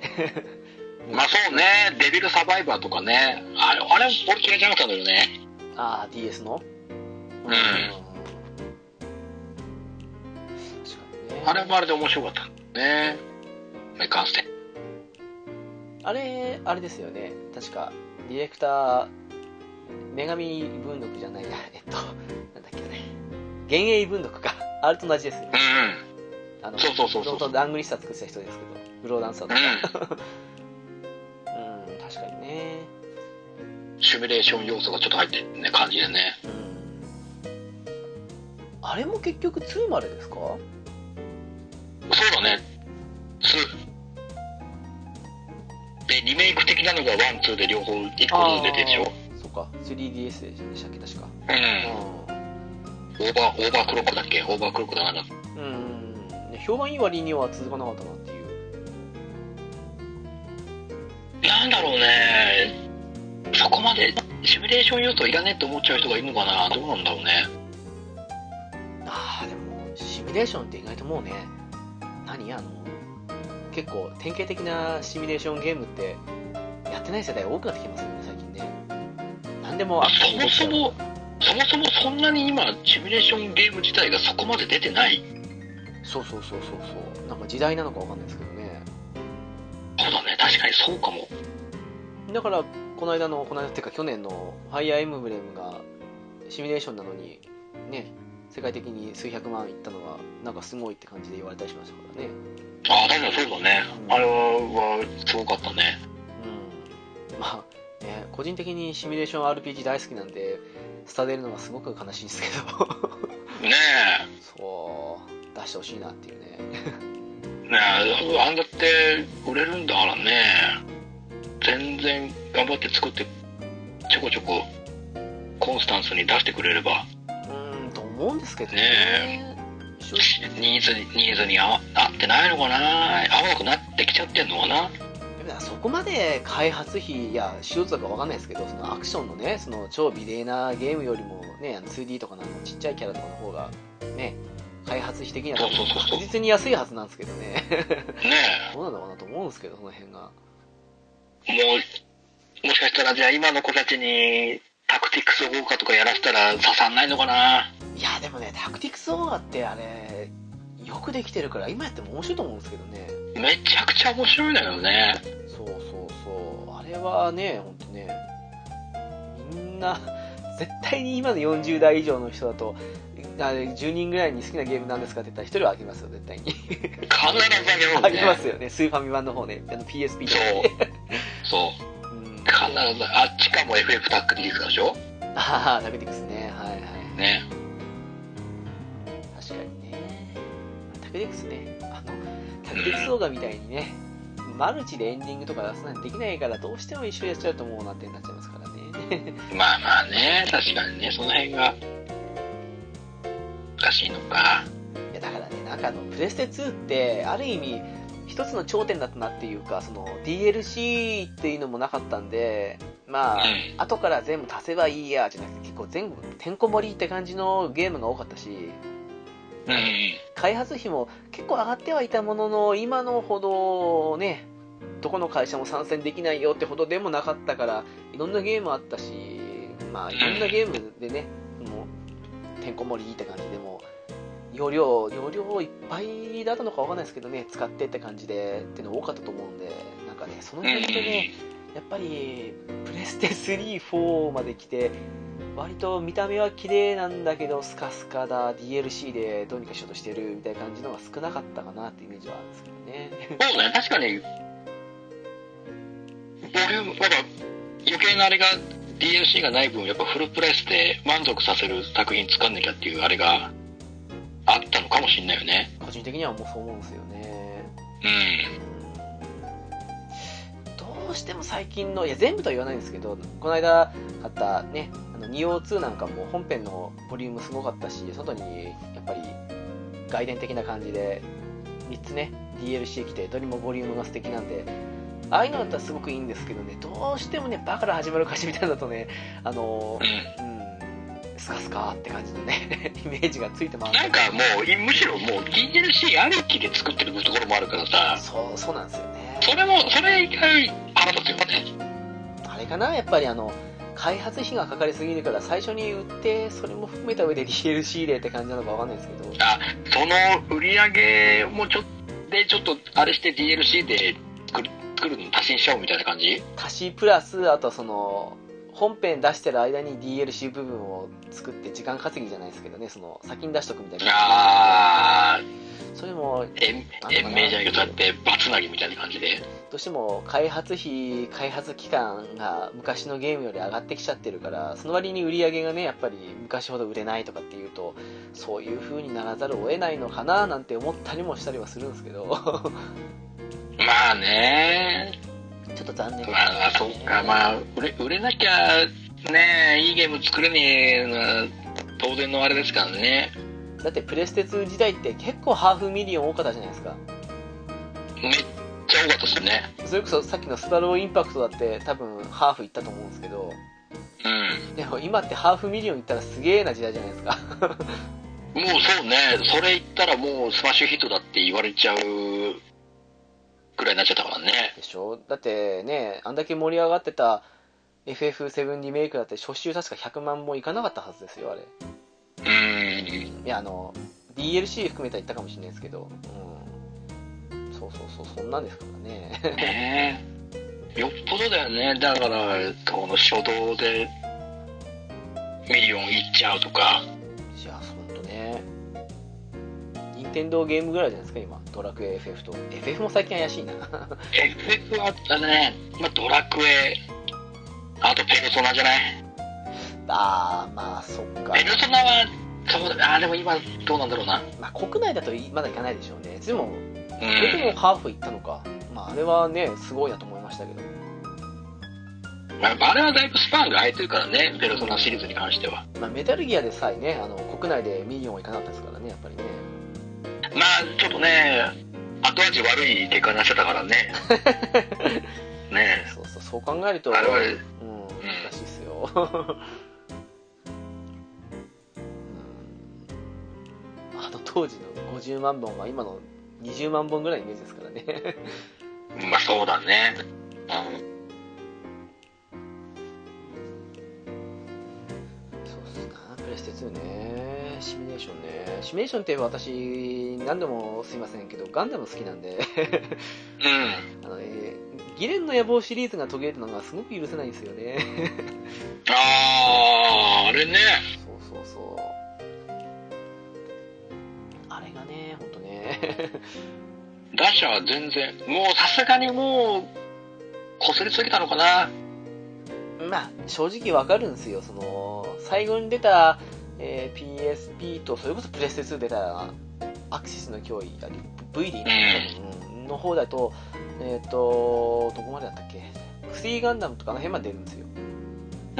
[SPEAKER 2] まあそうね、デビルサバイバーとかね、あれ、あれ俺嫌いじゃなかったんだよね。
[SPEAKER 1] ああ DS のうん確かにね
[SPEAKER 2] あれもあれで面白かったんだよね。メカンステ。
[SPEAKER 1] あれ、あれですよね。確か、ディレクター、女神文読じゃない や、えっと、なんだっけね。幻影文読か。 あれと同じですよ
[SPEAKER 2] う。ん
[SPEAKER 1] あの、
[SPEAKER 2] そうそうそうそう
[SPEAKER 1] フロントダングリスタ作ってた人ですけど、ブローダンサーと
[SPEAKER 2] うん。
[SPEAKER 1] か。
[SPEAKER 2] う
[SPEAKER 1] うん、確かにね。
[SPEAKER 2] ん。シミュレーション要素がちょっと入ってるね、感じでね。
[SPEAKER 1] うん。あれも結局2までですか
[SPEAKER 2] そうだね。2。で、リメイク的なのが1、2で両方1個ずつ出てるでしょ。
[SPEAKER 1] あーそっか、3DS でしたっけ、確か。
[SPEAKER 2] うん。オーバー、オーバークロックだっけオーバークロックだな。
[SPEAKER 1] うん。ね評判いい割には続かなかったなっていう。
[SPEAKER 2] なんだろうね。そこまでシミュレーション要素いらねえって思っちゃう人がいるのかなどうなんだろうね。
[SPEAKER 1] ああでもシミュレーションって意外ともうね何あの結構典型的なシミュレーションゲームってやってない世代多くなってきますよね最近ね何でもアクションできちゃう
[SPEAKER 2] そもそもそもそんなに今、シミュレーションゲーム自体がそこまで出てない。
[SPEAKER 1] そうそうそうそうそうなんか時代なのかわかんないですけどね
[SPEAKER 2] そうだね、確かにそうかも。
[SPEAKER 1] だからこの間のこの間っていうか去年のファイアーエムブレムがシミュレーションなのにね世界的に数百万いったのはなんかすごいって感じで言われたりしましたからね
[SPEAKER 2] ああ、確かにそうだね。あれは、すごかったね。
[SPEAKER 1] うんまあ、ね、個人的にシミュレーション RPG 大好きなんで、廃れるのがすごく悲しいんですけど、
[SPEAKER 2] ね
[SPEAKER 1] そう、出してほしいなっていうね。
[SPEAKER 2] え。ねえ、あんだって売れるんだからね。全然頑張って作って、ちょこちょこ、コンスタンスに出してくれれば、
[SPEAKER 1] うん、と思うんですけど
[SPEAKER 2] ね
[SPEAKER 1] ね。正直
[SPEAKER 2] ニーズに、ニーズに合わ合ってないのかな合わなくなってきちゃってんのかな
[SPEAKER 1] でもそこまで開発費、いや、素人だかわかんないですけど、そのアクションのね、その超美麗なゲームよりも、ね、あの 2D とかのあのちっちゃいキャラとかの方が、ね、開発費的には
[SPEAKER 2] そうそうそうそう
[SPEAKER 1] 確実に安いはずなんですけどね。
[SPEAKER 2] ねえ。
[SPEAKER 1] どうなのかなと思うんですけど、その辺が。
[SPEAKER 2] もう、もしかしたら、じゃあ今の子たちに、タクティクス豪華とかやらせたら刺さんないのかない
[SPEAKER 1] やでもねタクティクスオーガってあれよくできてるから今やっても面白いと思うんですけどね
[SPEAKER 2] めちゃくちゃ面白いだよね。
[SPEAKER 1] そうそうそうあれはねほんとねみんな絶対に今の40代以上の人だとあれ10人ぐらいに好きなゲームなんですかって言ったら1人はあげますよ絶対に
[SPEAKER 2] 必ずあげるもんね。
[SPEAKER 1] あげますよねスーファミ版の方ねあの PSP と
[SPEAKER 2] そ
[SPEAKER 1] か
[SPEAKER 2] う
[SPEAKER 1] ね。
[SPEAKER 2] そう。
[SPEAKER 1] うん
[SPEAKER 2] 必ず、あっちかも FF タックティクスでしょ
[SPEAKER 1] ああタクティクスねはいはい
[SPEAKER 2] ね。
[SPEAKER 1] 確かにねタクティクスねあのタクティクス動画みたいにねマルチでエンディングとか出すなんてできないからどうしても一緒にやっちゃうともうなんてなっちゃいますからね
[SPEAKER 2] まあまあね、確かにね、その辺が、難しいのか。
[SPEAKER 1] いやだからねななんかあの、プレステ2って、ある意味、一つの頂点だったなっていうか、その、DLC っていうのもなかったんで、まあ、後から全部足せばいいや、じゃなくて、結構全部、てんこ盛りって感じのゲームが多かったし、
[SPEAKER 2] うんうん
[SPEAKER 1] 開発費も結構上がってはいたものの、今のほどね、どこの会社も参戦できないよってほどでもなかったから、いろんなゲームあったし、まあ、いろんなゲームでね、もう、てんこ盛りって感じでもう、容量、容量いっぱいだったのかわかんないですけどね、使ってって感じで、っていうの多かったと思うんで、なんかね、その
[SPEAKER 2] うん
[SPEAKER 1] 辺でね、やっぱり、プレステ3、4まで来て、割と見た目は綺麗なんだけど、スカスカだ、DLC でどうにかしようとしてるみたいな感じのが少なかったかなってイメージはあるんですけどね。
[SPEAKER 2] そうだね、確かに、ボリューム、なんか、余計なあれが、DLC がない分、やっぱフルプレスで満足させる作品作んなきゃっていうあれがあったのかもしんないよね。
[SPEAKER 1] 個人的にはもうそう思うんですよね。
[SPEAKER 2] うん。
[SPEAKER 1] どうしても最近の、いや、全部とは言わないんですけど、この間買ったね、あの、202なんかも本編のボリュームすごかったし、外にやっぱり外伝的な感じで、3つね、DLC 来て、どれもボリュームが素敵なんで、ああいうのだったらすごくいいんですけどね、どうしてもね、バカら始まる会社みたいなのだとね、あの
[SPEAKER 2] う、ん。
[SPEAKER 1] うん、スカスカって感じのね、 イメージがついてます
[SPEAKER 2] なんかもうい、むしろもう DLC ありきで作ってるところもあるからさ、
[SPEAKER 1] そう、そうなんですよね。
[SPEAKER 2] それも、それ以外腹立つよね。
[SPEAKER 1] あれかなやっぱりあの、開発費がかかりすぎるから最初に売って、それも含めた上で DLC でって感じなのかわかんないですけど。
[SPEAKER 2] あ、その売り上げもちょっと、で、ちょっとあれして DLC で作る作るの足しにしちゃおうみたいな感じ
[SPEAKER 1] 足しプラス、あとその、本編出してる間に DLC 部分を作って時間稼ぎじゃないですけどね、その、先に出しとくみたいな。
[SPEAKER 2] あー、
[SPEAKER 1] それも、
[SPEAKER 2] 延延命じゃないけど、だって、バツなぎみたいな感じで。
[SPEAKER 1] どうしても開発費、開発期間が昔のゲームより上がってきちゃってるから、その割に売り上げがね、やっぱり昔ほど売れないとかっていうと、そういう風にならざるを得ないのかななんて思ったりもしたりはするんですけど。
[SPEAKER 2] まあね、
[SPEAKER 1] ちょっと残念
[SPEAKER 2] まあ、あそっか、まあ、売れ、売れなきゃ、ね、いいゲーム作れねえのは、当然のあれですからね。
[SPEAKER 1] だってプレステ2時代って結構ハーフミリオン多かったじゃないですか
[SPEAKER 2] めっちゃ多かったですね。
[SPEAKER 1] それこそさっきのスパローインパクトだって多分ハーフいったと思うんですけど
[SPEAKER 2] う
[SPEAKER 1] でも今ってハーフミリオンいったらすげえな時代じゃないですか
[SPEAKER 2] ん。もうそうね、それ言ったらもうスマッシュヒットだって言われちゃうくらいになっちゃったからね。
[SPEAKER 1] でしょだってねあんだけ盛り上がってた FF7 リメイクだって初週確か100万もいかなかったはずですよあれい
[SPEAKER 2] うん。
[SPEAKER 1] やあの DLC 含めたらいったかもしれないですけどうんそうそうそうそんなんですからね
[SPEAKER 2] ねえよっぽどだよね。だから、この初動で、ミリオンいっちゃうとか。
[SPEAKER 1] いやほんとね任天堂ゲームぐらいじゃないですか今ドラクエ FF と FF も最近怪しいな
[SPEAKER 2] FF はあったね、まあ、ドラクエ、あとペルソナじゃない
[SPEAKER 1] あーまあそっか
[SPEAKER 2] ペ、ルソナは、そうだ、あーでも今どうなんだろうな。
[SPEAKER 1] まあ、国内だといまだいかないでしょうねでも
[SPEAKER 2] う
[SPEAKER 1] これでも
[SPEAKER 2] ん。
[SPEAKER 1] ハーフいったのか、まあ、あれはねすごいなと思いましたけど
[SPEAKER 2] まあ、あれはだいぶスパンが空いてるからね、ペルソナシリーズに関しては。
[SPEAKER 1] まあ、メタルギアでさえねあの国内でミリオンはいかなかったですからねやっぱりね
[SPEAKER 2] まあ、ちょっとね、後味悪い結果になっちゃったから ね。ね
[SPEAKER 1] そうそうそう考える
[SPEAKER 2] え。
[SPEAKER 1] と
[SPEAKER 2] あれは、
[SPEAKER 1] うん、難しいっすよ。うんあの当時の50万本は今の20万本ぐらいのイメージですからね。
[SPEAKER 2] まあそうだね。うん
[SPEAKER 1] そうっすな、プレステ2ね、シミュレーションね。シミュレーションって私、何度もすいませんけど、ガンダム好きなんで、
[SPEAKER 2] うん。
[SPEAKER 1] あのえーギレンの野望シリーズが途切れたのがすごく許せないんですよね。
[SPEAKER 2] あー、あれね。
[SPEAKER 1] そうそうそう。あれがね、ほんとね。
[SPEAKER 2] 打者は全然、もうさすがにもう、擦りすぎたのかな。
[SPEAKER 1] まあ、正直わかるんですよ。その、最後に出た、えー PSP と、それこそプレステ2出たアクシスの脅威、あれ V でいいのかなうんの方だと、えっ、と、どこまでだったっけクスイガンダムとかあの辺まで出るんですよ。
[SPEAKER 2] うんう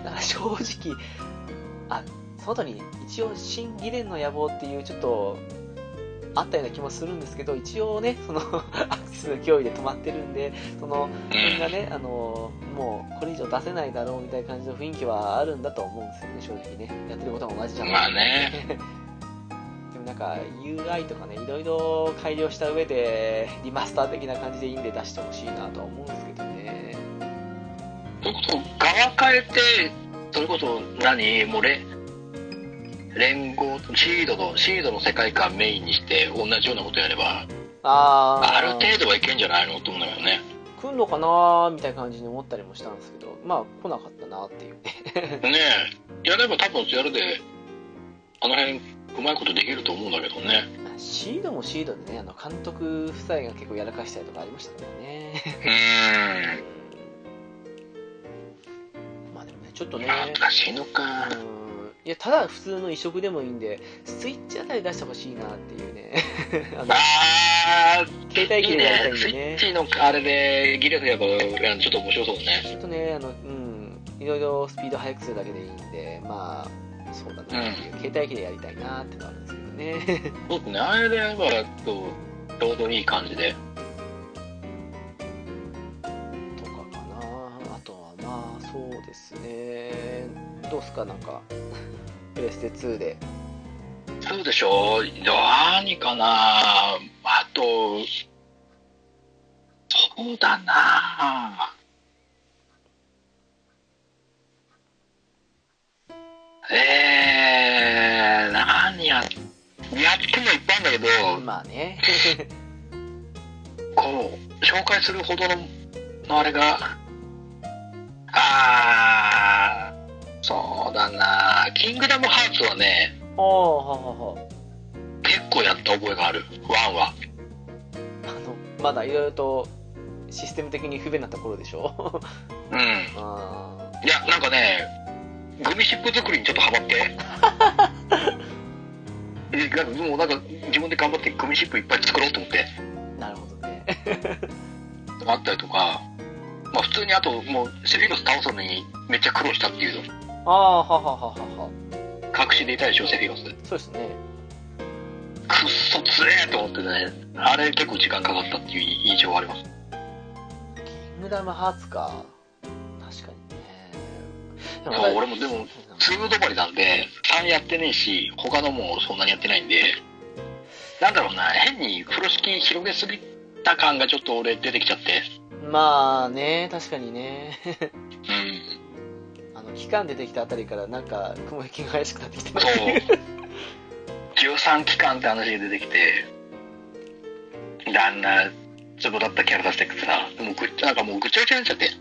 [SPEAKER 2] ん
[SPEAKER 1] だから正直、あ、その後に一応、新ギレンの野望っていうちょっと、あったような気もするんですけど、一応ね、そのアクセスの脅威で止まってるんで、その、
[SPEAKER 2] う
[SPEAKER 1] それ
[SPEAKER 2] ん
[SPEAKER 1] がね、あのもうこれ以上出せないだろうみたいな感じの雰囲気はあるんだと思うんですよね、正直ね。やってることも同じじゃない
[SPEAKER 2] まあね。
[SPEAKER 1] でもなんか UI とかね、いろいろ改良した上で、リマスター的な感じでいいんで出してほしいなとは思うんですけどね。
[SPEAKER 2] 僕も側変えてそれこそ何もうれ連合シードのシードの世界観メインにして同じようなことやれば
[SPEAKER 1] あー
[SPEAKER 2] ある程度はいけんじゃないのと思うんだけどね
[SPEAKER 1] 来んのかなーみたいな感じに思ったりもしたんですけど、まあ来なかったなっていう。
[SPEAKER 2] ねえやれば多分やるであの辺うまいことできると思うんだけどね
[SPEAKER 1] シードもシードでね、あの監督夫妻が結構やらかしたりとかありましたけどね。
[SPEAKER 2] う
[SPEAKER 1] まあでもね、ちょっと
[SPEAKER 2] ーん
[SPEAKER 1] ね。
[SPEAKER 2] 難しいのか
[SPEAKER 1] うんいやただ普通の移植でもいいんで、スイッチあたり出してほしいなっていうね、 あの
[SPEAKER 2] あー
[SPEAKER 1] 携帯機でやりたいん
[SPEAKER 2] ス
[SPEAKER 1] で
[SPEAKER 2] イ
[SPEAKER 1] ね
[SPEAKER 2] ッ、チのあれでギリスやっぱちょっと面白そうね
[SPEAKER 1] ちょっとねあの、うん、いろいろスピード速くするだけでいいんで、まあ、そうだなっていう、携帯機でやりたいなってのはあるんですけどね、
[SPEAKER 2] そうですね、あれでやればとちょうどいい感じで。
[SPEAKER 1] とかかな、あとはまあ、そうですね、どうっすか、なんか、プレステ2で、
[SPEAKER 2] そうでしょう、何かな、あと、そうだな。えー、何や、やってもいっぱいあんだけど、
[SPEAKER 1] まあね、
[SPEAKER 2] こう、紹介するほどの、のあれが、あー、そうだな、キングダムハーツはね、
[SPEAKER 1] ああ、ははは、
[SPEAKER 2] 結構やった覚えがあるワンは
[SPEAKER 1] あの、まだいろいろとシステム的に不便なところでしょ。
[SPEAKER 2] うん
[SPEAKER 1] あー
[SPEAKER 2] いやなんかねグミシップ作りにちょっとハマってえなんかもうなんか自分で頑張ってグミシップいっぱい作ろうと思って
[SPEAKER 1] なるほどね。
[SPEAKER 2] あったりとかまあ普通にあともうセフィロス倒すのにめっちゃ苦労したっていうの
[SPEAKER 1] ああ、ははははは。
[SPEAKER 2] 隠しでいたでしょセフィロスくっ
[SPEAKER 1] そうですね。
[SPEAKER 2] そつえーと思ってねあれ結構時間かかったっていう印象はあります
[SPEAKER 1] キングダムハーツか。確かにね。で
[SPEAKER 2] そう俺もでも、2止まりなんで3やってねえし他のもそんなにやってないんでなんだろうな変に風呂敷広げすぎた感がちょっと俺出てきちゃって
[SPEAKER 1] まあね、確かにね。
[SPEAKER 2] うん
[SPEAKER 1] あの、期間出てきたあたりからなんか、雲行きが怪しくなってきてま
[SPEAKER 2] そ
[SPEAKER 1] すね。
[SPEAKER 2] う 13期間って話が出てきてであんなツボだったキャラ出してくてさもうぐっちゃなんかもうぐちゃぐちゃになっちゃって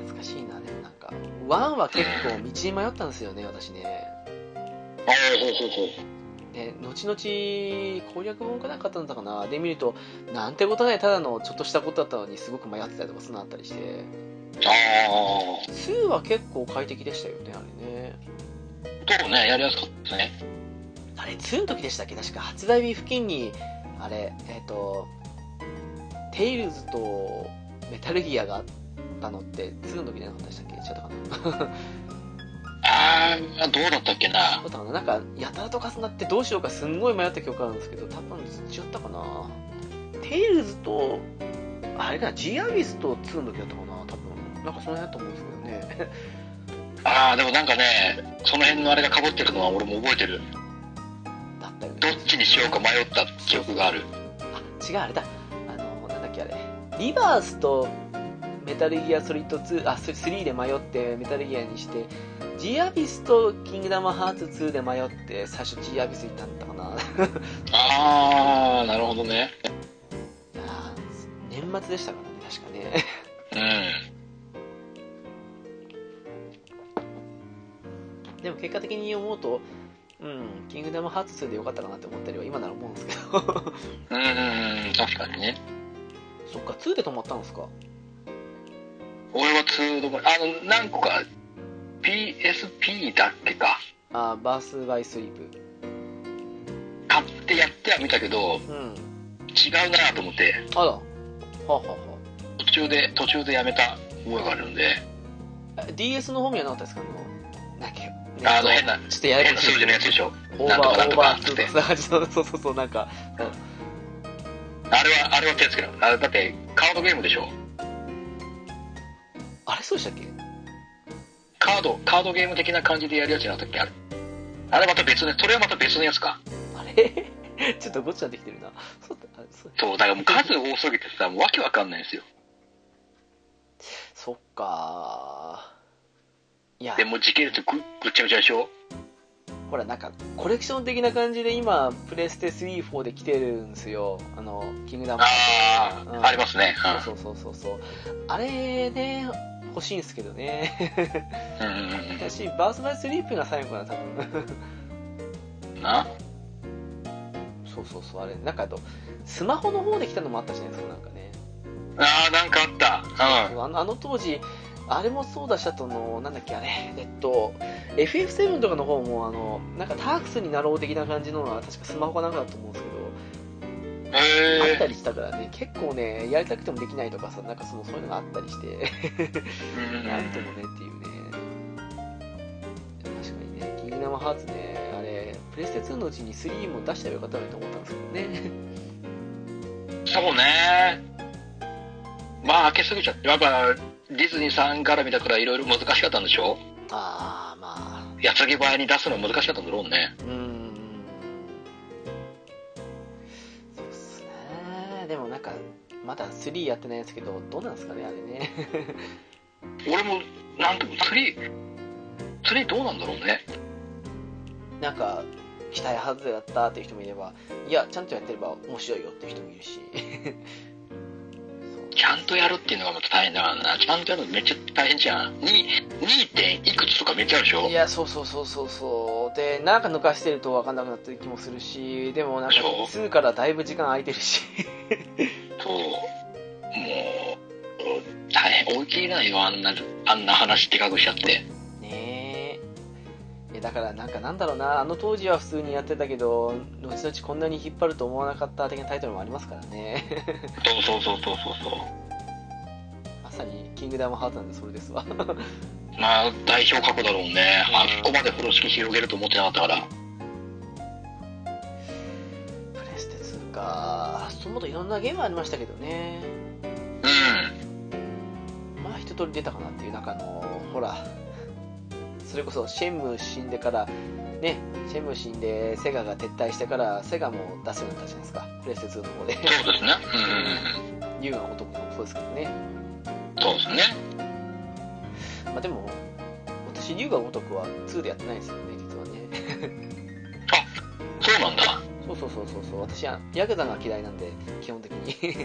[SPEAKER 1] 懐かしいな、でもなんか。ワンは結構道に迷ったんですよね、私ね。
[SPEAKER 2] ああほうほうほう
[SPEAKER 1] ね、後々攻略本かなんかだったのかなで見るとなんてことないただのちょっとしたことだったのにすごく迷ってたりとかそんなのあったりして
[SPEAKER 2] あ
[SPEAKER 1] 2は結構快適でしたよねあれね
[SPEAKER 2] あそうねやりやすかったね
[SPEAKER 1] あれ、2の時でしたっけ確か発売日付近に、あれ、えっ、と、テイルズとメタルギアがあったのって、2の時じゃなかったでしたっけ違ったかな 違っ
[SPEAKER 2] ああどうだったっけな
[SPEAKER 1] たかななんか、やたらと重なってどうしようかすんごい迷った記憶があるんですけど、多分違ったかなテイルズと、あれかな、ジアビスと2の時だったかな多分。なんかその辺だと思うんですけどね。
[SPEAKER 2] ああでもなんかねその辺のあれがかぶってるのは俺も覚えてる
[SPEAKER 1] だったよね。
[SPEAKER 2] どっちにしようか迷った記憶がある
[SPEAKER 1] あ違うあれだあのなんだっけあれリバースとメタルギアソリッド2あそ3で迷ってメタルギアにしてジアビスとキングダムハーツ2で迷って最初ジアビス行ったんだったかな い
[SPEAKER 2] ああなるほどね
[SPEAKER 1] やー年末でしたからね確かね
[SPEAKER 2] うん
[SPEAKER 1] でも結果的に思うとうんキングダムハーツ2でよかったかなって思ったりは今なら思うんですけど
[SPEAKER 2] うんうんうん確かにね
[SPEAKER 1] そっか2で止まったんですか
[SPEAKER 2] 俺は2どこあの何個か PSP だっけか
[SPEAKER 1] あーバース・バイ・スリープ
[SPEAKER 2] 買ってやっては見たけど
[SPEAKER 1] うん
[SPEAKER 2] 違うなと思って
[SPEAKER 1] あらはあはあは
[SPEAKER 2] 途中で途中でやめた覚えがあるんで
[SPEAKER 1] あえ DS の方にはなかったですかあのだっけ
[SPEAKER 2] あの変な
[SPEAKER 1] ちょっとやや
[SPEAKER 2] 変
[SPEAKER 1] こ
[SPEAKER 2] な
[SPEAKER 1] しい
[SPEAKER 2] 数字のやつでしょ
[SPEAKER 1] オー
[SPEAKER 2] なんと
[SPEAKER 1] バ
[SPEAKER 2] かな
[SPEAKER 1] ー
[SPEAKER 2] ん
[SPEAKER 1] オー
[SPEAKER 2] とかな
[SPEAKER 1] バ
[SPEAKER 2] んつって
[SPEAKER 1] ーそうそうそうそうなんか
[SPEAKER 2] あれはあれは手つけなのあれだってカードゲームでしょ
[SPEAKER 1] あれそうでしたっけ
[SPEAKER 2] カードカードゲーム的な感じでやるやつになったっけあれあれまた別のそれはまた別のやつか
[SPEAKER 1] あれ ちょっとごっちゃになってきてるなそうだあそう
[SPEAKER 2] そうだからもう数多すぎてさもうわけわかんないんですよ
[SPEAKER 1] そっかいや
[SPEAKER 2] でもう時系列ぐぐっちゃぐちゃでしょ
[SPEAKER 1] ほらなんかコレクション的な感じで今プレステ34で来てるんですよあのキングダム
[SPEAKER 2] ああ、
[SPEAKER 1] うん
[SPEAKER 2] ありますね
[SPEAKER 1] そうそうそうそうそうあれね欲しいんですけどね
[SPEAKER 2] うんうんうんうん
[SPEAKER 1] 私バース・バイ・スリープが最後かな多分
[SPEAKER 2] な
[SPEAKER 1] そうそうそうあれなんかあとスマホの方で来たのもあったじゃないですかなんかね
[SPEAKER 2] ああなんかあった
[SPEAKER 1] あのあの当時あれもそうだしあとのなんだっけあれえっと FF7 とかの方もあのなんかタークスになろう的な感じのは確かスマホかなんかだと思うんですけど
[SPEAKER 2] うん
[SPEAKER 1] あった
[SPEAKER 2] へえ
[SPEAKER 1] りしたからね、結構ね、やりたくてもできないとかさ、なんかそのそういうのがあったりして、なんともねっていうね、確かにね、キングダムハーツね、あれ、プレステ2のうちに3も出したらよかったのにと思ったんですけどね、
[SPEAKER 2] そうねまあ開けすぎちゃってやっぱディズニーさん絡みだからいろいろ難しかったんでしょ
[SPEAKER 1] あー、まあ、
[SPEAKER 2] やつぎ早に出すのは難しかったんだろうね
[SPEAKER 1] うーん、そうっすね、でもなんか、まだ3やってないんですけど、どうなんですかね、あれね。
[SPEAKER 2] 俺もなんとも釣り釣りどうなんだろうね
[SPEAKER 1] なんか期待外れだったっていう人もいればいやちゃんとやってれば面白いよっていう人もいるしそう
[SPEAKER 2] ちゃんとやるっていうのがまた大変だからなちゃんとやるのめっちゃ大変じゃん 2, 2. 点いくつとかめっちゃあるでしょ
[SPEAKER 1] いやそうそうそうそうそうでなんか抜かしてると分かんなくなってる気もするしでもなんか
[SPEAKER 2] でしょ
[SPEAKER 1] 2からだいぶ時間空いてるし
[SPEAKER 2] そうもう大変追い切れないよあんなあんな話でかくしちゃって
[SPEAKER 1] ねえいやだからなんかなんだろうなあの当時は普通にやってたけど後々こんなに引っ張ると思わなかった的なタイトルもありますからね
[SPEAKER 2] そうそうそうそうそうそう
[SPEAKER 1] まさに「キングダムハーツ」なんでそれですわ
[SPEAKER 2] まあ代表格だろうね、
[SPEAKER 1] うん
[SPEAKER 2] あそこまで風呂敷広げると思ってなかったから
[SPEAKER 1] プレステ2かそのもといろんなゲームありましたけどね
[SPEAKER 2] う
[SPEAKER 1] まあ一通り出たかなっていう中のほらそれこそシェンムー死んでからねシェンムー死んでセガが撤退してからセガも出せなくなったじゃないですかプレステ2の方で
[SPEAKER 2] んそうですね
[SPEAKER 1] 竜が男もそうですけどね、
[SPEAKER 2] うんそうですね
[SPEAKER 1] まあ、でも私竜が男は2でやってないんですよね実はね
[SPEAKER 2] そうなんだ
[SPEAKER 1] そうそうそうそうそう私はヤクザが嫌いなんで基本的に
[SPEAKER 2] うん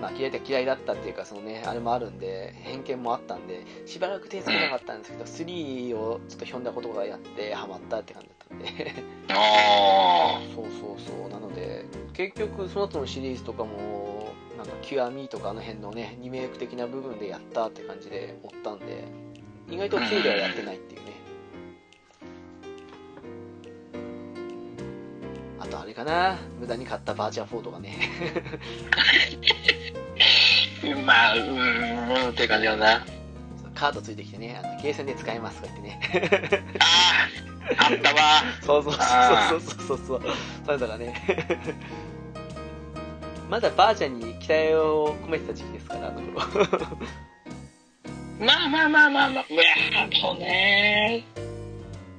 [SPEAKER 1] まあ嫌いだ嫌いだったっていうかそのねあれもあるんで偏見もあったんでしばらく手つけなかったんですけど3をちょっとひょんだことがやってハマったって感じだったんで
[SPEAKER 2] あ
[SPEAKER 1] そうそうそうなので結局その後のシリーズとかもなんか「キュアミーとかあの辺のねリメイク的な部分でやったって感じで追ったんで意外と2ではやってないっていうねあとあれかな無駄に買ったバーチャー4とかね
[SPEAKER 2] あまあうんって感じだな
[SPEAKER 1] カードついてきてねあのゲーセンで使えますとか言ってね
[SPEAKER 2] あああったわ
[SPEAKER 1] そうそうそうそうそうそうそうそれとかね まだバーチャーに期待を込めてた時期ですからあの頃
[SPEAKER 2] まあまあまあまあまあうわそうね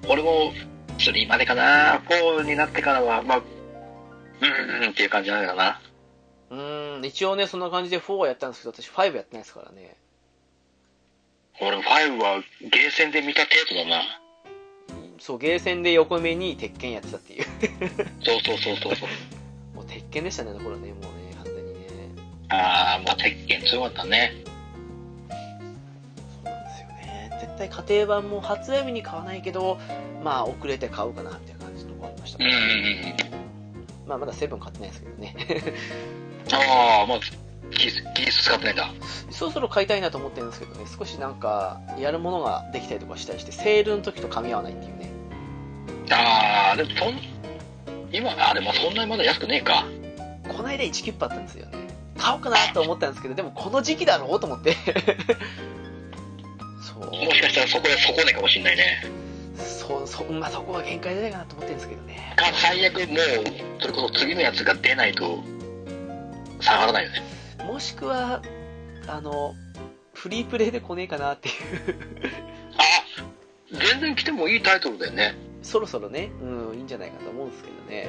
[SPEAKER 2] 俺も3までかな4になってからはまあうんうんっていう感じなんだな
[SPEAKER 1] うーん、一応ね、そんな感じで4はやったんですけど、私5やってないですからね。
[SPEAKER 2] 俺5はゲーセンで見た程度だな
[SPEAKER 1] そう、ゲーセンで横目に鉄拳やってたっていう。
[SPEAKER 2] そうそうそうそうそう
[SPEAKER 1] もう鉄拳でしたね、あの頃ね、もうね、完全にね。
[SPEAKER 2] ああ、もう鉄拳強かったね。
[SPEAKER 1] そうなんですよね。絶対家庭版も発売日に買わないけど、まあ、遅れて買おうかな、みたいな感じのとこありました
[SPEAKER 2] う
[SPEAKER 1] か
[SPEAKER 2] んうん
[SPEAKER 1] ら、
[SPEAKER 2] うん。
[SPEAKER 1] まあ、まだセブン買ってないですけどね。
[SPEAKER 2] ああ、まあ、技術技術使ってないんだ。
[SPEAKER 1] そろそろ買いたいなと思ってるんですけどね、少しなんか、やるものができたりとかしたりして、セールの時と噛み合わないっていうね。
[SPEAKER 2] ああ、でもそん、今、あでもそんなにまだ安くねえか。
[SPEAKER 1] この間1キュッパあったんですよね買おうかなと思ったんですけどでもこの時期だろうと思って そう
[SPEAKER 2] もしかしたらね、そこでそこねかもしんないね。
[SPEAKER 1] そそ,、まあ、そこが限界じゃないかなと思ってるんですけどね
[SPEAKER 2] か、最悪もう、それこそ次のやつが出ないと、下がらないよね。
[SPEAKER 1] もしくはあのフリープレイで来ねえかなっていう
[SPEAKER 2] あ全然来てもいいタイトルだよね。
[SPEAKER 1] そろそろね、うん、いいんじゃないかと思うんですけどね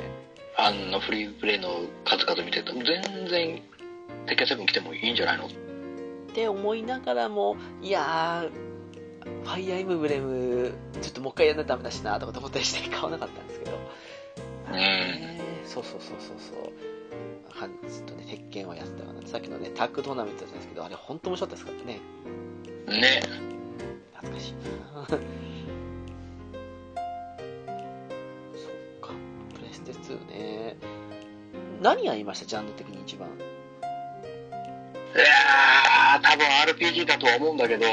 [SPEAKER 2] あんなフリープレイの数々見てても、全然、テッケセブン来てもいいんじゃないの
[SPEAKER 1] って思いながらもいやーファイアーエムブレムちょっともう一回やんないとダメだしなとか思ったりして買わなかったんですけどねそうそうそうそうそうあずっとね鉄拳はやってたかなさっきのねタッグトーナメントだったんですけどあれ本当面白かったですからね
[SPEAKER 2] ね。
[SPEAKER 1] 懐かしいなそっかプレステ2ね何やりましたジャンル的に一番
[SPEAKER 2] いやー、多分 RPG だとは思うんだけど、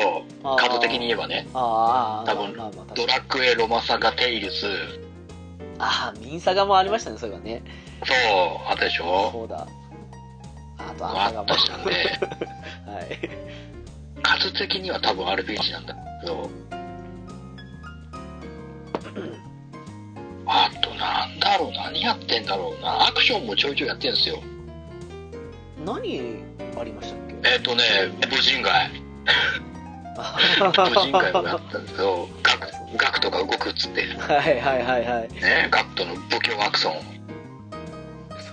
[SPEAKER 1] あー
[SPEAKER 2] カード的に言えばね、
[SPEAKER 1] あーあー
[SPEAKER 2] 多分
[SPEAKER 1] まあまあ確か
[SPEAKER 2] ド
[SPEAKER 1] に
[SPEAKER 2] ラクエ、ロマサガ、テイルズ、
[SPEAKER 1] ああミンサガもありましたねそういえばね
[SPEAKER 2] そう、あったでしょ
[SPEAKER 1] そうだあとアン
[SPEAKER 2] あ
[SPEAKER 1] サガ
[SPEAKER 2] っ
[SPEAKER 1] も
[SPEAKER 2] たじゃんね。
[SPEAKER 1] はい
[SPEAKER 2] 数的には多分 RPG なんだけど、あとなんだろう、何やってんだろうな、アクションもちょいちょいやってんですよ。
[SPEAKER 1] 何ありましたっ け
[SPEAKER 2] えっ、とね、無人街、
[SPEAKER 1] あ
[SPEAKER 2] 無人街もやったんですけど、ガクガクトが動くっつって、
[SPEAKER 1] はいはいはいはい
[SPEAKER 2] ね、ガクトの武器アクション。
[SPEAKER 1] そ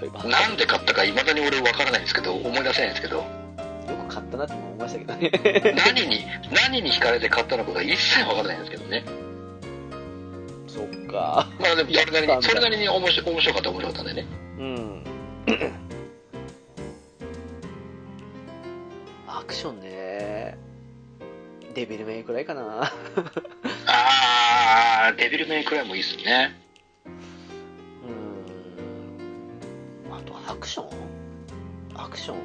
[SPEAKER 1] ういえば
[SPEAKER 2] なんで買ったかいまだに俺分からないんですけど思い出せないんですけど
[SPEAKER 1] よく買ったなって思いましたけどね
[SPEAKER 2] 何に何に惹かれて買ったのかが一切分からないんですけどね
[SPEAKER 1] そっか
[SPEAKER 2] まあでもそれなり
[SPEAKER 1] やったんだ
[SPEAKER 2] にそれなりに面白面白かった面白かったんでね
[SPEAKER 1] うんアクションねデビルメイくらいかな
[SPEAKER 2] ああデビルメイクライもいいっすね
[SPEAKER 1] うんあとアクションアクション
[SPEAKER 2] うん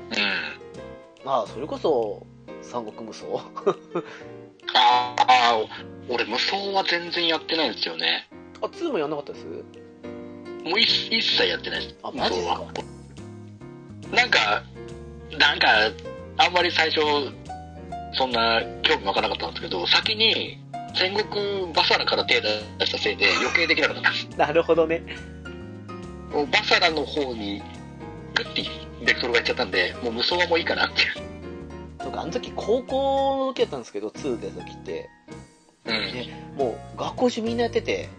[SPEAKER 1] まあそれこそ三国無双
[SPEAKER 2] あーあー俺無双は全然やってないんですよね
[SPEAKER 1] あ2もやんなかったです
[SPEAKER 2] もう一一切やってないです
[SPEAKER 1] あ
[SPEAKER 2] 無
[SPEAKER 1] マジっ
[SPEAKER 2] 双
[SPEAKER 1] す
[SPEAKER 2] は
[SPEAKER 1] か
[SPEAKER 2] なんかなんかあんまり最初そんな興味わからなかったんですけど先に戦国バサラから手出したせいで余計できなかったんです
[SPEAKER 1] なるほどね
[SPEAKER 2] もうバサラの方にグッてベクトルがいっちゃったんでもう無双はもういいかなっていう
[SPEAKER 1] とかあの時高校の時やったんですけど2出た時って
[SPEAKER 2] うん
[SPEAKER 1] もう学校中みんなやってて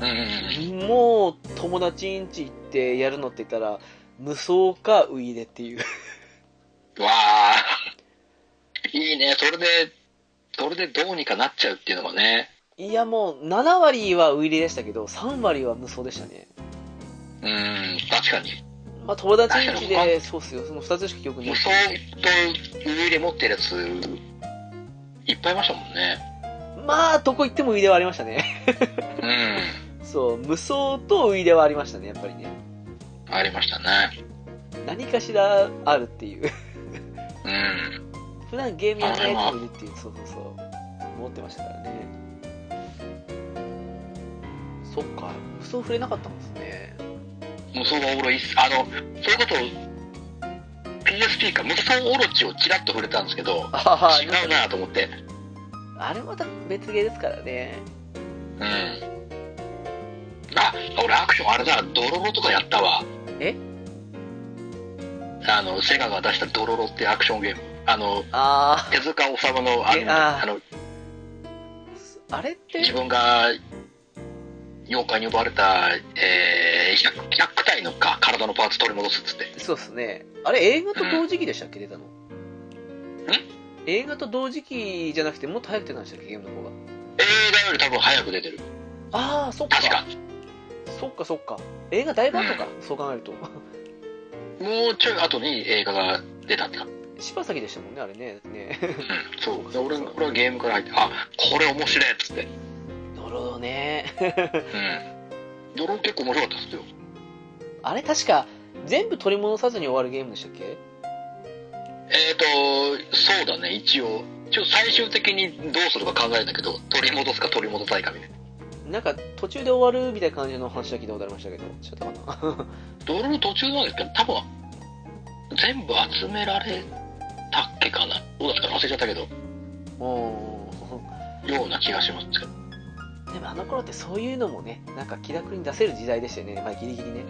[SPEAKER 2] うんうん
[SPEAKER 1] もう友達ん家行ってやるのって言ったら無双かウイイレっていう
[SPEAKER 2] うんわーいいねそれでそれでどうにかなっちゃうっていうのがね
[SPEAKER 1] いやもう7割はウイイレでしたけど3割は無双でしたね
[SPEAKER 2] うん確かに
[SPEAKER 1] まあ友達ん家 でそうっすよその2つしか記憶に
[SPEAKER 2] 無
[SPEAKER 1] ない
[SPEAKER 2] 双と上で持ってるやついっぱいいましたもんね
[SPEAKER 1] まあどこ行ってもウイイレはありましたね
[SPEAKER 2] う
[SPEAKER 1] そう無双とウイイレはありましたねやっぱりね
[SPEAKER 2] んありましたね
[SPEAKER 1] 何かしらあるっていう
[SPEAKER 2] うん
[SPEAKER 1] 普段ゲームやらないやつもいるっていうそうそうそう思ってましたからねそっか無双触れなかったんですね
[SPEAKER 2] 無双はオロいっすあのそれこそ PSP か無双オロチをちらっと触れたんですけど
[SPEAKER 1] ああ
[SPEAKER 2] 違うなと思って
[SPEAKER 1] あれまた別ゲーですからね。
[SPEAKER 2] うん。あ、俺アクションあれだ、ドロロとかやったわ。
[SPEAKER 1] え
[SPEAKER 2] あの、セガが出したドロロってアクションゲーム。あの、
[SPEAKER 1] あ
[SPEAKER 2] 手塚治虫のアニ
[SPEAKER 1] え
[SPEAKER 2] メ
[SPEAKER 1] あー
[SPEAKER 2] あの、
[SPEAKER 1] あ、あれって、
[SPEAKER 2] 自分が妖怪に奪われた、えー、100, 100体のか体のパーツ取り戻すっつって。
[SPEAKER 1] そうっすね。あれ映画と同時期でしたっけ出たの。ん映画と同時期じゃなくて、もっと早く出たんでしたっけゲームの方が。
[SPEAKER 2] 映画より多分早く出てる。
[SPEAKER 1] ああ、そっか。
[SPEAKER 2] 確か。
[SPEAKER 1] そっかそっか。映画だいぶ後か。そう考えると。
[SPEAKER 2] もうちょい後に映画が出たんだ。うん。
[SPEAKER 1] 柴崎でしたもんね、あれね。ね
[SPEAKER 2] そう。で俺俺はゲームから入って、あ、これ面白いっつって。
[SPEAKER 1] なるほどね。
[SPEAKER 2] うん。ドロロ結構面白かったっすよ。
[SPEAKER 1] あれ確か、全部取り戻さずに終わるゲームでしたっけ
[SPEAKER 2] えーと、そうだね、一応。一応最終的にどうするか考えるんだけど、取り戻すか取り戻さないかみたいな。
[SPEAKER 1] なんか途中で終わるみたいな感じの話は聞いたことありましたけど、違ったかな
[SPEAKER 2] ドロの途中なんですけど、多分、全部集められたっけかな。どうだったかな忘れちゃったけど。
[SPEAKER 1] おー
[SPEAKER 2] ような気がしますけど。
[SPEAKER 1] でもあの頃ってそういうのもね、なんか気楽に出せる時代でしたよね。まあギリギリね。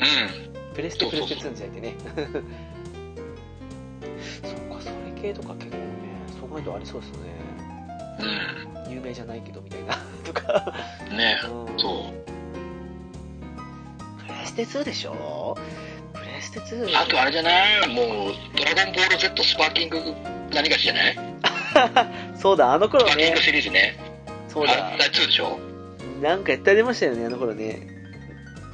[SPEAKER 2] う
[SPEAKER 1] プレステ
[SPEAKER 2] そう
[SPEAKER 1] プ
[SPEAKER 2] そ
[SPEAKER 1] レ
[SPEAKER 2] う
[SPEAKER 1] ステ
[SPEAKER 2] そ
[SPEAKER 1] 2
[SPEAKER 2] う
[SPEAKER 1] の時代ってね。そうか、それ系とか結構ね、そう考えるとありそうですよね。
[SPEAKER 2] ん。
[SPEAKER 1] 有名じゃないけどみたいな。 とか。
[SPEAKER 2] うん。ね
[SPEAKER 1] うん
[SPEAKER 2] そう。
[SPEAKER 1] プレステ2でしょプレステ 2?
[SPEAKER 2] あとあれじゃないもう、ドラゴンボール Z スパーキング何がしじゃないス
[SPEAKER 1] そうだ、あの頃
[SPEAKER 2] パーキン
[SPEAKER 1] ね
[SPEAKER 2] グ。シリーズね。
[SPEAKER 1] そう
[SPEAKER 2] あ
[SPEAKER 1] だ
[SPEAKER 2] れ、。2でしょ
[SPEAKER 1] なんかやってありましたよね、あの頃ね。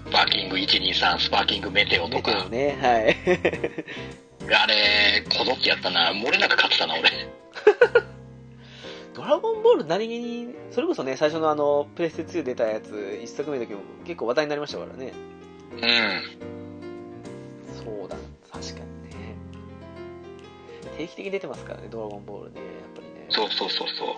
[SPEAKER 2] スパーキング123、スパーキングメテオと
[SPEAKER 1] メテ
[SPEAKER 2] か
[SPEAKER 1] オ。ね。はい。
[SPEAKER 2] あれ、こぞってやったな。漏れなく勝ってたな、俺。
[SPEAKER 1] ドラゴンボール何気に、それこそね、最初のあの、プレステ2出たやつ、1作目の時も結構話題になりましたからね。
[SPEAKER 2] うん。
[SPEAKER 1] そうだ、確かにね。定期的に出てますからね、ドラゴンボールね、やっぱりね。
[SPEAKER 2] そうそうそうそう。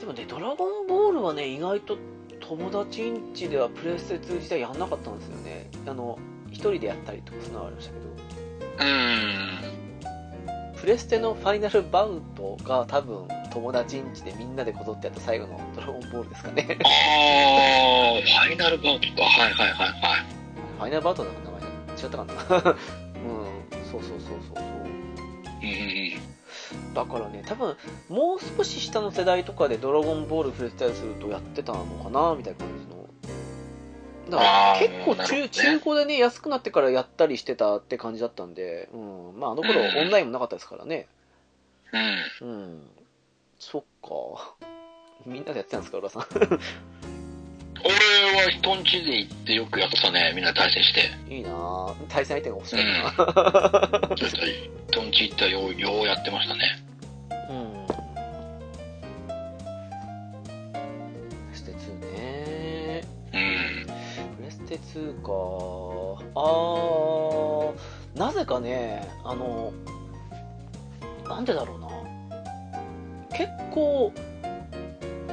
[SPEAKER 1] でもね、ドラゴンボールはね、意外と友達んちではプレステ2自体やんなかったんですよね。あの、一人でやったりとか、そんなのありましたけど。
[SPEAKER 2] うん。
[SPEAKER 1] プレステのファイナルバウトが多分、友達んちでみんなでこぞってやった最後のドラゴンボールですかね。
[SPEAKER 2] あー、ファイナルバウトか。はいはいはいはい。
[SPEAKER 1] ファイナルバウトなんか名前違ったか な。うん、そうそうそうそうそう。
[SPEAKER 2] うん
[SPEAKER 1] だからね多分もう少し下の世代とかで「ドラゴンボール」フレスタイルするとやってたのかなみたいな感じのだから
[SPEAKER 2] あー
[SPEAKER 1] 結構
[SPEAKER 2] なるほど
[SPEAKER 1] 中,、
[SPEAKER 2] ね
[SPEAKER 1] 中古でね安くなってからやったりしてたって感じだったんで、うん、まああの頃
[SPEAKER 2] うん
[SPEAKER 1] オンラインもなかったですからね
[SPEAKER 2] うんうん。
[SPEAKER 1] うんそっか みんなでやってたんですか浦さん
[SPEAKER 2] 俺は人ん家で行ってよくやってたね、みんなで対戦して。
[SPEAKER 1] いいなぁ対戦相手が欲しいな、
[SPEAKER 2] そうそう人ん家行ったらよう、ようやってましたね。
[SPEAKER 1] うんそして2ね
[SPEAKER 2] うん。
[SPEAKER 1] プレステ2かあーなぜかねあのなんでだろうな結構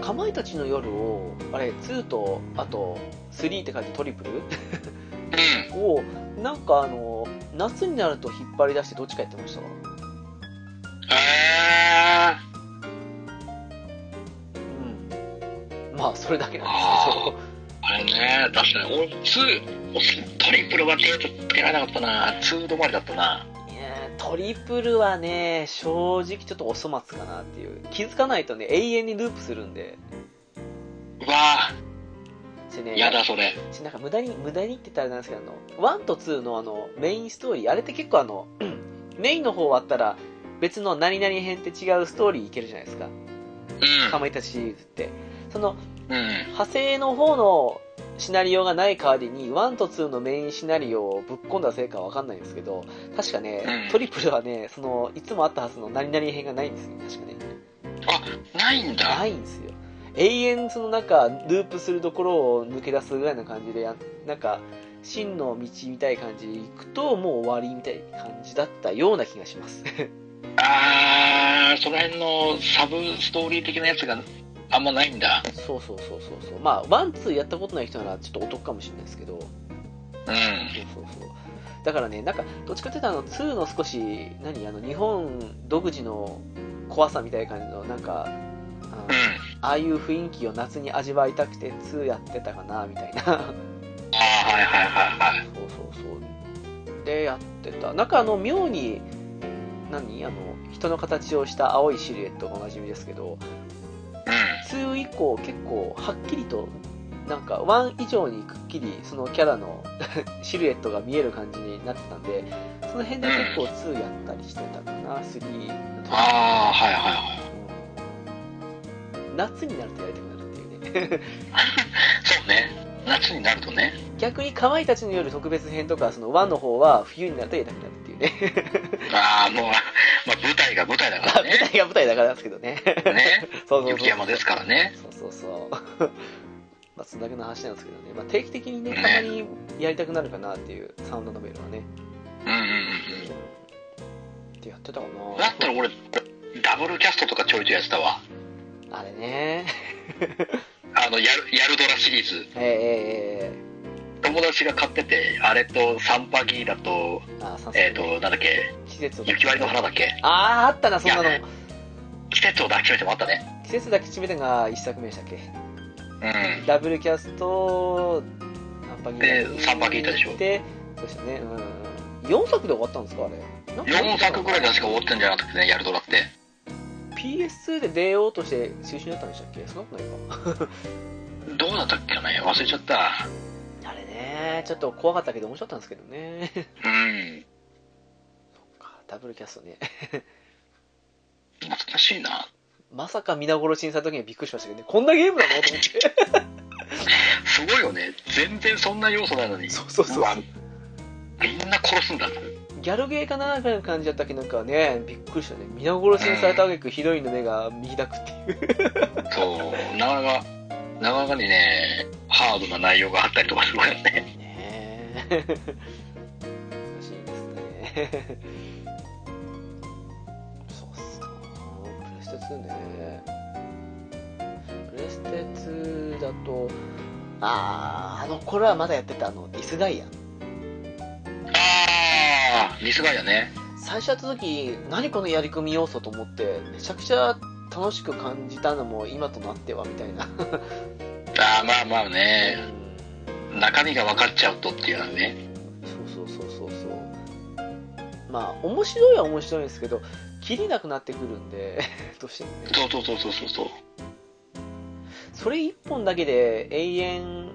[SPEAKER 1] かまいたちの夜をあれ2とあと3って書いてトリプル
[SPEAKER 2] うん。
[SPEAKER 1] をなんかあの夏になると引っ張り出してどっちかやってましたわ
[SPEAKER 2] え
[SPEAKER 1] うんまあそれだけなん
[SPEAKER 2] ー、あれね、確かに。俺、ツー、俺トリプルは手つけられなかったな。ツー止まりだったな。
[SPEAKER 1] ですけど いやートリプルはね正直ちょっとお粗末かなっていう気づかないとね永遠にループするんで
[SPEAKER 2] うわ
[SPEAKER 1] で
[SPEAKER 2] ー、
[SPEAKER 1] ね
[SPEAKER 2] やだ、それ。
[SPEAKER 1] ちなんか無駄に無駄にって言ったらあれなんですけどあの1と2のあのメインストーリーあれって結構あのメインの方終わったら別の何々編って違うストーリーいけるじゃないですかか
[SPEAKER 2] う
[SPEAKER 1] まいたちシリーズってその
[SPEAKER 2] ん。うん。
[SPEAKER 1] 派生の方のシナリオがない代わりに1と2のメインシナリオをぶっ込んだせいかわかんないんですけど確かね
[SPEAKER 2] うん
[SPEAKER 1] トリプルはねそのいつもあったはずの何々編がないんですよ確かね
[SPEAKER 2] あ、ないんだ。
[SPEAKER 1] ないんですよ永遠そのなんかループするところを抜け出すぐらいな感じでやなんか真の道みたいな感じで行くともう終わりみたいな感じだったような気がします
[SPEAKER 2] あー、その辺のサブストーリー的なやつがあんまないんだ。
[SPEAKER 1] そうそうそうそうそう まあワンツーやったことない人ならちょっとお得かもしれないですけどそう
[SPEAKER 2] うん。
[SPEAKER 1] そうそうだからねなんかどっちかっていうとあの2の少し何あの日本独自の怖さみたいな感じのなんかあの
[SPEAKER 2] うん。
[SPEAKER 1] ああいう雰囲気を夏に味わいたくて2やってたかなみたいな
[SPEAKER 2] あー、はいはいはいはい。
[SPEAKER 1] そうそうそうでやってたなんかあの妙に何あの人の形をした青いシルエットがおなじみですけど2以降結構はっきりとなんか1以上にくっきりそのキャラの シルエットが見える感じになってたんでその辺で結構2やったりしてたかな3の
[SPEAKER 2] うん。
[SPEAKER 1] 時
[SPEAKER 2] あー、はいはいはい。
[SPEAKER 1] うん夏になるとやりたくなるっていうね
[SPEAKER 2] そうね。夏になるとね。
[SPEAKER 1] 逆にかまいたちの夜特別編とかその1の方は冬になるとやりたくなるっていうね
[SPEAKER 2] ああ、もう、まあ、舞台が舞台だから
[SPEAKER 1] 舞
[SPEAKER 2] ね。
[SPEAKER 1] 台が舞台だからですけどね
[SPEAKER 2] ね。
[SPEAKER 1] そうそうそう
[SPEAKER 2] 雪山ですからね。
[SPEAKER 1] そうそうそう まあそんだけの話なんですけどね、まあ、定期的にねたまにやりたくなるかなっていうサウンドノベルはね
[SPEAKER 2] うんうんうん
[SPEAKER 1] ってやってたか
[SPEAKER 2] うん。だったら俺、ダブルキャストとかちょいちょいやってた
[SPEAKER 1] な
[SPEAKER 2] わ。
[SPEAKER 1] あれね
[SPEAKER 2] あの、やる、やるドラシリーズ。
[SPEAKER 1] えええ
[SPEAKER 2] 友達が買ってて、あれとサンパギーだと、
[SPEAKER 1] えええあさす
[SPEAKER 2] えっ、と、なんだっけ、
[SPEAKER 1] 季節を
[SPEAKER 2] 雪割りの花だっけ。
[SPEAKER 1] あああったなそんなの
[SPEAKER 2] いや季節を抱きしめてもあったね。
[SPEAKER 1] 季節だけ決めてが1作目でしたっけ
[SPEAKER 2] うん。
[SPEAKER 1] ダブルキャストナンパギー
[SPEAKER 2] で三パギータでしょ
[SPEAKER 1] でそうでしたねうん4作で終わったんですかあれなんか
[SPEAKER 2] 4作ぐらいで確か終わってんじゃなくてね、やるとだって。
[SPEAKER 1] PS2 で出ようとして中止になったんでしたっけそんなことない
[SPEAKER 2] どうだったっけね忘れちゃった。
[SPEAKER 1] かあれねちょっと怖かったけど面白かったんですけどね
[SPEAKER 2] うん。
[SPEAKER 1] ダブルキャストね
[SPEAKER 2] 懐かしいな。
[SPEAKER 1] まさか皆殺しにされた時にはびっくりしましたけどねこんなゲームなのと思って
[SPEAKER 2] すごいよね。全然そんな要素ないのに。
[SPEAKER 1] そうそうそう
[SPEAKER 2] わみんな殺すんだって。
[SPEAKER 1] ギャルゲーかなぐらいの感じだったっけなんかねびっくりしたね皆殺しにされた挙句ヒロインの目が右だくっていう
[SPEAKER 2] そう、なかなか、なかなかにね、ハードな内容があったりとかするからね。
[SPEAKER 1] ねえ難しいですねそうっすかプレステ2ねプレステ2だとあああの頃はまだやってたあのディスガイア
[SPEAKER 2] ああ、ミスガイアね。
[SPEAKER 1] 最初やった時何このやり込み要素と思ってめちゃくちゃ楽しく感じたのも今となってはみたいな
[SPEAKER 2] ああ、まあまあね、中身が分かっちゃうとっていうのはね。
[SPEAKER 1] そうそうそうそうそうまあ面白いは面白いんですけど切りなくなってくるんで どうしてもね
[SPEAKER 2] そうそうそうそうそうそう。
[SPEAKER 1] それ一本だけで永遠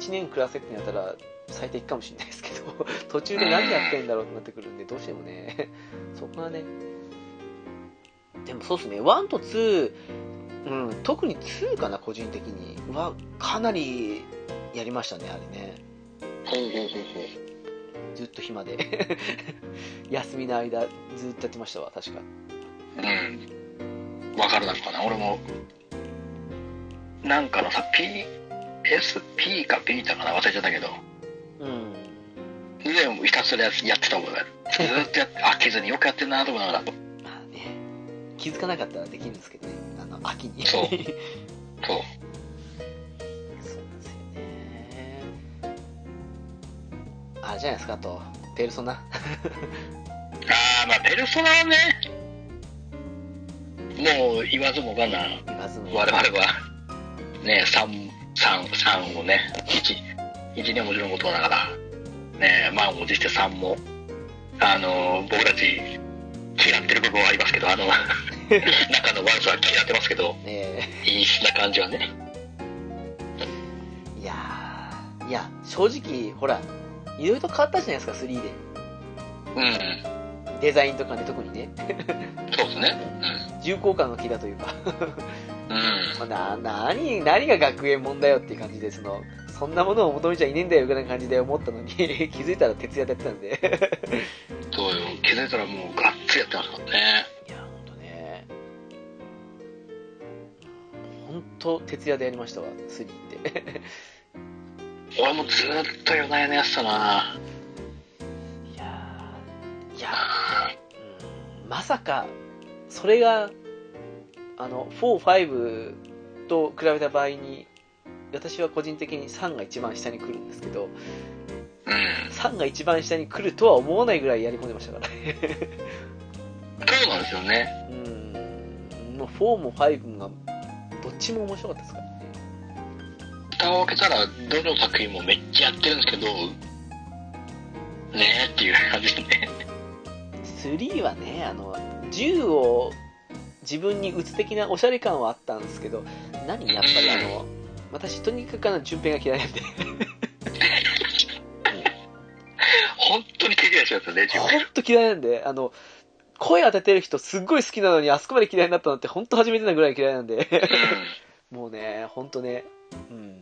[SPEAKER 1] 1年暮らせってなったら最適かもしれないですけど 途中で何やってんだろうってなってくるんでどうしてもね そこはねでもそうですね1と2、うん、特に2かな個人的にはかなりやりましたねあれね
[SPEAKER 2] ほうほうほうほう。
[SPEAKER 1] ずっと暇で 休みの間ずっとやってましたわ確か
[SPEAKER 2] うん。分かるだろうかな、俺も。なんかのさ、P、SP か P タかな、忘れちゃったけど。
[SPEAKER 1] うん
[SPEAKER 2] 以前もひたすらややってた覚えがある。ずーっとやって、飽きずによくやってんなと思いながら。
[SPEAKER 1] まあね気づかなかったらできるんですけどねあの秋に
[SPEAKER 2] そうそ
[SPEAKER 1] そうな
[SPEAKER 2] う。
[SPEAKER 1] んですよね。あれじゃないですか、あと、ペルソナ。
[SPEAKER 2] ああ、まあ、ペルソナはね、もう言わずもがな、
[SPEAKER 1] 今ずの。
[SPEAKER 2] 我々は、ね、3、三三をね、1、1年もちろんことだから、ね、満を持して3も、あの、僕たち、嫌ってる部分はありますけ ど、あの、中の悪さは嫌ってますけど、
[SPEAKER 1] え
[SPEAKER 2] いいな感じはね。
[SPEAKER 1] ーいやー、いや、正直、ほら、いろいろと変わったじゃないですか、3で。
[SPEAKER 2] うん。
[SPEAKER 1] デザインとかね、特にね。
[SPEAKER 2] そうですね。
[SPEAKER 1] 重厚感がきだというか。
[SPEAKER 2] うん。うん。
[SPEAKER 1] まあ、な、なに、何が学園もんだよっていう感じで、その、そんなものを求めちゃいねえんだよ、ぐらいな感じで思ったのに、気 づいたら徹夜でやってたんで。
[SPEAKER 2] そうよ。気づいたらもう、がっつりやってますからね。
[SPEAKER 1] いや、ほんとね。ほんと、徹夜でやりましたわ、3って。
[SPEAKER 2] 俺もずーっと夜な夜なやってたな。
[SPEAKER 1] いやー いやーうんまさかそれがあの45と比べた場合に私は個人的に3が一番下に来るんですけど
[SPEAKER 2] うん。
[SPEAKER 1] 3が一番下に来るとは思わないぐらいやり込んでましたからね
[SPEAKER 2] そうなんです よね。
[SPEAKER 1] うんもう4も5もどっちも面白かったですからね
[SPEAKER 2] 蓋を開けたら、どの作品もめっちゃやってるんですけど、ねえっていう感じで ね。
[SPEAKER 1] 3はねあの銃を自分に打つ的なおしゃれ感はあったんですけど何やっぱりあの私とにかくあの順平が嫌いなんで
[SPEAKER 2] 本当に手嫌いしちゃったね、自
[SPEAKER 1] ほ
[SPEAKER 2] 分。
[SPEAKER 1] んと嫌いなんで、あの、声当ててる人すっごい好きなのに、あそこまで嫌いになったのってほんと初めてなぐらい嫌いなんで、 もうね、ほんとね、うん。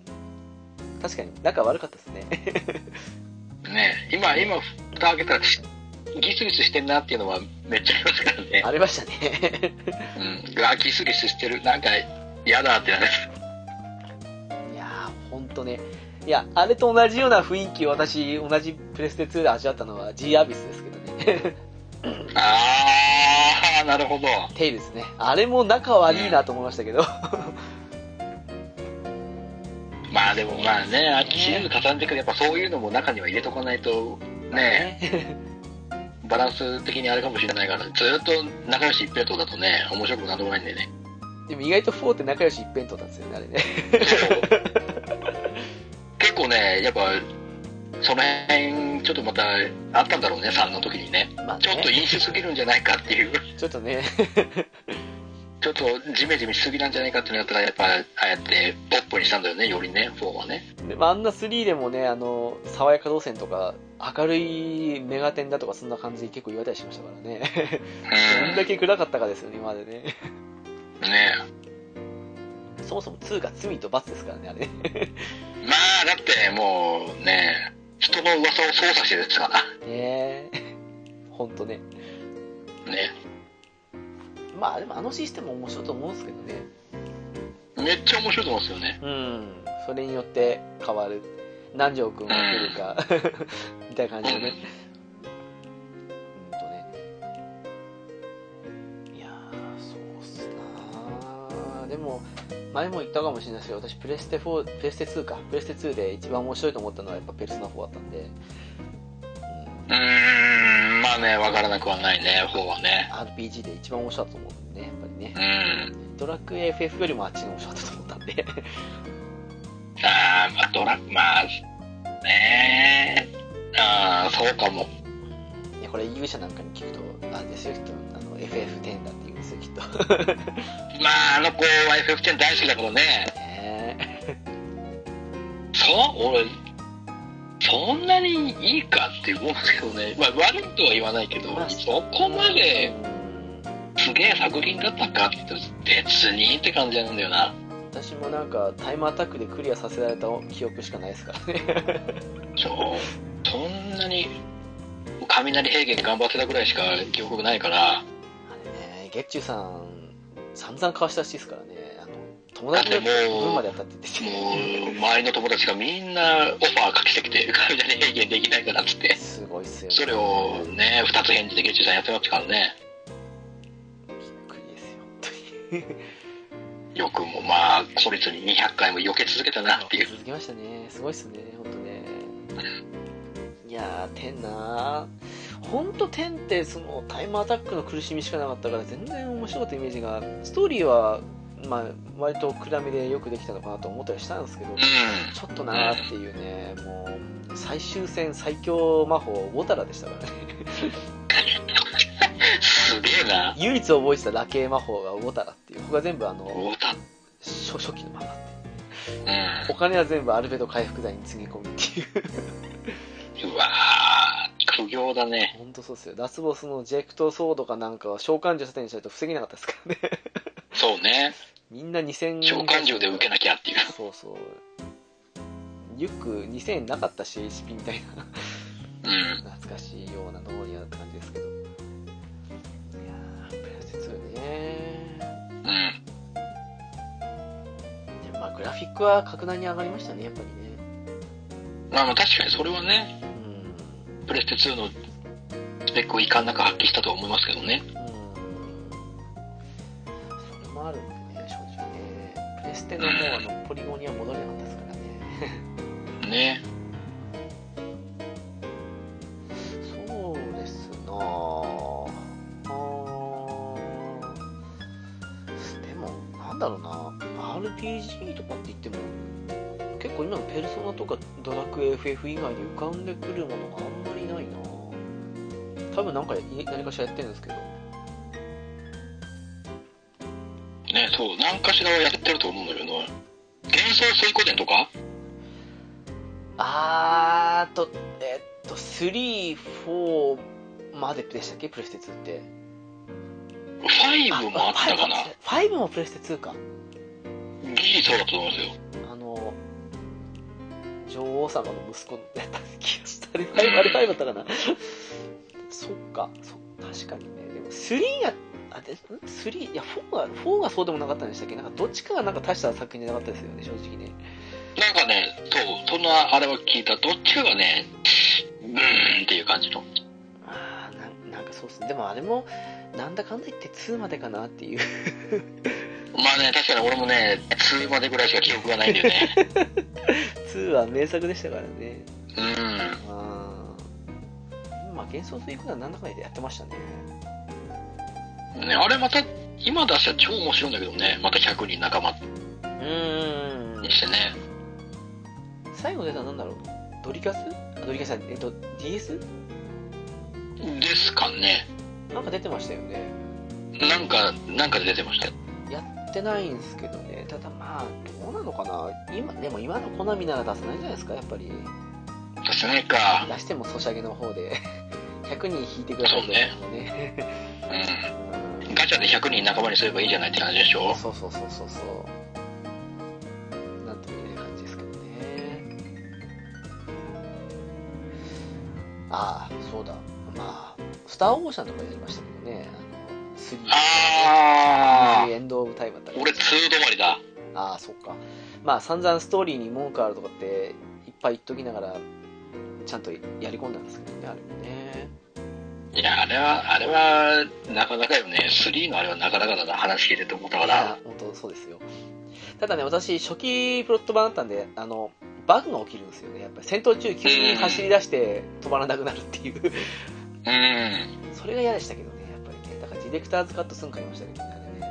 [SPEAKER 1] 確かに仲悪かったですね。
[SPEAKER 2] うん。ねえ今、今、蓋開けたら、ギスギスしてんなっていうのはめっちゃありますからね。
[SPEAKER 1] ありましたね。
[SPEAKER 2] うん。うわ、ギスギスしてる。なんか、嫌だってなる。
[SPEAKER 1] いやー、ほんとね。いや、あれと同じような雰囲気を私、同じプレステ2で味わったのは G アビスですけどね。
[SPEAKER 2] あー、なるほど。
[SPEAKER 1] テイルですね。あれも仲悪いなと思いましたけど。
[SPEAKER 2] まあでもまあね、あっちシリーズ重ねてくる。やっぱそういうのも中には入れとかないと、ね
[SPEAKER 1] ね
[SPEAKER 2] バランス的にあれかもしれないから、ずーっと仲良し一辺倒だとね、面白くなんでもないんでね。
[SPEAKER 1] でも意外と4って仲良し一辺倒なんですよね、あれね。
[SPEAKER 2] 結構ね、やっぱ、その辺、ちょっとまたあったんだろうね、3の時にね。
[SPEAKER 1] まあね
[SPEAKER 2] ちょっと飲酒すぎるんじゃないかっていう、
[SPEAKER 1] ちょっとね、
[SPEAKER 2] ちょっとジメジメしすぎなんじゃないかっていうのやったら、やっぱ、ああやってポップにしたんだよね、よりね、4はね。
[SPEAKER 1] でまああんな3でもね、あの、爽やか路線とか、明るいメガテンだとか、そんな感じで結構言われたりしましたからね。どんだ
[SPEAKER 2] う
[SPEAKER 1] け暗かったかですよね、今までね。
[SPEAKER 2] ん。ね
[SPEAKER 1] そもそも2が罪と罰ですからね、あれね。
[SPEAKER 2] まあ、だってもうね、人の噂を操作してるやつかな。
[SPEAKER 1] ねえ。ほんとね。
[SPEAKER 2] ね。
[SPEAKER 1] まあ、でもあのシステム面白いと思うんですけどね。
[SPEAKER 2] めっちゃ面白いと思うんですよね。
[SPEAKER 1] うん。それによって変わる。南條くんが来るか、 みたいな感じでね。うんとね。いやー、そうっすなーでも、前も言ったかもしれないですけど、私、プレステ4、プレステ2か。プレステ2で一番面白いと思ったのはやっぱペルソナ4だったんで。うん
[SPEAKER 2] うーん、まあね、わからなくはないね、4はね。
[SPEAKER 1] RPG で一番面白かったと思うんでね、やっぱりね
[SPEAKER 2] う。ん。
[SPEAKER 1] ドラクエ FF よりもあっちの面白かったと思ったんで。
[SPEAKER 2] あー、まあ、ドラ、まあ、ねえ。ああ、そうかも。
[SPEAKER 1] いやこれ勇者なんかに聞くと、あれですよ、きっと、あの、FF10 だって言うんですよ、 きっと。
[SPEAKER 2] まあ、あの子は FF10 大好きだからね。
[SPEAKER 1] ね
[SPEAKER 2] そう俺、そんなにいいかって思うんですけどね。まあ、悪いとは言わないけど、そこま
[SPEAKER 1] え
[SPEAKER 2] ですげえ作品だったかって言うと別にって感じなんだよな。
[SPEAKER 1] うん私もなんか、タイムアタックでクリアさせられた記憶しかないですからね。
[SPEAKER 2] そう。そんなに、雷平原頑張ってたぐらいしか記憶がないから、
[SPEAKER 1] あれね、ゲッチュさん、散々交わしたらしいですからね。あの、友達の
[SPEAKER 2] だってもう
[SPEAKER 1] 分までやったって言って
[SPEAKER 2] もう、周りの友達がみんなオファーかけてきて、雷平原できないからっつって
[SPEAKER 1] て。。すごいっすよね。
[SPEAKER 2] それをね、二つ返事で月中さんやってますからね。
[SPEAKER 1] びっくりですよ、本当に。
[SPEAKER 2] よくも、まあ、孤立に200回も避け続けたなっていう。
[SPEAKER 1] 続きましたねすごいっすね本当ねいやー10なー本当10ってそのタイムアタックの苦しみしかなかったから全然面白かったイメージがストーリーはまあ割と暗めでよくできたのかなと思ったりしたんですけど
[SPEAKER 2] うん。
[SPEAKER 1] ちょっとなーっていうねもう最終戦最強魔法ウォタラでしたからね
[SPEAKER 2] すげえな。
[SPEAKER 1] 唯一覚えてたラケー魔法がウォタラっていう他全部あの
[SPEAKER 2] おた、う
[SPEAKER 1] 初初期の魔法
[SPEAKER 2] ん。
[SPEAKER 1] お金は全部アルベド回復剤につぎ込みっていう
[SPEAKER 2] うわー、苦行だね。
[SPEAKER 1] 本当そうですよラスボスのジェクトソードかなんかは召喚獣盾にしないと防げなかったですからね
[SPEAKER 2] そうね。
[SPEAKER 1] みんな2000
[SPEAKER 2] 召喚獣で受けなきゃっていう。
[SPEAKER 1] そうそうリュック2000円なかったし HP みたい
[SPEAKER 2] うん。
[SPEAKER 1] な 懐かしいようなどうにやって感じですけどいやープレステ2ね
[SPEAKER 2] うん。
[SPEAKER 1] でもまあグラフィックは格段に上がりましたねやっぱりね
[SPEAKER 2] まあまあ確かにそれはね、
[SPEAKER 1] うん
[SPEAKER 2] プレステ2のスペックを遺憾なく発揮したとは思いますけどね。
[SPEAKER 1] うんそれもあるんでね正直ねプレステのもうあのポリゴンには戻れなかったですからね
[SPEAKER 2] ね。
[SPEAKER 1] そうですなああーでもなんだろうな RPG とかって言っても結構今の「ペルソナ」とか「ドラクエ FF」以外に浮かんでくるものがあんまりないな多分なんかい何かしらやってるんですけど
[SPEAKER 2] ね、そう。何かしらはやってると思うんだけど、幻想水湖伝とか
[SPEAKER 1] あーとえっと34まででしたっけプレステ2って
[SPEAKER 2] 5もあったかな。
[SPEAKER 1] 5もプレステ2か
[SPEAKER 2] ギリそうだと思うんですよ。
[SPEAKER 1] あの、女王様の息子だった気がした。あれ、あれ、あれ、あれだったかな。 そっか、そ確かにね。でも、3が、あ、で、ん ?3、いや、4が、4がそうでもなかったんでしたっけなんか、どっちかがなんか大した作品じゃなかったですよね、正直ね。
[SPEAKER 2] なんかね、そう、そのあれは聞いた、どっちかがね、うーんっていう感じの。
[SPEAKER 1] あーなんなんかそうっすね。でも、あれも、なんだかんだ言って2までかなっていう。
[SPEAKER 2] まあね、確かに俺もね、2までぐらいしか記憶がないんだよね。
[SPEAKER 1] 2は名作でしたからね。
[SPEAKER 2] うん。
[SPEAKER 1] あーまあ、幻想水クはなんだかんだやってましたね。
[SPEAKER 2] ね、あれまた、今出したら超面白いんだけどね、また100人仲間
[SPEAKER 1] うーん
[SPEAKER 2] に。してね。
[SPEAKER 1] 最後の出たのなんだろうドリキャスあドリキャスじゃないえっと、DS?
[SPEAKER 2] ですかね。
[SPEAKER 1] なんか出てましたよね。
[SPEAKER 2] なんか、なんかで出てましたよ。
[SPEAKER 1] やってないんですけどね。ただまあ、どうなのかな今、でも今のコナミなら出さないんじゃないですかやっぱり。
[SPEAKER 2] 出せないか。
[SPEAKER 1] 出してもソシャゲの方で。100人引いてくださいってことですもん ね。
[SPEAKER 2] うん。ガチャで100人仲間にすればいいじゃないって感じでしょ
[SPEAKER 1] そうそうそうそうそうなんとも言えない感じですけどねああそうだまあ「スター・オーシャン」とかやりましたけどねあの
[SPEAKER 2] あ
[SPEAKER 1] 3エンド・オブ・タイムだった
[SPEAKER 2] ー、
[SPEAKER 1] り
[SPEAKER 2] 俺2止まりだ。
[SPEAKER 1] ああそっかまあ散々ストーリーに文句あるとかっていっぱい言っときながらちゃんとやり込んだんですけどねあれもね
[SPEAKER 2] いや、あれは、あれは、なかなかよね。3のあれはなかなかだな、話聞いてて思ったか
[SPEAKER 1] い
[SPEAKER 2] ら
[SPEAKER 1] や。本当そうですよただね私初期プロット版だったんであのバグが起きるんですよねやっぱり戦闘中急に走り出して止まらなくなるっていう
[SPEAKER 2] うん。
[SPEAKER 1] それが嫌でしたけどねやっぱりねだからディレクターズカットすん買いましたねみんな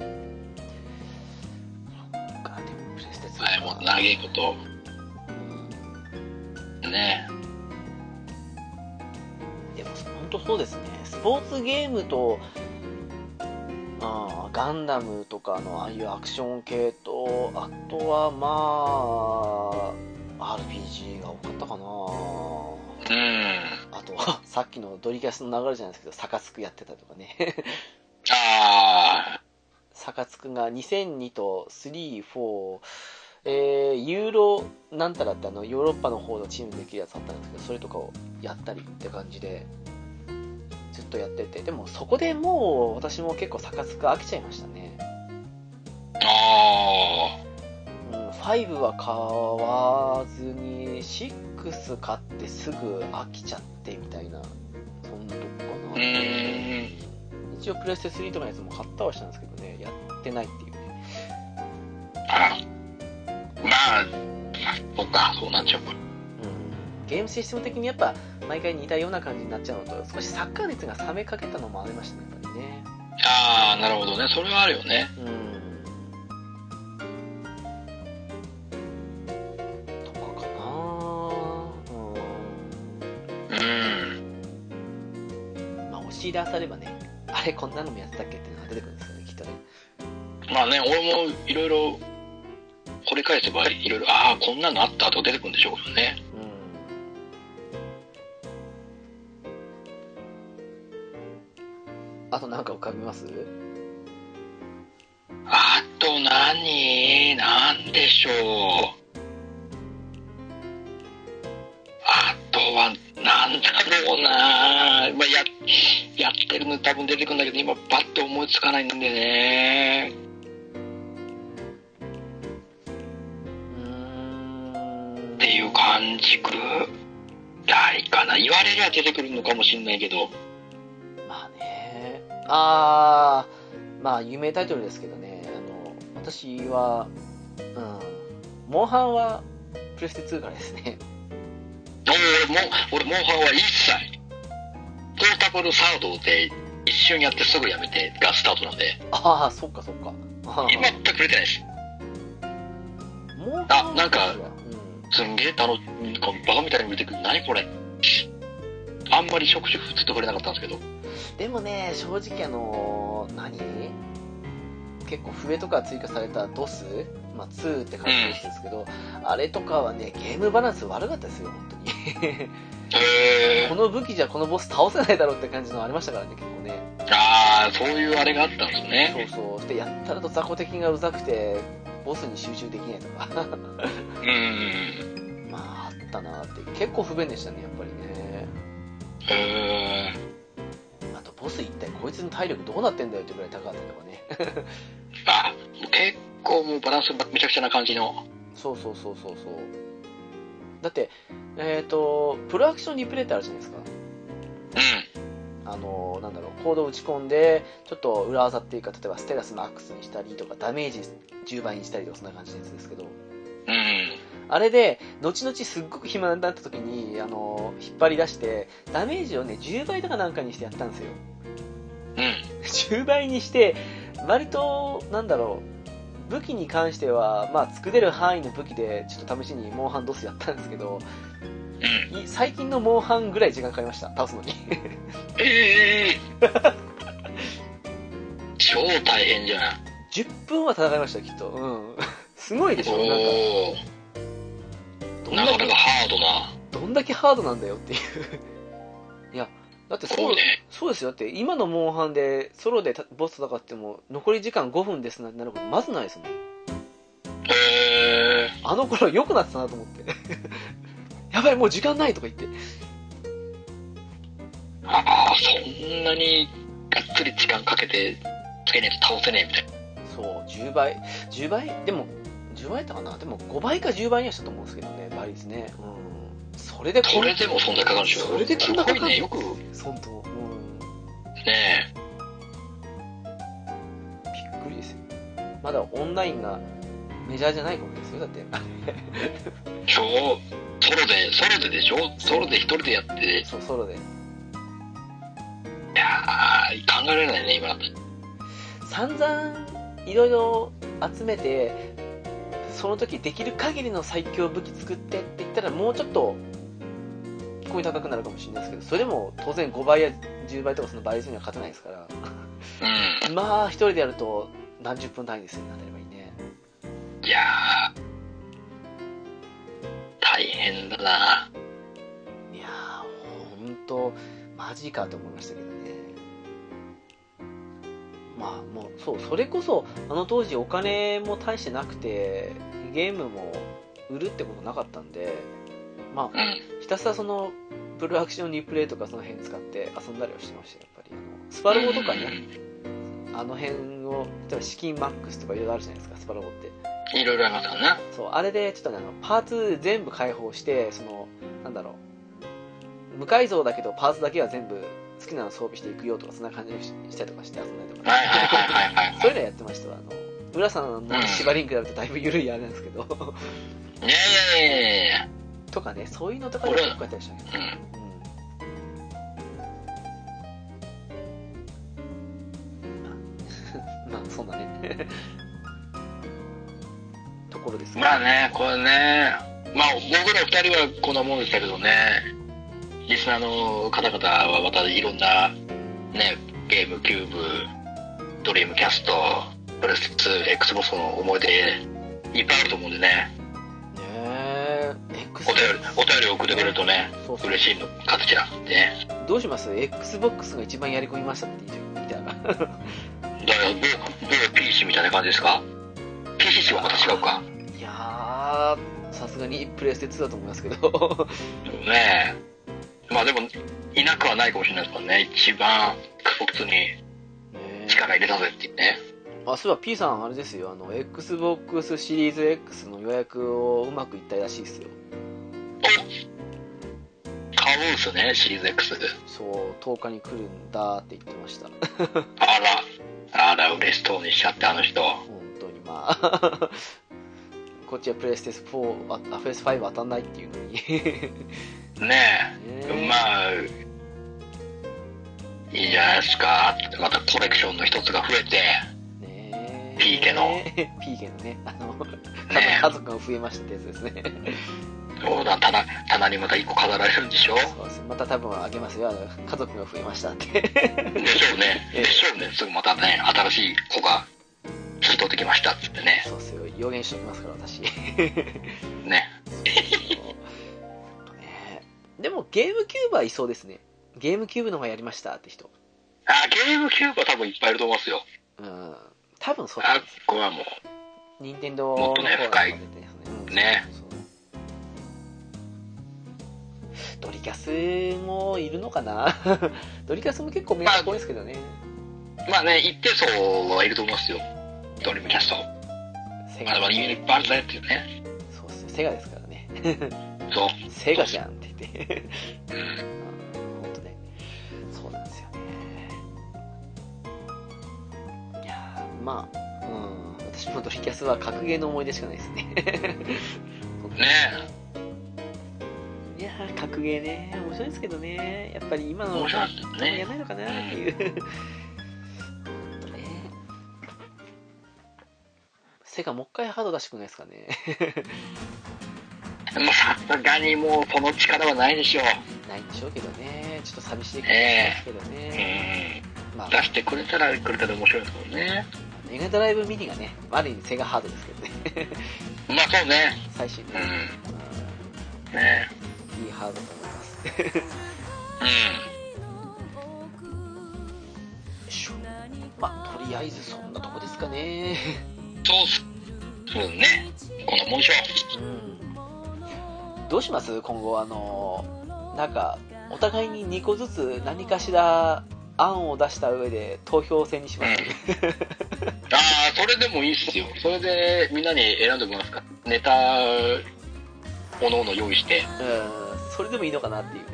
[SPEAKER 1] でねそっかでもプレステ2か
[SPEAKER 2] あれも長いこと。ね
[SPEAKER 1] でも本当そうですねスポーツゲームとあーガンダムとかのああいうアクション系とあとはまあ RPG が多かったかな
[SPEAKER 2] うん。
[SPEAKER 1] あとはさっきのドリキャスの流れじゃないですけどサカツクやってたとかね
[SPEAKER 2] あ
[SPEAKER 1] サカツクが2002と34えー、ユーロなんたらってあのヨーロッパの方のチームでできるやつあったんですけどそれとかをやったりって感じでずっとやっててでもそこでもう私も結構サカツク飽きちゃいましたね、
[SPEAKER 2] ー。あ
[SPEAKER 1] うん、5は買わずに6買ってすぐ飽きちゃってみたいなそんなとこ
[SPEAKER 2] ー。う
[SPEAKER 1] かな、
[SPEAKER 2] ん。
[SPEAKER 1] 一応プレステ3とかのやつも買ったはしたんですけどねやってないっていうね
[SPEAKER 2] あまあ、そっか、そうなっちゃうか。
[SPEAKER 1] うんゲームシステム的にやっぱ毎回似たような感じになっちゃうのと少しサッカー熱が冷めかけたのもありましたねやっぱりね
[SPEAKER 2] ああ、なるほどね。それはあるよね。
[SPEAKER 1] うんとかかな
[SPEAKER 2] うん。
[SPEAKER 1] うんまあ押し出さればねあれこんなのもやってたっけっていうのが出てくるんですよねきっとね
[SPEAKER 2] まあね、俺もいろいろ、掘り返せばいろいろ、ああ、こんなのあったとか出てくるんでしょうけどね。
[SPEAKER 1] あとなんか浮かびます
[SPEAKER 2] あと何なんでしょう。あとは、なんだろうなまあ、や、やってるの多分出てくるんだけど、今、バッと思いつかないんでね。
[SPEAKER 1] っ
[SPEAKER 2] っていう感じくらいかな言われりゃ出てくるのかもしんないけど
[SPEAKER 1] まあねあーまあ有名タイトルですけどねあの私はうんモンハンはプレステ2からですね
[SPEAKER 2] 俺も俺モンハンは一切ポータブルサードで一瞬やってすぐやめてがスタートなんで
[SPEAKER 1] ああそっかそっかあ
[SPEAKER 2] 今全く出てないです
[SPEAKER 1] ーモンハンは
[SPEAKER 2] あなんか
[SPEAKER 1] う
[SPEAKER 2] すんげえあのなんかバカみたいに出てくる何これあんまり触手振ってくれなかったんですけど
[SPEAKER 1] んでもね正直あの何結構笛とか追加された DOS、まあ、2って感じのやつですけど、あれとかはねゲームバランス悪かったですよ本当に
[SPEAKER 2] へ
[SPEAKER 1] この武器じゃこのボス倒せないだろうって感じのありましたからね結構ね
[SPEAKER 2] ああそういうあれがあったんですね
[SPEAKER 1] そうそうでやったらと雑魚敵がうざくてボスに集中できないとか
[SPEAKER 2] うんへ
[SPEAKER 1] まああったなって結構不便でしたねやっぱりね
[SPEAKER 2] え
[SPEAKER 1] あとボス一体こいつの体力どうなってんだよってぐらい高かったりとかね
[SPEAKER 2] あ結構もうバランスめちゃくちゃな感じの
[SPEAKER 1] そうそうそうそうそうだってえっ、とプロアクションリプレイってあるじゃないですか
[SPEAKER 2] うん
[SPEAKER 1] あのなんだろうコードを打ち込んでちょっと裏技っていうか例えばステラスマックスにしたりとかダメージ10倍にしたりとかそんな感じのやつですけど
[SPEAKER 2] うん。
[SPEAKER 1] あれで、後々すっごく暇になった時に、あの、引っ張り出して、ダメージをね、10倍とかなんかにしてやったんですよ。
[SPEAKER 2] うん。
[SPEAKER 1] 10倍にして、割と、なんだろう、武器に関しては、まあ、作れる範囲の武器で、ちょっと試しにモンハンドスやったんですけど、
[SPEAKER 2] うん。
[SPEAKER 1] い最近のモンハンぐらい時間かかりました、倒すのに。
[SPEAKER 2] ええ超大変じゃん。
[SPEAKER 1] 10分は戦いました、きっと。うん。 すごいでしょ、なんか、ど
[SPEAKER 2] おお。
[SPEAKER 1] ん
[SPEAKER 2] なか
[SPEAKER 1] だ
[SPEAKER 2] な
[SPEAKER 1] け
[SPEAKER 2] か、ハードな。
[SPEAKER 1] どんだけハードなんだよっていう。いや、だって
[SPEAKER 2] そ
[SPEAKER 1] そう
[SPEAKER 2] うね。
[SPEAKER 1] そうですよ。だって、今のモンハンで、ソロでたボス戦っても、残り時間5分ですなんてなること、まずないですもん。
[SPEAKER 2] へえ
[SPEAKER 1] あの頃良くなってたなと思って。 やばい、もう時間ないとか言って。
[SPEAKER 2] ああ、そんなにがっつり時間かけて、つけねえと倒せねえみたいな。
[SPEAKER 1] そう、10倍。10倍でも、10倍だったかなでも、5倍か10倍にはしたと思うんですけどね、倍率ね。うん。それでこん、
[SPEAKER 2] それでもそんなかかるでしょ。
[SPEAKER 1] それでこんなかかる
[SPEAKER 2] すごいね、よく、
[SPEAKER 1] 損と。うん。
[SPEAKER 2] ね
[SPEAKER 1] びっくりですよ。まだオンラインがメジャーじゃない頃ですよ。だって、
[SPEAKER 2] え、超、ソロで、ソロででしょソロで一人でやって、い
[SPEAKER 1] そう、ソロで。
[SPEAKER 2] やー、考えられないね、今だって。
[SPEAKER 1] 散々いろいろ集めてその時できる限りの最強武器作ってって言ったらもうちょっと聞こえ高くなるかもしれないですけどそれでも当然5倍や10倍とかその倍率には勝てないですから
[SPEAKER 2] う
[SPEAKER 1] まあ一人でやると何十分単位ですよなれればいいね
[SPEAKER 2] ん。いやー、大変だな。
[SPEAKER 1] いやーほんとマジかと思いましたけどねまあもうそうそれこそあの当時お金も大してなくてゲームも売るってことなかったんでま
[SPEAKER 2] う
[SPEAKER 1] あ
[SPEAKER 2] ん。
[SPEAKER 1] ひたすらそのプロアクションリプレイとかその辺使って遊んだりはしてましたよやっぱりあのスパロボとかねあの辺を例えば資金マックスとかいろいろあるじゃないですかスパロボって
[SPEAKER 2] いろいろありますからな。
[SPEAKER 1] そうあれでちょっとねあのパーツ全部解放してそのなんだろう無改造だけどパーツだけは全部好きなの装備していくよとかそんな感じにししたりとかして遊んだりとか、
[SPEAKER 2] はいはいはいはいはい
[SPEAKER 1] そういうのやってましたわあの浦さんの縛りに比べるとだいぶ緩いあれなんですけど。
[SPEAKER 2] ねえ、
[SPEAKER 1] とかねそういうのとかで結構やったりしたけど、
[SPEAKER 2] うん。
[SPEAKER 1] うん、 まあまあそんなねところです
[SPEAKER 2] まあね、これね、まあ僕ら二人はこんなもんでしたけどね、リスナーの方々はまたいろんな、ね、ゲームキューブ、ドリームキャスト、プレス2、XBOX の思い出、いっぱいあると思うんでね、
[SPEAKER 1] ねえ
[SPEAKER 2] お
[SPEAKER 1] X
[SPEAKER 2] 便り、お便り送ってくれるとね、
[SPEAKER 1] そうそう
[SPEAKER 2] 嬉しいの、勝ちゃんね。
[SPEAKER 1] どうします ?Xbox が一番やり込みましたって言いたい。
[SPEAKER 2] だから、某、某 P 氏みたいな感じですか ?P 氏はまた違うか。
[SPEAKER 1] いやー、さすがにプレステ2だと思いますけ ど。
[SPEAKER 2] ねえ。まあでも、いなくはないかもしれないですからね、一番、Xbox に
[SPEAKER 1] ね
[SPEAKER 2] 力入れたぜっていうね。
[SPEAKER 1] あ、そういえば P さん、あれですよ、あの、Xbox シリーズ X の予約をうまくいったらしいですよ。
[SPEAKER 2] 買うんすね、シリーズ X。
[SPEAKER 1] そう、10日に来るんだって言ってました。
[SPEAKER 2] あら、あら、嬉しそうにしちゃって、あの人。
[SPEAKER 1] 本当にまあ。 こっちはプレステ4、あ、あプレステ5当たんないっていうのに。ね
[SPEAKER 2] ねえ。
[SPEAKER 1] え
[SPEAKER 2] まあ、いいじゃないですか。またコレクションの一つが増えて、
[SPEAKER 1] ねえ。
[SPEAKER 2] ピーケの。
[SPEAKER 1] ピーケのね、あの、
[SPEAKER 2] ね
[SPEAKER 1] 家族が増えましたってやつですね。
[SPEAKER 2] そうだ、棚、棚にまた一個飾られるんでしょ
[SPEAKER 1] そうですまた多分あげますよあの家族が増えましたって
[SPEAKER 2] でしょうね。でしょうね。すぐまたね、新しい子が、引き取ってきましたっつってね。
[SPEAKER 1] そうっすよ予言しときますから私そうね
[SPEAKER 2] ね。
[SPEAKER 1] でもゲームキューブはいそうですねゲームキューブの方がやりましたって人
[SPEAKER 2] あ、ゲームキューブは多分いっぱいいると思いますよ。
[SPEAKER 1] うん多分そう
[SPEAKER 2] あ
[SPEAKER 1] だ
[SPEAKER 2] っこはもう、
[SPEAKER 1] 任天堂
[SPEAKER 2] も
[SPEAKER 1] の方
[SPEAKER 2] っと
[SPEAKER 1] が
[SPEAKER 2] ね深い
[SPEAKER 1] 出てますねうん
[SPEAKER 2] ね
[SPEAKER 1] そうそうドリキャスもいるのかな ドリキャスも結構名作多いですけどね、
[SPEAKER 2] まあね、一定層はいると思いますよ。ドリームキャスト。
[SPEAKER 1] セ
[SPEAKER 2] まだま
[SPEAKER 1] ガ
[SPEAKER 2] だいっぱいあるぜっていうね。
[SPEAKER 1] そうっすよセガですからね
[SPEAKER 2] そう。
[SPEAKER 1] セガじゃんって言って
[SPEAKER 2] うん
[SPEAKER 1] 本当ねそうなんですよねいやーまあうん私もドリキャスは格ゲーの思い出しかないですね本
[SPEAKER 2] ね
[SPEAKER 1] いやー、格ゲーね、面白いですけどね、やっぱり今
[SPEAKER 2] え
[SPEAKER 1] の
[SPEAKER 2] 面白いですよ
[SPEAKER 1] や
[SPEAKER 2] ね
[SPEAKER 1] らないのかなっていう。ねセガもう一回ハード出してくんないですかね。
[SPEAKER 2] まあさすがにもうその力はないでしょう
[SPEAKER 1] ないんでしょうけどね、ちょっと寂しい感じですけど
[SPEAKER 2] う
[SPEAKER 1] ね。
[SPEAKER 2] ん
[SPEAKER 1] まあ
[SPEAKER 2] 出、してくれたらくれたら面白いですけどね
[SPEAKER 1] メガドライブミニがね、ある意味セガハードですけどね、
[SPEAKER 2] まあそうね
[SPEAKER 1] 最新の、う
[SPEAKER 2] う
[SPEAKER 1] ん
[SPEAKER 2] んね
[SPEAKER 1] いいハードだと思います。
[SPEAKER 2] えうん
[SPEAKER 1] しょまあ、とりあえずそんなとこですかね。
[SPEAKER 2] そうっす。そうね。このもんでしょ。
[SPEAKER 1] どうします今後、あの、なんか、お互いに2個ずつ何かしら案を出した上で投票戦にします、
[SPEAKER 2] ああ、それでもいいっすよ。それでみんなに選んでもらいますか。ネタ、おのおの用意して、
[SPEAKER 1] うん、それでもいいのかなっていう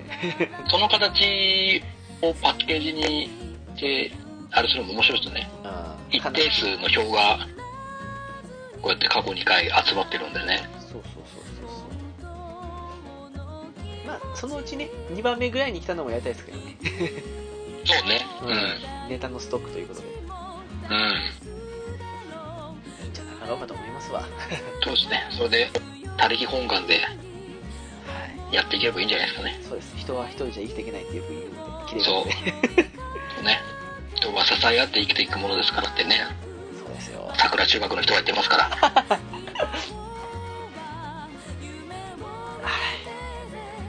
[SPEAKER 1] ね。
[SPEAKER 2] その形をパッケージにして、あれするのも面白いですね。
[SPEAKER 1] うん、
[SPEAKER 2] 一定数の票が、こうやって過去2回集まってるんでね。
[SPEAKER 1] そうそうそうそうそう。まあ、そのうちね、2番目ぐらいに来たのもやりたいですけどね。
[SPEAKER 2] そうね。うん。
[SPEAKER 1] ネタのストックということで、
[SPEAKER 2] うん。
[SPEAKER 1] いいんじゃなかろうかと思いますわ。はい。
[SPEAKER 2] そうですね。それで、他力本願でやっていければいいんじゃないですかね。
[SPEAKER 1] そうです。人は一人じゃ生きていけないってよく言うんで、綺麗
[SPEAKER 2] そう
[SPEAKER 1] で。。
[SPEAKER 2] ね。人は支え合って生きていくものですからってね。
[SPEAKER 1] そうですよ。
[SPEAKER 2] 桜中学の人がやってますから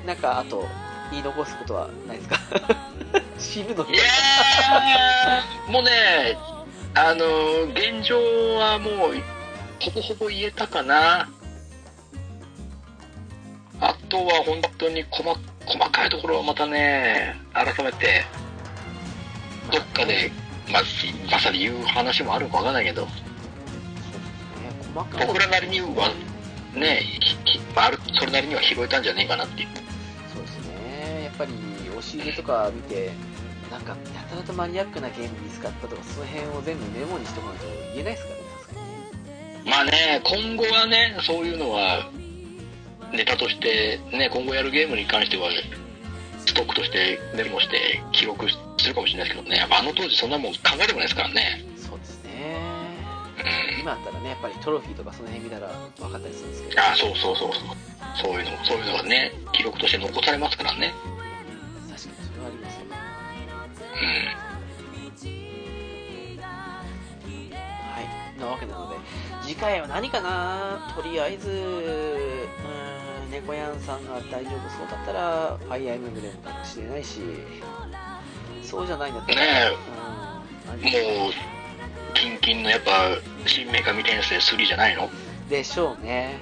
[SPEAKER 1] なんかあと言い残すことはない ですか死ぬの
[SPEAKER 2] いやーもうねあのー現状はもうほぼほぼ言えたかなあとは本当に細細かいところはまたね改めてどっかで、まあ、まさに言う話もあるかわかんないけど
[SPEAKER 1] 細かい
[SPEAKER 2] 僕らなりにはねひひまああるそれなりには拾えたんじゃねえかなっていう
[SPEAKER 1] そうですねやっぱり押し入れとか見てなんかやたらとマニアックなゲーム見つかったとかその辺を全部メモにしてこないと言えないですからねさすがに
[SPEAKER 2] まあね、今後はね、そういうのは、ネタとして、ね、今後やるゲームに関しては、ストックとしてメモして記録するかもしれないですけどね、やっぱあの当時そんなもん考えてもないですからね。
[SPEAKER 1] そうですね
[SPEAKER 2] うん。
[SPEAKER 1] 今だったらねやっぱりトロフィーとかその辺見たら分かったりするんですけど
[SPEAKER 2] ああ、そうそうそうそう。そういうの、そういうのがね、記録として残されますからね。
[SPEAKER 1] 確かにそれはありますよね
[SPEAKER 2] うん。
[SPEAKER 1] はい、なわけなので次回は何かなとりあえずうーん猫やんさんが大丈夫そうだったらファイアーエムブレムかもしれないしそうじゃないんだったら、
[SPEAKER 2] ね
[SPEAKER 1] うん
[SPEAKER 2] え、もう、キンキンのやっぱ、新メカミ転生3じゃないの
[SPEAKER 1] でしょうね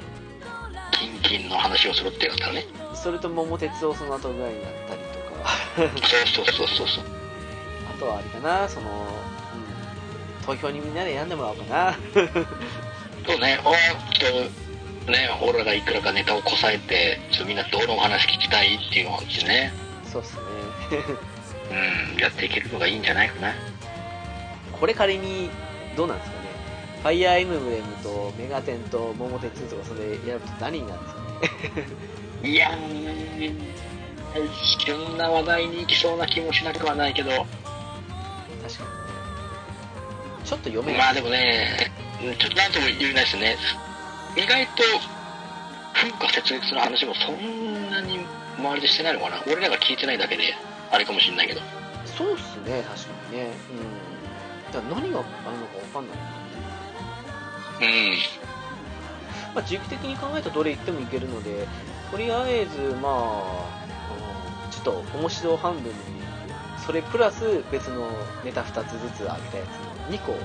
[SPEAKER 2] キンキンの話をするってやった らね。
[SPEAKER 1] それと桃鉄をその後ぐらいにやったりとか
[SPEAKER 2] そうそうそうそうそう。
[SPEAKER 1] あとはあれかなその、うん、投票にみんなで選んでもらおうかな
[SPEAKER 2] そうね、おーっと、ね、俺がいくらかネタをこさえて、ちょっとみんなどのお話聞きたいっていうのをね、
[SPEAKER 1] そうっすね
[SPEAKER 2] うん、やっていけるのがいいんじゃないかな。
[SPEAKER 1] これ仮にどうなんですかねファイアーエムブレムとメガテンと桃鉄とかそれ選ぶと何になるんですかね
[SPEAKER 2] いやー、旬な話題に行きそうな気もしなくはないけど、
[SPEAKER 1] 確かにねちょっと読めない、
[SPEAKER 2] まあでもね、うんちょっとなんとも言えないですね。意外と、風化節約する話もそんなに周りでしてないのかな。俺らが聞いてないだけで、あれかもしれないけど。
[SPEAKER 1] そうっすね確かにねうんだから何があるのか分かんないな、
[SPEAKER 2] うん。
[SPEAKER 1] まあ、時期的に考えたらどれ言ってもいけるのでとりあえずまあ、うんちょっと面白半分にそれプラス別のネタ2つずつあげたやつ2個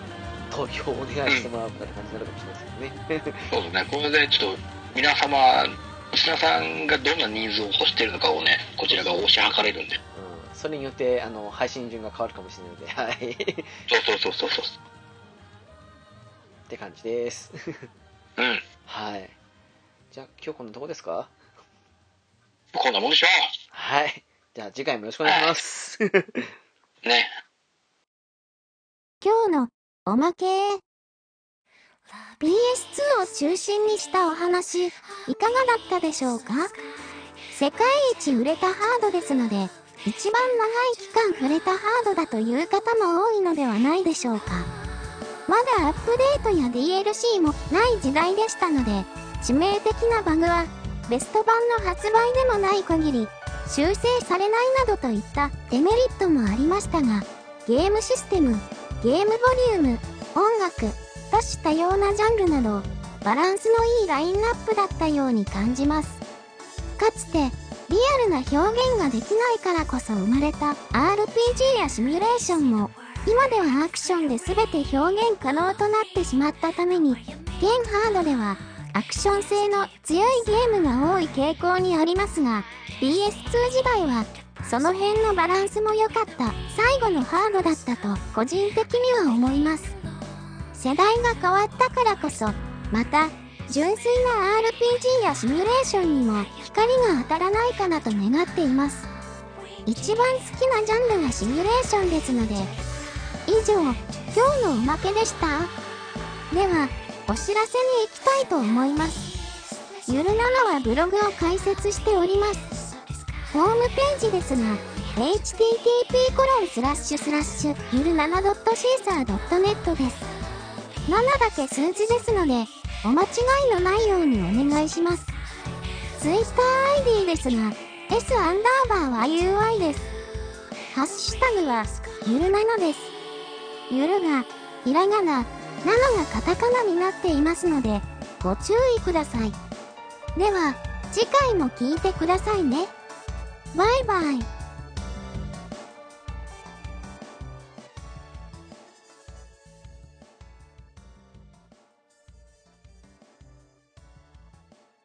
[SPEAKER 1] 投票お願いしてもらうかって感じになるかもしれないですけどね
[SPEAKER 2] そうですね、これでちょっと皆様、リスナーさんがどんなニーズを欲しているのかをね、こちらが推し量れるんで。
[SPEAKER 1] うん、それによってあの配信順が変わるかもしれないので はいっ
[SPEAKER 2] そうそうそうそうそう。
[SPEAKER 1] て感じです
[SPEAKER 2] うん。
[SPEAKER 1] はい。じゃあ今日こんなとこですか
[SPEAKER 2] こんなもんでしょ
[SPEAKER 1] はい。じゃあ次回もよろしくお願いします。
[SPEAKER 2] う。ね。
[SPEAKER 3] 今日のおまけ PS2 を中心にしたお話、いかがだったでしょうか世界一売れたハードですので、一番長い期間触れたハードだという方も多いのではないでしょうか。まだアップデートや DLC もない時代でしたので、致命的なバグは、ベスト版の発売でもない限り、修正されないなどといったデメリットもありましたが、ゲームシステム、ゲームボリューム、音楽、多種多様なジャンルなど、バランスのいいラインナップだったように感じます。かつて、リアルな表現ができないからこそ生まれた RPG やシミュレーションも、今ではアクションで全て表現可能となってしまったために、現ハードでは、アクション性の強いゲームが多い傾向にありますが、PS2 時代は、その辺のバランスも良かった、最後のハードだったと、個人的には思います。世代が変わったからこそまた純粋な RPG やシミュレーションにも光が当たらないかなと願っています一番好きなジャンルはシミュレーションですので以上今日のおまけでしたではお知らせに行きたいと思いますゆるなのはブログを開設しておりますホームページですが http コロンスラッシュスラッシュゆる 7.caesar.net です7だけ数字ですので、お間違いのないようにお願いします。TwitterID ですが、s アンダーバーは UI です。ハッシュタグは、ゆるなのです。ゆるが、ひらがな、なのがカタカナになっていますので、ご注意ください。では、次回も聞いてくださいね。バイバイ。